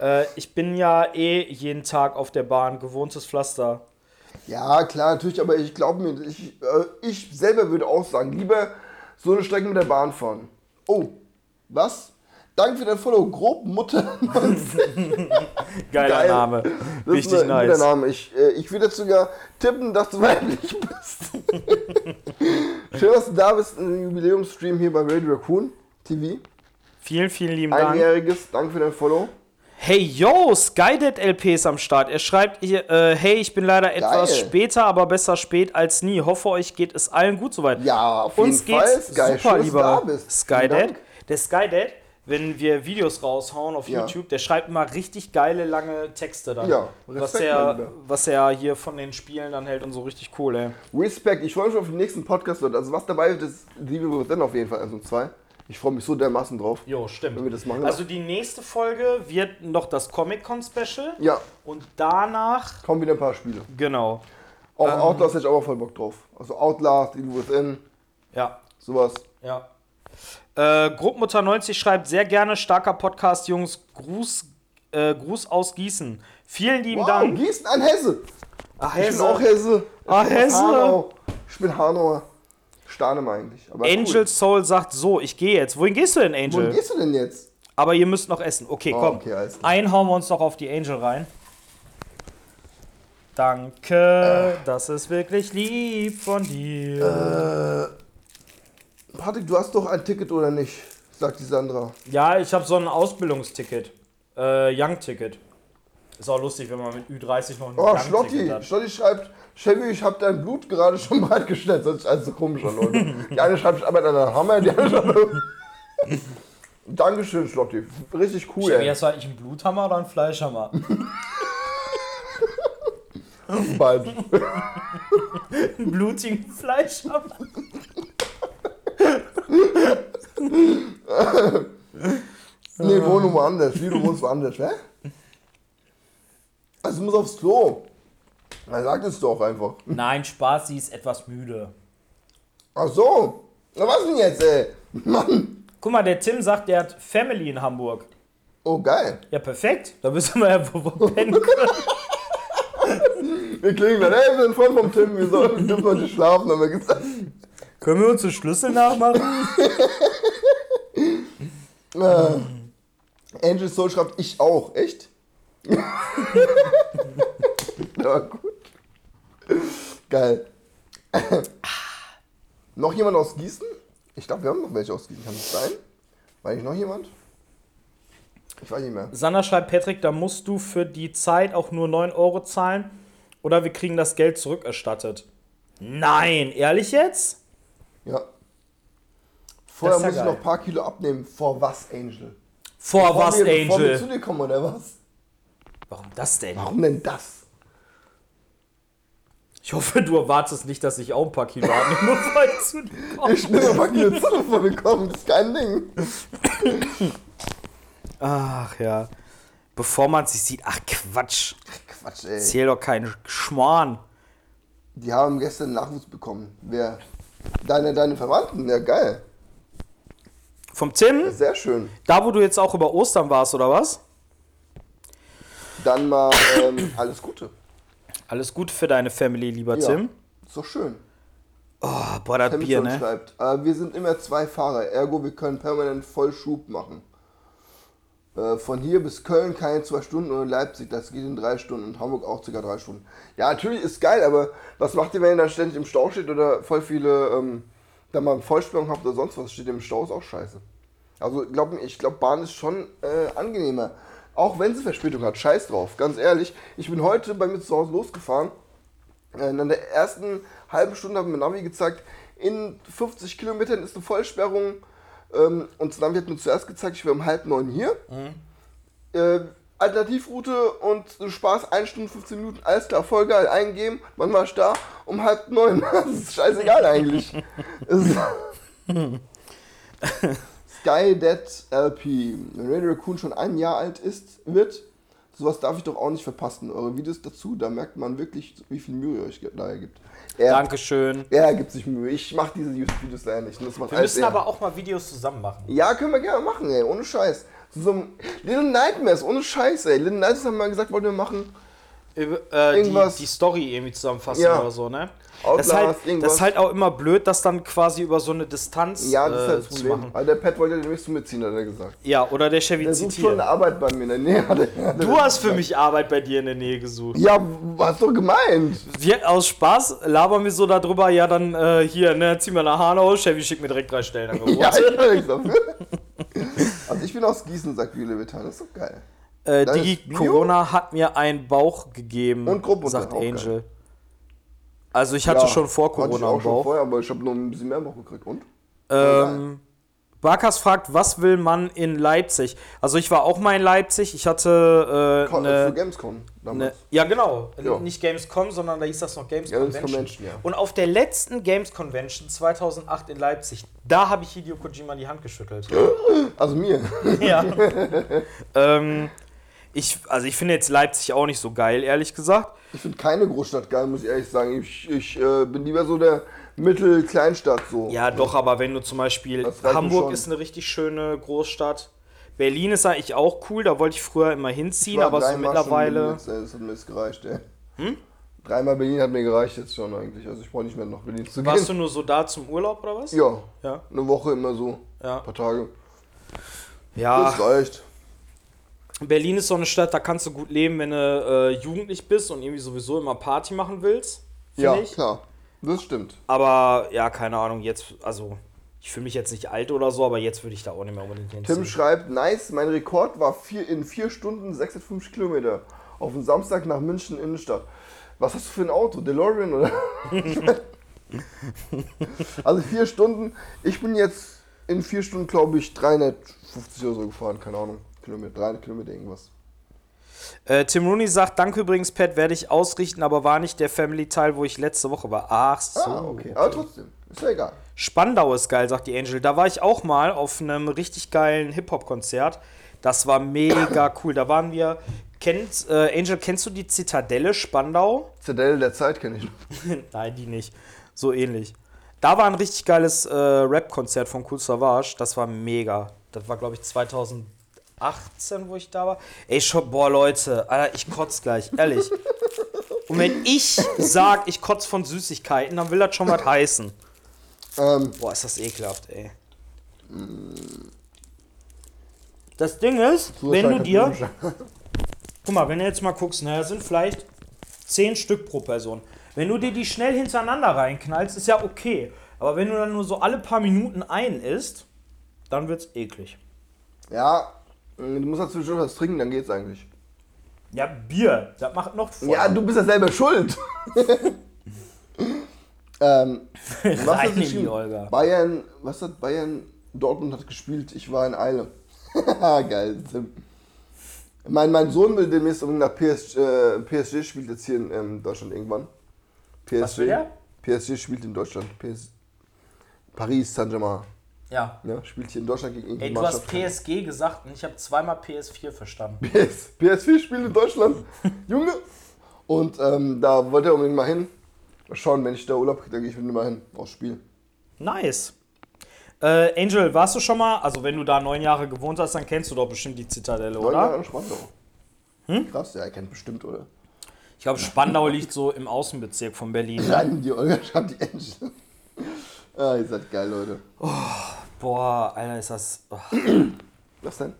Äh, ich bin ja eh jeden Tag auf der Bahn, gewohntes Pflaster. Ja, klar, natürlich, aber ich glaube mir, ich, äh, ich selber würde auch sagen, lieber so eine Strecke mit der Bahn fahren. Oh, was? Danke für dein Follow, Grobmutter. Geiler Geil. Name. Das Richtig ein guter nice. Name. Ich, äh, ich würde jetzt sogar tippen, dass du weiblich bist. Schön, dass du da bist im Jubiläumsstream hier bei Radio Raccoon TV. Vielen, vielen lieben Dank. Einjähriges, danke für dein Follow. Hey yo, Skydead LP ist am Start. Er schreibt hier, äh, hey, ich bin leider etwas später, aber besser spät als nie. Hoffe, euch geht es allen gut soweit. Ja, auf Uns jeden Fall. geht's Sky, schön, super, dass du da lieber bist. Vielen Skydead. Dank. Der Skydead, wenn wir Videos raushauen auf Ja. YouTube, der schreibt immer richtig geile, lange Texte dann. Ja, Respekt, was mein er, Lieber. was er hier von den Spielen dann hält und so richtig cool, ey. Respekt, ich freue mich schon auf den nächsten Podcast, Leute. Also, was dabei wird, das lieben wir dann auf jeden Fall. Also, zwei. Ich freue mich so dermaßen drauf. Jo, stimmt. Wenn wir das machen. Also die nächste Folge wird noch das Comic-Con-Special. Ja, Und danach, kommen wieder ein paar Spiele. genau, Auch Outlast hätte ich auch voll Bock drauf. Also, Outlast, Evil Within, ja. sowas. Ja. Äh, Grobmutter 90 schreibt sehr gerne starker Podcast, Jungs. Gruß, äh, Gruß aus Gießen. Vielen lieben Wow, Dank. Gießen an Hesse. Ach, Ich bin auch Hesse. Ich Ah, bin aus Hesse. Hanau. Ich bin Hanauer. Stanem eigentlich. Aber Angel Soul sagt so, ich gehe jetzt. Wohin gehst du denn, Cool. Angel? Wo gehst du denn jetzt? Aber ihr müsst noch essen. Okay, Ah, komm. okay, alles klar. Einen hauen wir uns noch auf die Angel rein. Äh. Danke, das ist wirklich lieb von dir. Patrick, du hast doch ein Ticket oder nicht? Sagt die Sandra. Ja, ich habe so ein Ausbildungsticket. Äh, Young-Ticket. Ist auch lustig, wenn man mit Ü30 noch ein Oh, Young-Ticket Schlotti. hat. Schlotti schreibt, Chevy, ich hab dein Blut gerade schon bereitgestellt. Das ist alles so komisch an, Leute. Die eine schreibt, ich arbeite an einem Hammer, die andere schreibt... Dankeschön, Schlotti. Richtig cool, Chevy, ey. hast du eigentlich halt einen Bluthammer oder einen Fleischhammer? Bald. einen blutigen Fleischhammer. Nee, wohnen woanders. Wie, du wohnst woanders, ne? Also, du musst aufs Klo. Na, sag es doch einfach. Nein, Spaß, sie ist etwas müde. Ach so. Na, was denn jetzt, ey? Mann. Guck mal, der Tim sagt, der hat Family in Hamburg. Oh, geil. Ja, perfekt. Da wissen wir ja, wo wir pennen können. Wir klingen dann, ey, wir sind voll vom Tim, wir sollen wir dürfen noch nicht schlafen, haben wir gesagt. können wir uns den Schlüssel nachmachen? Äh. Angel Äh, Soul schreibt, ich auch. Echt? Na gut. Geil. noch jemand aus Gießen? Ich glaube, wir haben noch welche aus Gießen. Kann das sein? War nicht noch jemand? Ich weiß nicht mehr. Sander schreibt, Patrick, da musst du für die Zeit auch nur 9 Euro zahlen oder wir kriegen das Geld zurückerstattet. Nein, ehrlich jetzt? Ja. Vorher ist ja muss ich geil. noch ein paar Kilo abnehmen. Vor was, Angel? Vor Vor was, mir, Bevor wir zu Angel? dir kommen, oder was? Warum das denn? Warum denn das? Ich hoffe, du erwartest nicht, dass ich auch ein paar Kilo um habe, nur weil ich zu dir komme. Ich nehme mal Kilo Zucker von dir kommen, das ist kein Ding. Ach ja. Bevor man sich sieht, ach Quatsch. Quatsch, ey. Zähl doch keinen Schmarrn. Die haben gestern Nachwuchs bekommen. Wer? Deine, deine Verwandten, ja geil. Vom Tim, Sehr schön. da wo du jetzt auch über Ostern warst, oder was? Dann mal ähm, alles Gute. Alles gut für deine Family, lieber Ja. Ah, Tim. Ist doch schön. Oh, boah, das Bier, Hamilton ne? schreibt, äh, wir sind immer zwei Fahrer, ergo wir können permanent voll Schub machen. Äh, von hier bis Köln keine zwei Stunden oder Leipzig, das geht in drei Stunden und Hamburg auch circa drei Stunden. Ja, natürlich ist geil, aber was macht ihr, wenn ihr dann ständig im Stau steht oder voll viele, ähm, da mal Vollsperrung habt oder sonst was, steht ihr im Stau, ist auch scheiße. Also glaub mir, ich glaube, Bahn ist schon äh, angenehmer. Auch wenn sie Verspätung hat, scheiß drauf, ganz ehrlich. Ich bin heute bei mir zu Hause losgefahren äh, In der ersten halben Stunde haben wir Navi gezeigt, in 50 Kilometern ist eine Vollsperrung. Ähm, und das Navi hat mir zuerst gezeigt, ich wäre um halb neun hier. Äh, Alternativroute und Spaß, 1 Stunde 15 Minuten, alles klar, voll geil, eingeben, wann war ich da? Um halb neun. Das ist scheißegal eigentlich. Es ist- Sky Dead LP. Wenn Radio Raccoon schon ein Jahr alt ist, wird, sowas darf ich doch auch nicht verpassen. Eure Videos dazu, da merkt man wirklich, wie viel Mühe ihr euch ge- da gibt. Er, Dankeschön. Er gibt sich Mühe. Ich mache diese YouTube-Videos leider nicht. und Das macht Wir alles müssen er. aber auch mal Videos zusammen machen. Ja, können wir gerne machen, ey, ohne Scheiß. Zu So einem Little Nightmares, ohne Scheiß, ey. Little Nightmares haben wir mal gesagt, wollten wir machen. Über- Äh, die, Irgendwas. die Story irgendwie zusammenfassen Ja. oder so, ne? das, Outlast, ist halt, das irgendwas. ist halt auch immer blöd, das dann quasi über so eine Distanz Ja, das ist halt äh, das zu Problem. machen. Aber der Pat wollte ja den nächsten mitziehen, hat er gesagt. Ja, oder der Chevy Der sucht schon eine zitiert. Arbeit bei mir in der Nähe. Hat er, hat er Du hast für mich Arbeit bei dir in der Nähe gesucht. ja, hast doch gemeint. Wir, aus Spaß labern wir so darüber, ja dann äh, hier, ne, zieh mal nach Hanau, Chevy schickt mir direkt drei Stellen angeboten. Ja, ich hab nichts dafür. Also ich bin aus Gießen, sagt Jule Wittan. Das ist doch geil. Äh, Dann Digi, ist Bio- Corona hat mir einen Bauch gegeben, Und Grobunter, sagt auch geil. Angel. Also ich hatte Ja, schon vor Hatte ich Corona auch einen schon Bauch. vorher, aber ich habe noch ein bisschen mehr im Bauch gekriegt. Und? Ähm, Barkas fragt, was will man in Leipzig? Also ich war auch mal in Leipzig, ich hatte äh, Ko- Zu eine... Gamescom Ne, damals. ja, genau. Ja. Nicht Gamescom, sondern da hieß das noch Games Ja, das ist Convention. Convention, ja. Und auf der letzten Games Convention 2008 in Leipzig, da habe ich Hideo Kojima die Hand geschüttelt. Ne. Also mir. Ja. ähm, ich, also ich finde jetzt Leipzig auch nicht so geil, ehrlich gesagt. Ich finde keine Großstadt geil, muss ich ehrlich sagen. Ich, ich äh, bin lieber so der Mittel-Kleinstadt so. Ja, doch, aber wenn du zum Beispiel. Das reicht mir Hamburg schon. ist eine richtig schöne Großstadt. Berlin ist eigentlich auch cool, da wollte ich früher immer hinziehen, war aber so dreimal schon Berlin mittlerweile. Hm? Jetzt, ey, das hat mir jetzt gereicht, ey. Dreimal Berlin hat mir gereicht jetzt schon eigentlich. Also ich brauche nicht mehr nach Berlin zu Warst du gehen. nur so da zum Urlaub oder was? ja. Ja. Eine Woche immer so. Ja. Ein paar Tage. Das Ja, reicht. Berlin ist so eine Stadt, da kannst du gut leben, wenn du äh, jugendlich bist und irgendwie sowieso immer Party machen willst. finde Ja, ich. klar. Das stimmt. Aber ja, keine Ahnung, jetzt, also ich fühle mich jetzt nicht alt oder so, aber jetzt würde ich da auch nicht mehr unbedingt hinziehen. Tim schreibt, nice, mein Rekord war vier, in 4 Stunden 56 Kilometer. Auf dem Samstag nach München Innenstadt. Was hast du für ein Auto? DeLorean oder? also 4 Stunden. Ich bin jetzt in 4 Stunden, glaube ich, 350 oder so gefahren. Keine Ahnung. Kilometer, 300 Kilometer irgendwas. Äh, Tim Rooney sagt, danke übrigens, Pat, werde ich ausrichten, aber war nicht der Family-Teil, wo ich letzte Woche war. Ach so. Ah, okay. Aber trotzdem. Ist ja egal. Spandau ist geil, sagt die Angel. Da war ich auch mal auf einem richtig geilen Hip-Hop-Konzert. Das war mega cool. Da waren wir. Kennt, äh, Angel, kennst du die Zitadelle Spandau? Zerdelle der Zeit kenne ich noch. Nein, die nicht. So ähnlich. Da war ein richtig geiles äh, Rap-Konzert von Cool Savage. Das war mega. Das war, glaube ich, 2018, wo ich da war. Ey, schon, boah, Leute, Alter, ich kotz gleich, ehrlich. Und wenn ich sag, ich kotz von Süßigkeiten, dann will das schon was heißen. Ähm, Boah, ist das ekelhaft, ey. Das Ding ist, wenn du dir. Guck mal, wenn du jetzt mal guckst, naja, sind vielleicht zehn Stück pro Person. Wenn du dir die schnell hintereinander reinknallst, ist ja okay. Aber wenn du dann nur so alle paar Minuten einen isst, dann wird's eklig. Ja, äh, du musst natürlich schon was trinken, dann geht's eigentlich. Ja, Bier, das macht noch voll. Ja, du bist ja selber schuld. ähm, was Rein hat in die geschrieben? Olga. Bayern, was hat Bayern? Dortmund hat gespielt, ich war in Eile. Geil, Tim. Mein, mein Sohn will demnächst unbedingt nach PSG, äh, PSG spielt jetzt hier in ähm, Deutschland irgendwann. PSG, Was will er? PSG spielt in Deutschland. PS, Paris Saint-Germain. ja. Ja, spielt hier in Deutschland gegen Ey, irgendeine du hast Mannschaft. PSG gesagt und ich habe zweimal PS4 verstanden. PS, PS4 spielt in Deutschland. Junge. Und ähm, da wollte er unbedingt mal hin. Mal schauen, wenn ich da Urlaub kriege, dann gehe ich mit ihm mal hin. Aufs Spiel. Nice. Äh, Angel, warst du schon mal, also wenn du da neun Jahre gewohnt hast, dann kennst du doch bestimmt die Zitadelle, Neun Jahre oder? in Spandau. Hm? Krass, ja, er kennt bestimmt, oder? Ich glaube, Spandau liegt so im Außenbezirk von Berlin. Rein in die Olga schreibt die Angel. ah, ihr seid geil, Leute. Boah, Alter, ist das. oh. Was denn?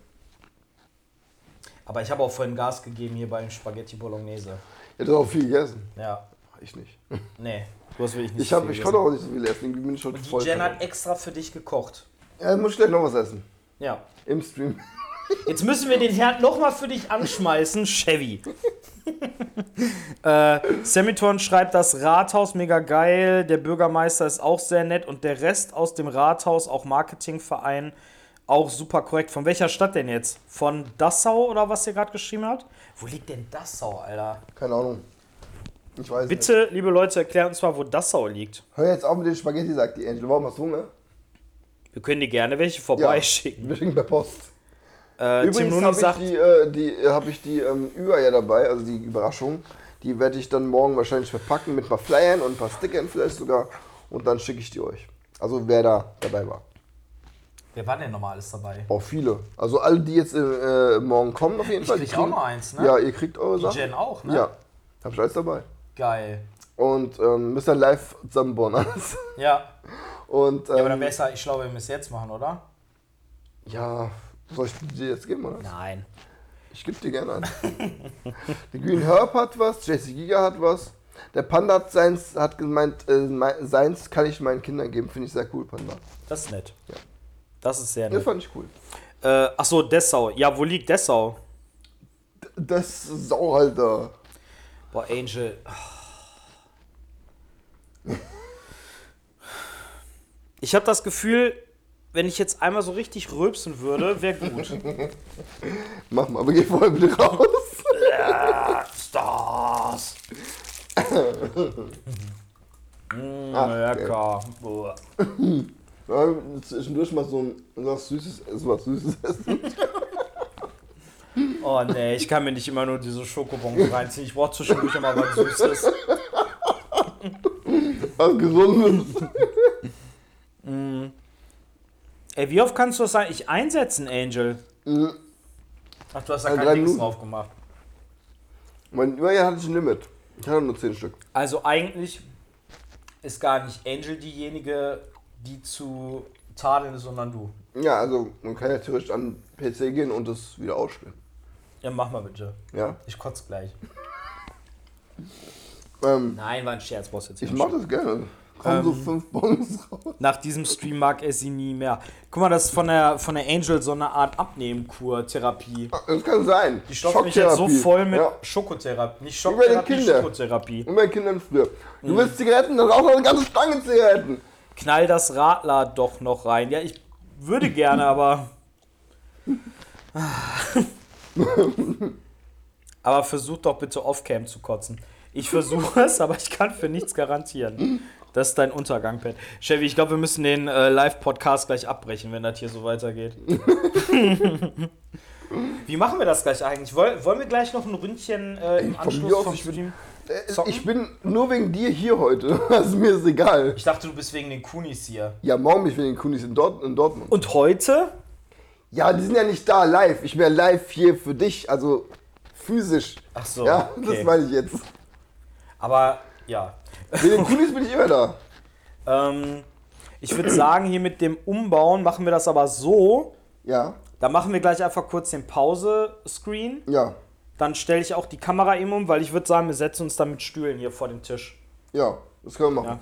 Aber ich habe auch vorhin Gas gegeben hier beim Spaghetti Bolognese. Ihr habt auch viel gegessen. Ja, Ich nicht. nee, du hast wirklich nicht Ich, hab, viel ich gegessen. konnte auch nicht so viel essen. Irgendwie bin ich schon Die voll. Jen verrückt. hat extra für dich gekocht. Ja, muss ich gleich noch was essen. Ja. Im Stream. Jetzt müssen wir den Herd nochmal für dich anschmeißen, Chevy. äh, Semiton schreibt, das Rathaus mega geil, der Bürgermeister ist auch sehr nett und der Rest aus dem Rathaus, auch Marketingverein, Auch super korrekt. Von welcher Stadt denn jetzt? Von Dassau oder was ihr gerade geschrieben habt? Wo liegt denn Dassau, Alter? Keine Ahnung. Ich weiß nicht. Bitte, liebe Leute, erklärt uns mal, wo Dassau liegt. Hör jetzt auf mit den Spaghetti, sagt die Angel. Warum hast du Hunger? Wir können dir gerne welche vorbeischicken. Wir schicken per Post. Äh, Tim Übrigens Nuni habe sagt, ich die, äh, die, äh, hab ich die ähm, Ür ja dabei, also die Überraschung. Die werde ich dann morgen wahrscheinlich verpacken mit ein paar Flyern und ein paar Stickern vielleicht sogar. Und dann schicke ich die euch. Also wer da dabei war. Wer war denn nochmal alles dabei? Auch viele. Also alle, die jetzt äh, äh, morgen kommen auf jeden Ich Fall. die krieg auch kriegen- noch eins, ne? Ja, ihr kriegt eure Sachen. Jen auch, ne? Ja, hab ich alles dabei. Geil. Und ähm, müsst dann live zusammen Bonas. Ja. Und ähm, Aber dann besser, ich glaube, wir müssen es jetzt machen, oder? ja, soll ich die dir jetzt geben, oder? nein. Ich gebe dir gerne an. Die Green Herb hat was, Jesse Giga hat was. Der Panda hat seins, hat gemeint, äh, mei- seins kann ich meinen Kindern geben. Finde ich sehr cool, Panda. Das ist nett. Das ist sehr Das nett. fand ich cool. Äh, Achso, Dessau. Ja, wo liegt Dessau? D- Das Sau, Alter. Boah, Angel. Ah. Ich habe das Gefühl, wenn ich jetzt einmal so richtig rülpsen würde, wäre gut. Mach mal, aber geh vorher bitte raus. Äh, Stars. Ach, Mmh, Lecker. Boah. Ja, zwischendurch mal so ein was süßes, Essen, was süßes Essen. Oh nee, ich kann mir nicht immer nur diese Schokobons reinziehen. Ich brauche zwischendurch immer was Süßes. Was gesundes. Ey, wie oft kannst du das eigentlich einsetzen, Angel? Ach, du hast da Äh, kein drei Dings Minuten. drauf gemacht. Mein Überjahr hatte ich ein Limit. Ich hatte nur 10 Stück. Also eigentlich ist gar nicht Angel diejenige, die zu tadeln ist, sondern du. Ja, also man kann ja theoretisch an den PC gehen und das wieder ausspielen. Ja, mach mal bitte. Ja. Ich kotze gleich. Ähm, Nein, war ein Scherz, Boss. Jetzt ich mach das gerne. Kommen so fünf Bons raus. Nach diesem Stream mag er sie nie mehr. Guck mal, das ist von der, von der Angel so eine Art Abnehmkur, Therapie. Das kann sein. Die stopft mich jetzt so Schocktherapie. voll mit Ja. Schokotherapie. Nicht Über den Schokotherapie, Kinder. Schokotherapie. Und bei Kindern früher. Du willst Zigaretten, dann rauch noch eine ganze Stange Zigaretten. Knall das Radler doch noch rein. Ja, ich würde gerne, aber. aber versuch doch bitte off-cam zu kotzen. Ich versuche es, aber ich kann für nichts garantieren. Das ist dein Untergang, Pat. Chevy, ich glaube, wir müssen den äh, Live-Podcast gleich abbrechen, wenn das hier so weitergeht. Wie machen wir das gleich eigentlich? Woll, wollen wir gleich noch ein Ründchen äh, im von Anschluss mir aus, vom ich bin- Stream? Äh, Zocken? Ich bin nur wegen dir hier heute. Das ist mir ist egal. Ich dachte, du bist wegen den Kunis hier. Ja, morgen bin ich mit den Kunis in, Dort in Dortmund. Und heute? Ja, die sind ja nicht da live. Ich bin ja live hier für dich, also physisch. Ach so. ja, okay. das meine ich jetzt. aber ja, Mit den Kunis bin ich immer da. Ähm, ich würde sagen, hier mit dem Umbauen machen wir das aber so. Ja, Da machen wir gleich einfach kurz den Pause-Screen. ja, Dann stelle ich auch die Kamera eben um, weil ich würde sagen, wir setzen uns dann mit Stühlen hier vor den Tisch. ja. Das können wir machen.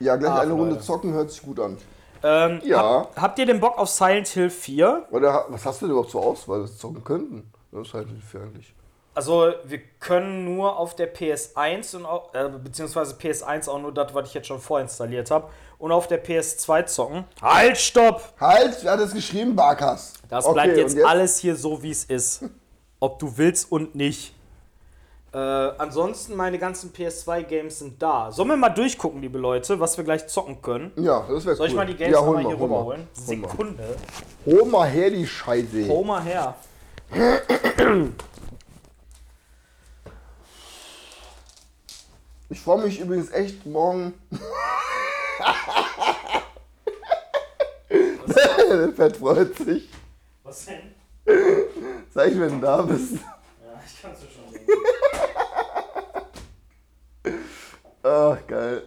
Ja, Ah, gleich eine Runde zocken hört sich gut an. Ähm, Ja. hab, habt ihr den Bock auf Silent Hill 4? Oder ha- was hast du denn überhaupt zur Auswahl, was wir zocken könnten? Das ist halt für eigentlich. Also, wir können nur auf der PS1 und auch, äh, beziehungsweise PS1 auch nur das, was ich jetzt schon vorinstalliert habe, und auf der PS2 zocken. Halt, stopp! Halt, wer hat das geschrieben? Barkas. Das Okay, bleibt und jetzt, alles hier so, wie es ist. Ob du willst und nicht. Äh, ansonsten, meine ganzen PS2-Games sind da. Sollen wir mal durchgucken, liebe Leute, was wir gleich zocken können? Ja, das wäre cool. Soll ich mal die Games ja, nochmal hol hier hol mal, rüberholen? hol mal. Sekunde. Hol mal her die Scheiße. Hol mal her. Ich freue mich übrigens echt morgen. Der Fett freut sich. Was denn? Sag ich, wenn du da bist. Ja, ich kann's ja schon sehen. Ach, geil.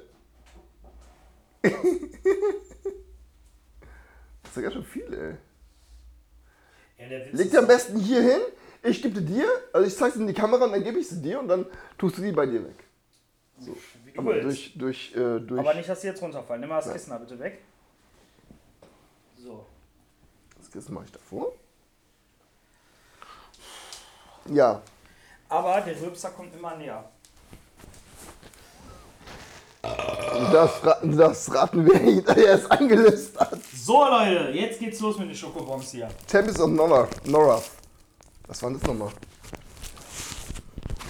das ist ja ganz schön viel, ey. Ja, der Witz Leg ist- die am besten hier hin. Ich gebe die dir. Also ich zeig's in die Kamera und dann gebe ich sie dir und dann tust du die bei dir weg. Wie du Aber willst. durch, durch, äh, durch. Aber nicht, dass sie jetzt runterfallen. Nimm mal das Kissen da bitte weg. So. Das Kissen mache ich davor. Ja, Aber der Rülpser kommt immer näher. Du darfst, raten, du darfst raten, wer ihn- er ist angelistet hat. So, Leute, jetzt geht's los mit den Schokobombs hier. Champions of Nora. Nora. Was war denn das nochmal?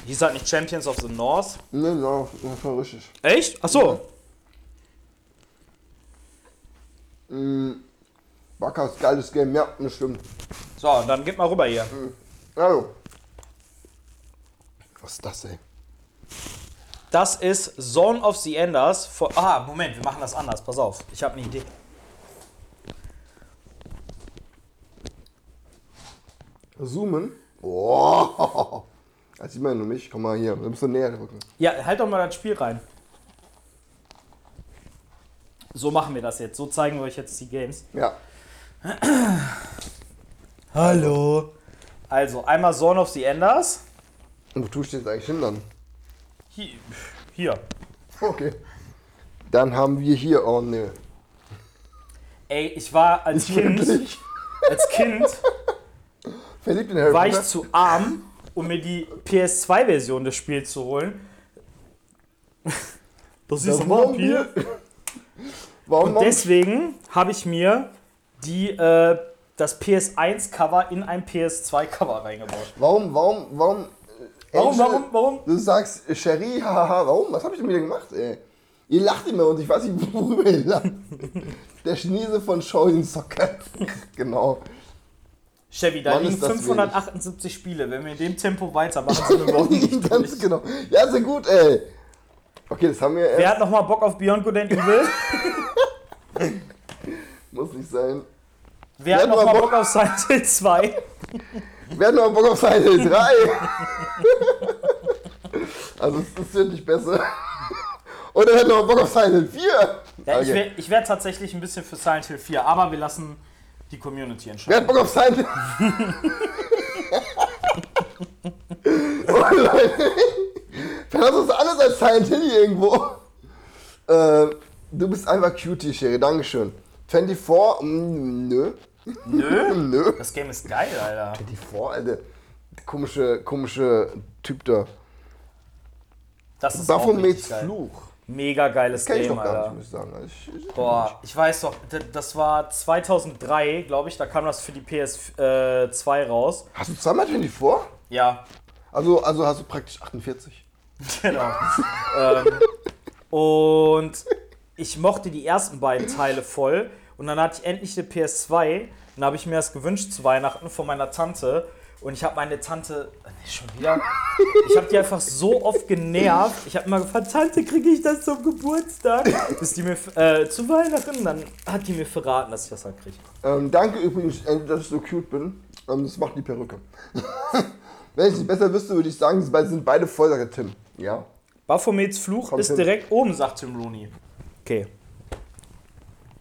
Hieß halt nicht Champions of the North. Ne, no, das war richtig. Echt? Ach so. Backers, Mm. geiles Game, ja, das stimmt. So, dann gib mal rüber hier. Also. Was ist das, ey? Das ist Zone of the Enders. Von, ah, Moment, wir machen das anders. Pass auf, ich habe eine Idee. Zoomen. Boah. Das sieht man nur mich. Komm mal hier, ein bisschen näher drücken. Ja, halt doch mal das Spiel rein. So machen wir das jetzt. So zeigen wir euch jetzt die Games. Ja. Hallo. Also, einmal Zone of the Enders. Und wo tust du jetzt eigentlich hin dann? Hi- Hier. Okay. Dann haben wir hier, oh ne. Ey, ich war als Kind, Wirklich? als Kind Verliebt in Harry war ich Potter? zu arm, um mir die PS2-Version des Spiels zu holen. Das ist ein Vampir. Warum noch? Deswegen habe ich mir die, äh, das PS1-Cover in ein PS2-Cover reingebaut. Warum, warum, warum? äh, Warum, Angel, warum, warum? Du sagst, äh, Cherie, haha, warum? Was habe ich denn wieder gemacht, ey? Ihr lacht immer und ich weiß nicht, worüber ihr lacht. Der Chinese von Shaolin Soccer. genau. Chevy, da Mann, liegen ist das 578 Spiele. Wenn wir in dem Tempo weitermachen, sind wir überhaupt nicht Ganz durch. genau. Ja, sehr gut, ey. Okay, das haben wir Wer erst. hat nochmal Bock auf Beyond Good and Evil? Muss nicht sein. Wer hat hat noch nochmal mal Bock auf Silent Hill 2? Wir hatten noch Bock auf Silent Hill 3. also, es es wird nicht besser. Oder wir hatten noch Bock auf Silent Hill 4. Ja, Ich Okay. wäre ich wär tatsächlich ein bisschen für Silent Hill 4, aber wir lassen die Community Wer entscheiden. hat Bock auf Silent Hill? oh, Leute. Verlass uns alles als Silent Hill hier irgendwo. Äh, du bist einfach cutie, Sherry. Dankeschön. 24? Mm, nö. Mm, Nö, Nö. das Game ist geil, Alter. 24, Alter. Komische, komische Typ da. Das ist auch Baphomets richtig geil. Fluch. Mega geiles Kenn ich Game, noch gar Alter. nicht, muss ich sagen. Also ich, ich, Boah, ich weiß doch, d- das war 2003, glaube ich, da kam das für die PS2 raus. Hast du zweimal 24? Ja, Also, also hast du praktisch 48. genau. ähm, und ich mochte die ersten beiden Teile voll. Und dann hatte ich endlich eine PS2. Und dann habe ich mir das gewünscht zu Weihnachten von meiner Tante. Und ich habe meine Tante. äh, Nee, schon wieder. Ich habe die einfach so oft genervt. Ich habe immer gefragt, Tante, kriege ich das zum Geburtstag? Bis die mir äh, zu Weihnachten. Dann hat die mir verraten, dass ich das halt kriege. Ähm, danke übrigens, äh, dass ich so cute bin. Ähm, das macht die Perücke. Wenn ich es besser wüsste, würde ich sagen, sie be- sind beide voll, sagt der Tim. Ja. Baphomets Fluch Kommt ist hin. direkt oben, sagt Tim Rooney. Okay.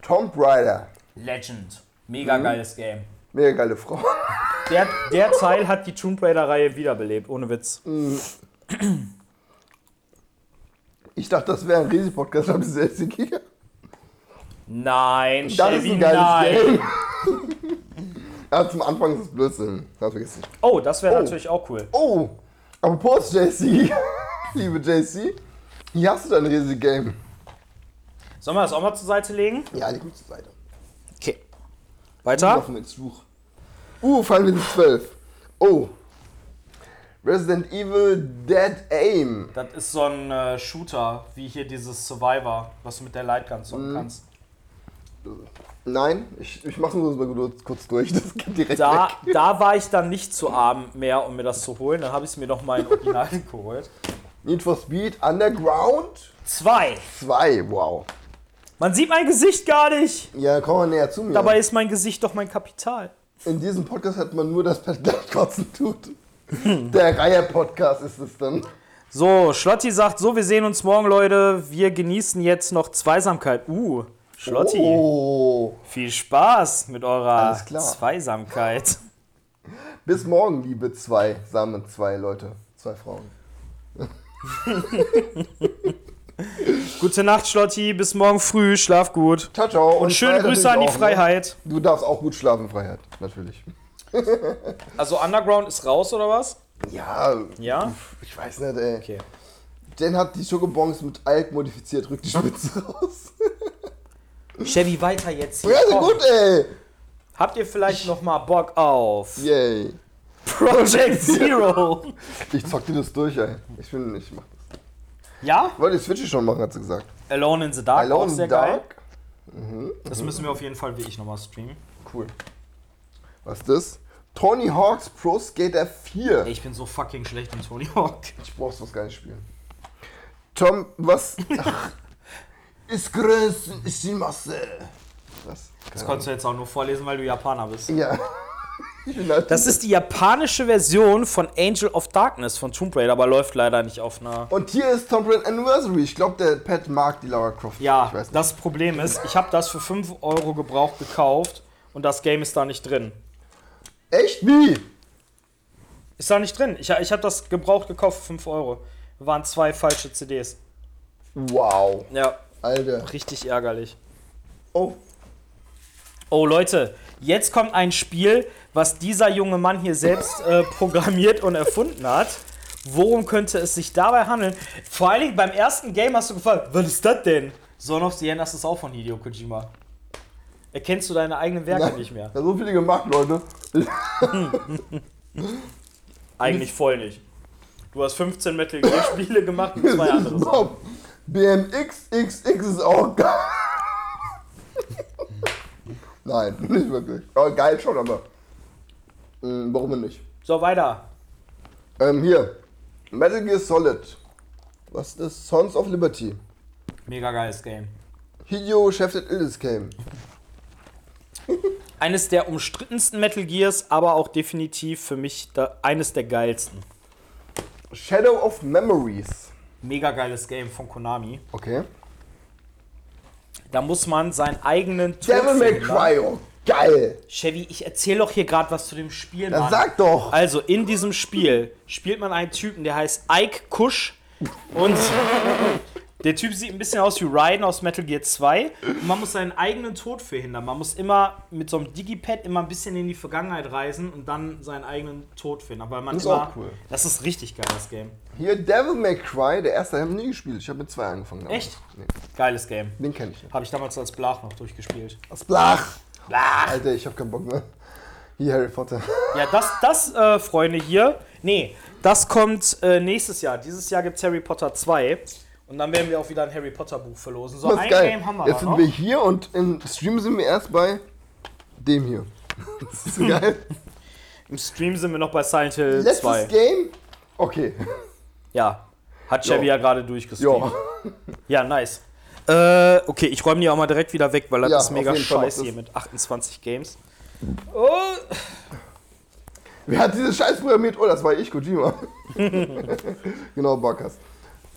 Tomb Raider. Legend. Mega geiles Game. Mega geile Frau. Mhm. Der, der Teil hat die Tomb Raider-Reihe wiederbelebt, ohne Witz. Ich dachte, das wäre ein Riesen-Podcast, aber das ist jetzt hier. Nein, Das ist Chevy, nein. ein geiles Game. ja, zum Anfang ist es Blödsinn. Hab vergessen. Oh, das wäre Oh. natürlich auch cool. Oh, apropos JC. Liebe JC, hier hast du dein Riesen-Game. Sollen wir das auch mal zur Seite legen? Ja, die gute Seite. Okay. Ja? Weiter? Waffen ins Buch. Uh, Final Fantasy 12. Oh. Resident Evil Dead Aim. Das ist so ein äh, Shooter, wie hier dieses Survivor, was du mit der Lightgun zocken kannst. Nein, ich, ich mach's nur so mal kurz- kurz durch. Das geht direkt Da, weg. da war ich dann nicht zu arm mehr, um mir das zu holen. Dann habe ich es mir noch mal in Original geholt. Need for Speed Underground Zwei. 2. Wow. Man sieht mein Gesicht gar nicht. Ja, komm mal näher zu mir. Dabei ist mein Gesicht doch mein Kapital. In diesem Podcast hat man nur das Kotzen tut. Der Reiher-Podcast ist es dann. So, Schlotti sagt so, wir sehen uns morgen, Leute. Wir genießen jetzt noch Zweisamkeit. Uh, Schlotti. Oh. Viel Spaß mit eurer Alles klar. Zweisamkeit. Bis morgen, liebe zwei Samen, zwei Leute. Zwei Frauen. Gute Nacht, Schlotti. Bis morgen früh. Schlaf gut. Ciao, ciao. Und, Schöne Freiheit Grüße an die natürlich auch, ne? Freiheit. Du darfst auch gut schlafen, Freiheit, natürlich. Also, Underground ist raus oder was? Ja, Ja? ich weiß nicht, ey. Okay. Den hat die Schokobons mit Alk modifiziert, rückt die Spitze raus. Chevy weiter jetzt hier. Ja, so Komm. gut, ey! Habt ihr vielleicht noch mal Bock auf Yay. Project Zero? Ich zock dir das durch, ey. Ich bin, ich mach das. ja? Wollte die Switch schon machen, hat sie gesagt. Alone in the Dark, auch Alone sehr in Dark. geil. Das müssen wir auf jeden Fall wie ich nochmal streamen. Cool. Was ist das? Tony Hawk's Pro Skater 4. Ey, ich bin so fucking schlecht in Tony Hawk. Ich brauch sowas gar nicht spielen. Tom, was? Ach, ist größ, ist die Masse. Was? Das konntest du jetzt auch nur vorlesen, weil du Japaner bist. Ja. Ich bin halt Das ist die japanische Version von Angel of Darkness von Tomb Raider, aber läuft leider nicht auf einer. Und hier ist Tomb Raider Anniversary. Ich glaube, der Pat mag die Lara Croft. Ja, ich weiß nicht. das Problem ist, ich habe das für 5 Euro gebraucht gekauft und das Game ist da nicht drin. Echt? Wie? Ist da nicht drin. Ich, ich habe das gebraucht gekauft für 5 Euro. Waren zwei falsche CDs. Wow. Ja, Alter. richtig ärgerlich. Oh. Oh Leute, jetzt kommt ein Spiel, was dieser junge Mann hier selbst äh, programmiert und erfunden hat. Worum könnte es sich dabei handeln? Vor allen Dingen beim ersten Game hast du gefragt, was ist das denn? Son of the End, das ist auch von Hideo Kojima. Erkennst du deine eigenen Werke nicht mehr? Ja, so viele gemacht, Leute. Eigentlich voll nicht. Du hast 15 Metal Gear Spiele gemacht und zwei andere Sachen. Bob. BMX XX ist auch geil. Nein, nicht wirklich. Aber geil schon, aber. Hm, warum denn nicht? So, weiter. Ähm, hier. Metal Gear Solid. Was ist das? Sons of Liberty. Mega geiles Game. Hideo Chef at Illis Game. Eines der umstrittensten Metal Gears, aber auch definitiv für mich da, eines der geilsten. Shadow of Memories. Mega geiles Game von Konami. Okay. Da muss man seinen eigenen Tod Devil May finden, Cry. ne? Oh, geil. Chevy, ich erzähle doch hier gerade was zu dem Spiel. Dann Mann. sag doch. Also, in diesem Spiel spielt man einen Typen, der heißt Ike Kusch. Und der Typ sieht ein bisschen aus wie Raiden aus Metal Gear 2. Und man muss seinen eigenen Tod verhindern. Man muss immer mit so einem Digipad immer ein bisschen in die Vergangenheit reisen und dann seinen eigenen Tod finden. Weil man Das ist immer, auch cool. Das ist richtig geil, das Game. Hier Devil May Cry. Der erste habe ich nie gespielt. Ich habe mit zwei angefangen. damals. Echt? Nee, Geiles Game. den kenne ich nicht. Habe ich damals als Blach noch durchgespielt. Blach. Blach! Alter, ich habe keinen Bock mehr. Hier Harry Potter. Ja, das, das äh, Freunde, hier. Nee, das kommt äh, nächstes Jahr. Dieses Jahr gibt es Harry Potter 2. Und dann werden wir auch wieder ein Harry Potter Buch verlosen. So, Das ein ist geil. Game haben wir Jetzt da noch. sind wir hier und im Stream sind wir erst bei dem hier. Das ist geil. Im Stream sind wir noch bei Silent Hill Letztes 2. Game. Okay. Ja, hat Chevy Jo. ja gerade durchgestreamt. Ja. Ja, nice. Äh, okay, ich räume die auch mal direkt wieder weg, weil das Ja, ist mega auf jeden Fall macht scheiße hier das. mit 28 Games. Oh, Wer hat dieses Scheiß programmiert? Oh, das war ich, Kojima. genau, Barkas.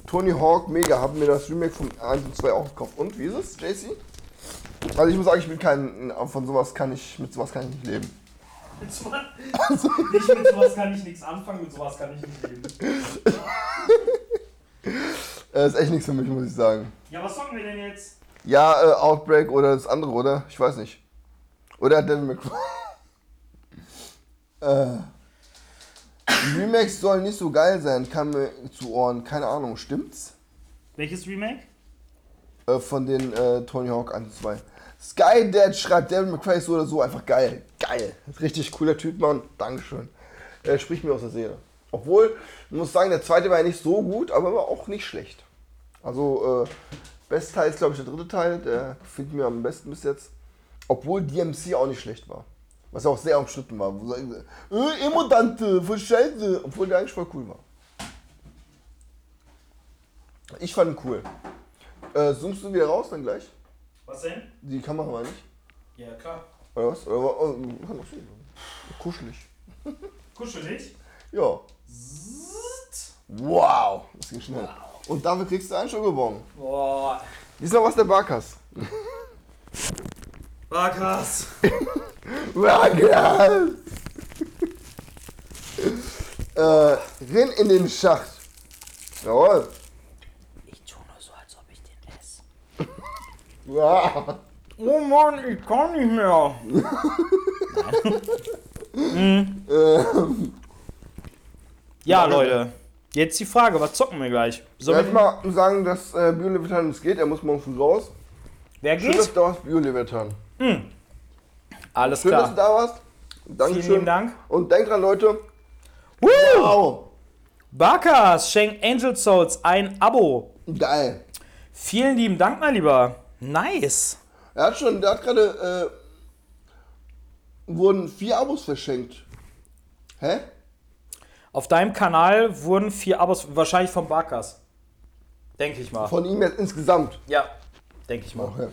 Tony Hawk Mega haben mir das Remake von 1 und 2 auch gekauft. Und wie ist es, JC? Also ich muss sagen, ich bin kein. Von sowas kann ich. Mit sowas kann ich nicht leben. mit sowas, nicht mit sowas kann ich nichts anfangen, mit sowas kann ich nicht leben. Äh, ist echt nichts für mich, muss ich sagen. Ja, was zocken wir denn jetzt? Ja, äh, Outbreak oder das andere, oder? Ich weiß nicht. Oder Devil May Cry. äh. Remakes sollen nicht so geil sein, kann mir zu Ohren. Keine Ahnung, stimmt's? Welches Remake? Äh, von den äh, Tony Hawk 1 und 2. Sky Dad schreibt, Devil McRae ist so oder so einfach geil. Geil. Richtig cooler Typ, Mann. Dankeschön. Er spricht mir aus der Seele. Obwohl, ich muss sagen, der zweite war ja nicht so gut, aber war auch nicht schlecht. Also, äh, best Teil ist, glaube ich, der dritte Teil. Der gefällt mir am besten bis jetzt. Obwohl DMC auch nicht schlecht war. Was auch sehr umstritten war. Wo sagen sie, äh, Immodante, voll scheiße. Obwohl der eigentlich voll cool war. Ich fand ihn cool. Äh, zoomst du wieder raus dann gleich? Was denn? Die Kamera war nicht. Ja, klar. Oder was? Oder, wa- oh, kann doch sehen. Kuschelig. Kuschelig. Ja. Wow. Das ging schnell. Und dafür kriegst du einen Schokobon. Boah. Diesmal war's der Barkas. Barkas. Barkas! äh, renn in den Schacht. Jawohl. Ich tue nur so, als ob ich den esse. Wow. Oh Mann, ich kann nicht mehr. Ähm, Ja, Leute. Jetzt die Frage, was zocken wir gleich? Sollen wir, Erstmal sagen, dass äh, Biolevitern es geht. Er muss morgen früh raus. wer Schön, dass geht? du da warst, Biolevitern. Alles Schön, dass du klar. da warst. Dankeschön. Vielen lieben Dank. Und denkt dran, Leute. Woo! Wow. Barkas schenkt Angel Souls ein Abo. Geil. Vielen lieben Dank, mein Lieber. Nice. Er hat schon, der hat gerade, äh, wurden vier Abos verschenkt. Hä? Auf deinem Kanal wurden vier Abos, wahrscheinlich von Barkas. Denke ich mal. Von ihm jetzt insgesamt. Ja, denke ich mal. Okay.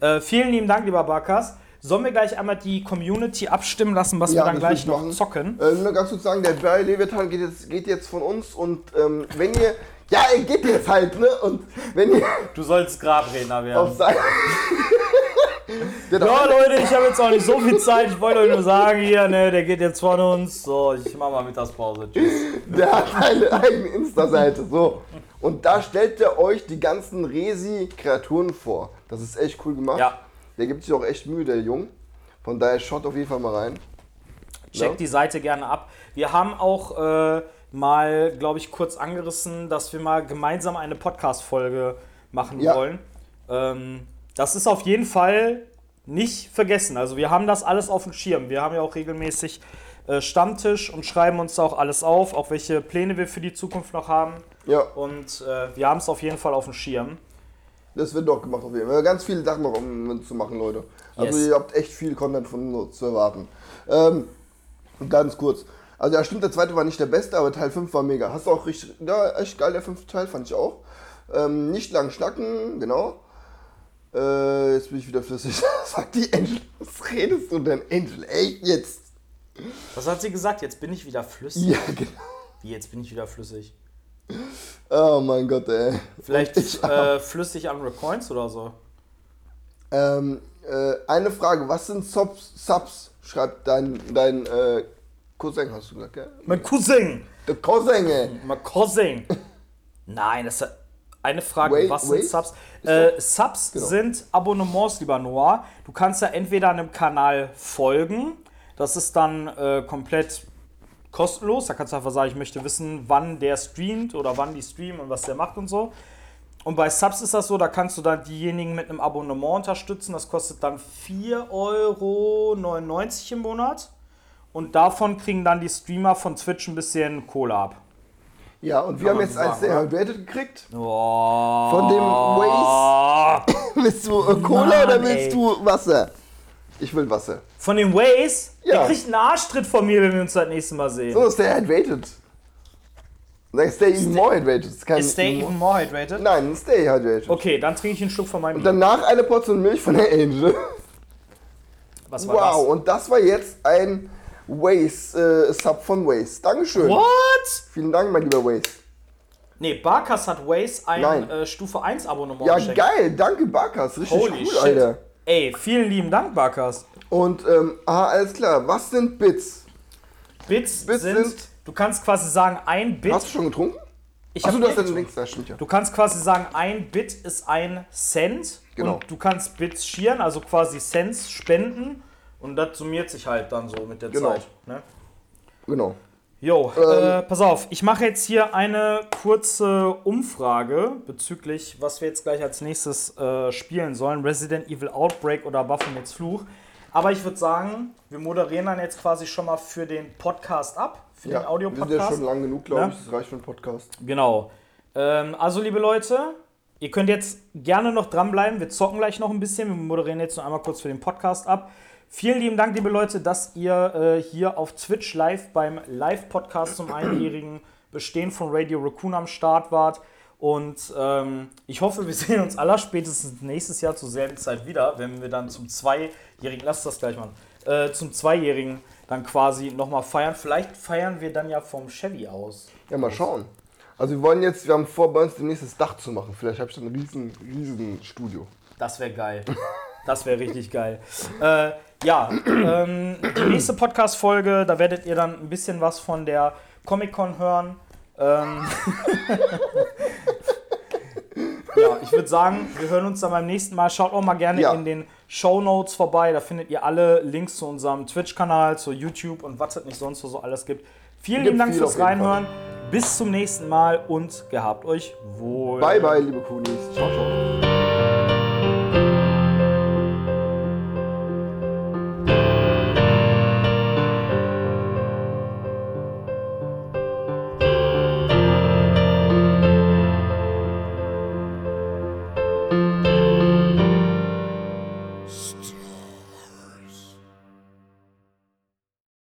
Äh, vielen lieben Dank, lieber Barkas. Sollen wir gleich einmal die Community abstimmen lassen, was wir dann das würd gleich ich noch machen. zocken? Äh, nur ganz kurz sagen, der Barry Leviathan geht jetzt, geht jetzt von uns und ähm, wenn ihr. Ja, er geht jetzt halt, ne? Und wenn ihr Äh, Du sollst Grabredner werden. auf sein. der Ja, hat Leute, ich habe jetzt auch nicht so viel Zeit. Ich wollte euch nur sagen, hier, ne, der geht jetzt von uns. So, ich mache mal Mittagspause. Tschüss. Der hat eine eigene Insta-Seite, so. Und da stellt er euch die ganzen Resi-Kreaturen vor. Das ist echt cool gemacht. Ja. Der gibt sich auch echt Mühe, der Jung. Von daher schaut auf jeden Fall mal rein. Checkt Ja. die Seite gerne ab. Wir haben auch äh, mal, glaube ich, kurz angerissen, dass wir mal gemeinsam eine Podcast-Folge machen Ja. wollen. Ähm, das ist auf jeden Fall nicht vergessen. Also, wir haben das alles auf dem Schirm. Wir haben ja auch regelmäßig äh, Stammtisch und schreiben uns da auch alles auf, auch welche Pläne wir für die Zukunft noch haben. Ja, Und äh, wir haben es auf jeden Fall auf dem Schirm. das wird doch gemacht auf jeden Fall. Ganz viele Sachen noch um zu machen, Leute. Also Yes. ihr habt echt viel Content von uns zu erwarten. Ähm, ganz kurz. Also ja, stimmt, der zweite war nicht der beste, aber Teil 5 war mega. Hast du auch richtig, ja, echt geil, der fünfte Teil fand ich auch. Ähm, nicht lang schnacken, genau. Äh, jetzt bin ich wieder flüssig. Sag die Angel, was redest du denn, Angel? Ey, jetzt. Was hat sie gesagt? Jetzt bin ich wieder flüssig. Ja, genau. Wie, jetzt bin ich wieder flüssig. Oh mein Gott, ey. Vielleicht Und ich- äh, flüssig andere Coins oder so. Ähm, äh, eine Frage, was sind Subs? Subs? Schreibt dein, dein äh, Cousin, hast du gesagt, gell? Mein Cousin! Der Cousin, ey. Mein Cousin! Nein, das ist eine Frage. Wait, was wait. sind Subs? Äh, Subs Genau. sind Abonnements, lieber Noah. Du kannst ja entweder einem Kanal folgen. Das ist dann äh, komplett kostenlos. Da kannst du einfach sagen, ich möchte wissen, wann der streamt oder wann die streamen und was der macht und so. Und bei Subs ist das so, da kannst du dann diejenigen mit einem Abonnement unterstützen. Das kostet dann 4,99 Euro im Monat. Und davon kriegen dann die Streamer von Twitch ein bisschen Kohle ab. Ja, und wir haben man jetzt so sagen, Oh. eins der Rated gekriegt. Boah. Von dem Waze. Willst du äh, Cola Mann, oder willst ey. du Wasser? Ich will Wasser. Von dem Waze? Ja. Der kriegt einen Arschtritt von mir, wenn wir uns das nächste Mal sehen. So ist der Hydrated. Nein, Stay even more hydrated. Ist kein Ist der even more hydrated? Nein, Stay hydrated. Okay, dann trinke ich einen Schluck von meinem. Danach eine Portion Milch von der Angel. Was war Wow, und das war jetzt ein Waze, äh, Sub von Waze. Dankeschön. das? What? Vielen Dank, mein lieber Waze. Nee, Barkas hat Waze ein Nein. äh, Stufe 1 Abonnement Ja, geschenkt. geil, danke Barkas, richtig Holy cool, shit. Alter. Ey, vielen lieben Dank, Barkas. Und, ähm, ah, alles klar, was sind Bits? Bits, Bits sind, sind- Du kannst quasi sagen, ein Bit. Hast du schon getrunken? Ich Achso, hab du Bier hast deinen getrunken. Links, da stimmt ja. Du kannst quasi sagen, ein Bit ist ein Cent Genau. und du kannst Bits schieren, also quasi Cents spenden und das summiert sich halt dann so mit der Genau. Zeit. Ne? Genau. Jo, äh, Ähm. pass auf, ich mache jetzt hier eine kurze Umfrage bezüglich, was wir jetzt gleich als nächstes äh, spielen sollen, Resident Evil Outbreak oder Baphomets Fluch. Aber ich würde sagen, wir moderieren dann jetzt quasi schon mal für den Podcast ab, für den Wir sind ja Audio-Podcast. Ne? schon lang genug, glaube Ja. ich, das reicht für einen Podcast. Genau. Ähm, also, liebe Leute, ihr könnt jetzt gerne noch dranbleiben. Wir zocken gleich noch ein bisschen. Wir moderieren jetzt noch einmal kurz für den Podcast ab. Vielen lieben Dank, liebe Leute, dass ihr äh, hier auf Twitch live beim Live-Podcast zum einjährigen Bestehen von Radio Raccoon am Start wart. Und ähm, ich hoffe, wir sehen uns aller spätestens nächstes Jahr zur selben Zeit wieder, wenn wir dann zum zweijährigen, lasst das gleich machen, äh, zum zweijährigen dann quasi nochmal feiern. Vielleicht feiern wir dann ja vom Chevy aus. Ja, mal schauen. Also wir wollen jetzt, wir haben vor, bei uns demnächst das Dach zu machen. Vielleicht habe ich dann ein riesen, riesen Studio. Das wäre geil. Das wäre richtig geil. Äh, ja, ähm, die nächste Podcast-Folge, da werdet ihr dann ein bisschen was von der Comic-Con hören. Ähm, ja, ich würde sagen, wir hören uns dann beim nächsten Mal. Schaut auch mal gerne Ja. in den Show Notes vorbei. Da findet ihr alle Links zu unserem Twitch-Kanal, zu YouTube und was es nicht sonst wo so alles gibt. Vielen lieben Dank viel fürs auf jeden Fall. Reinhören. Bis zum nächsten Mal und gehabt euch wohl. Bye, bye, liebe Kunis. Ciao, ciao.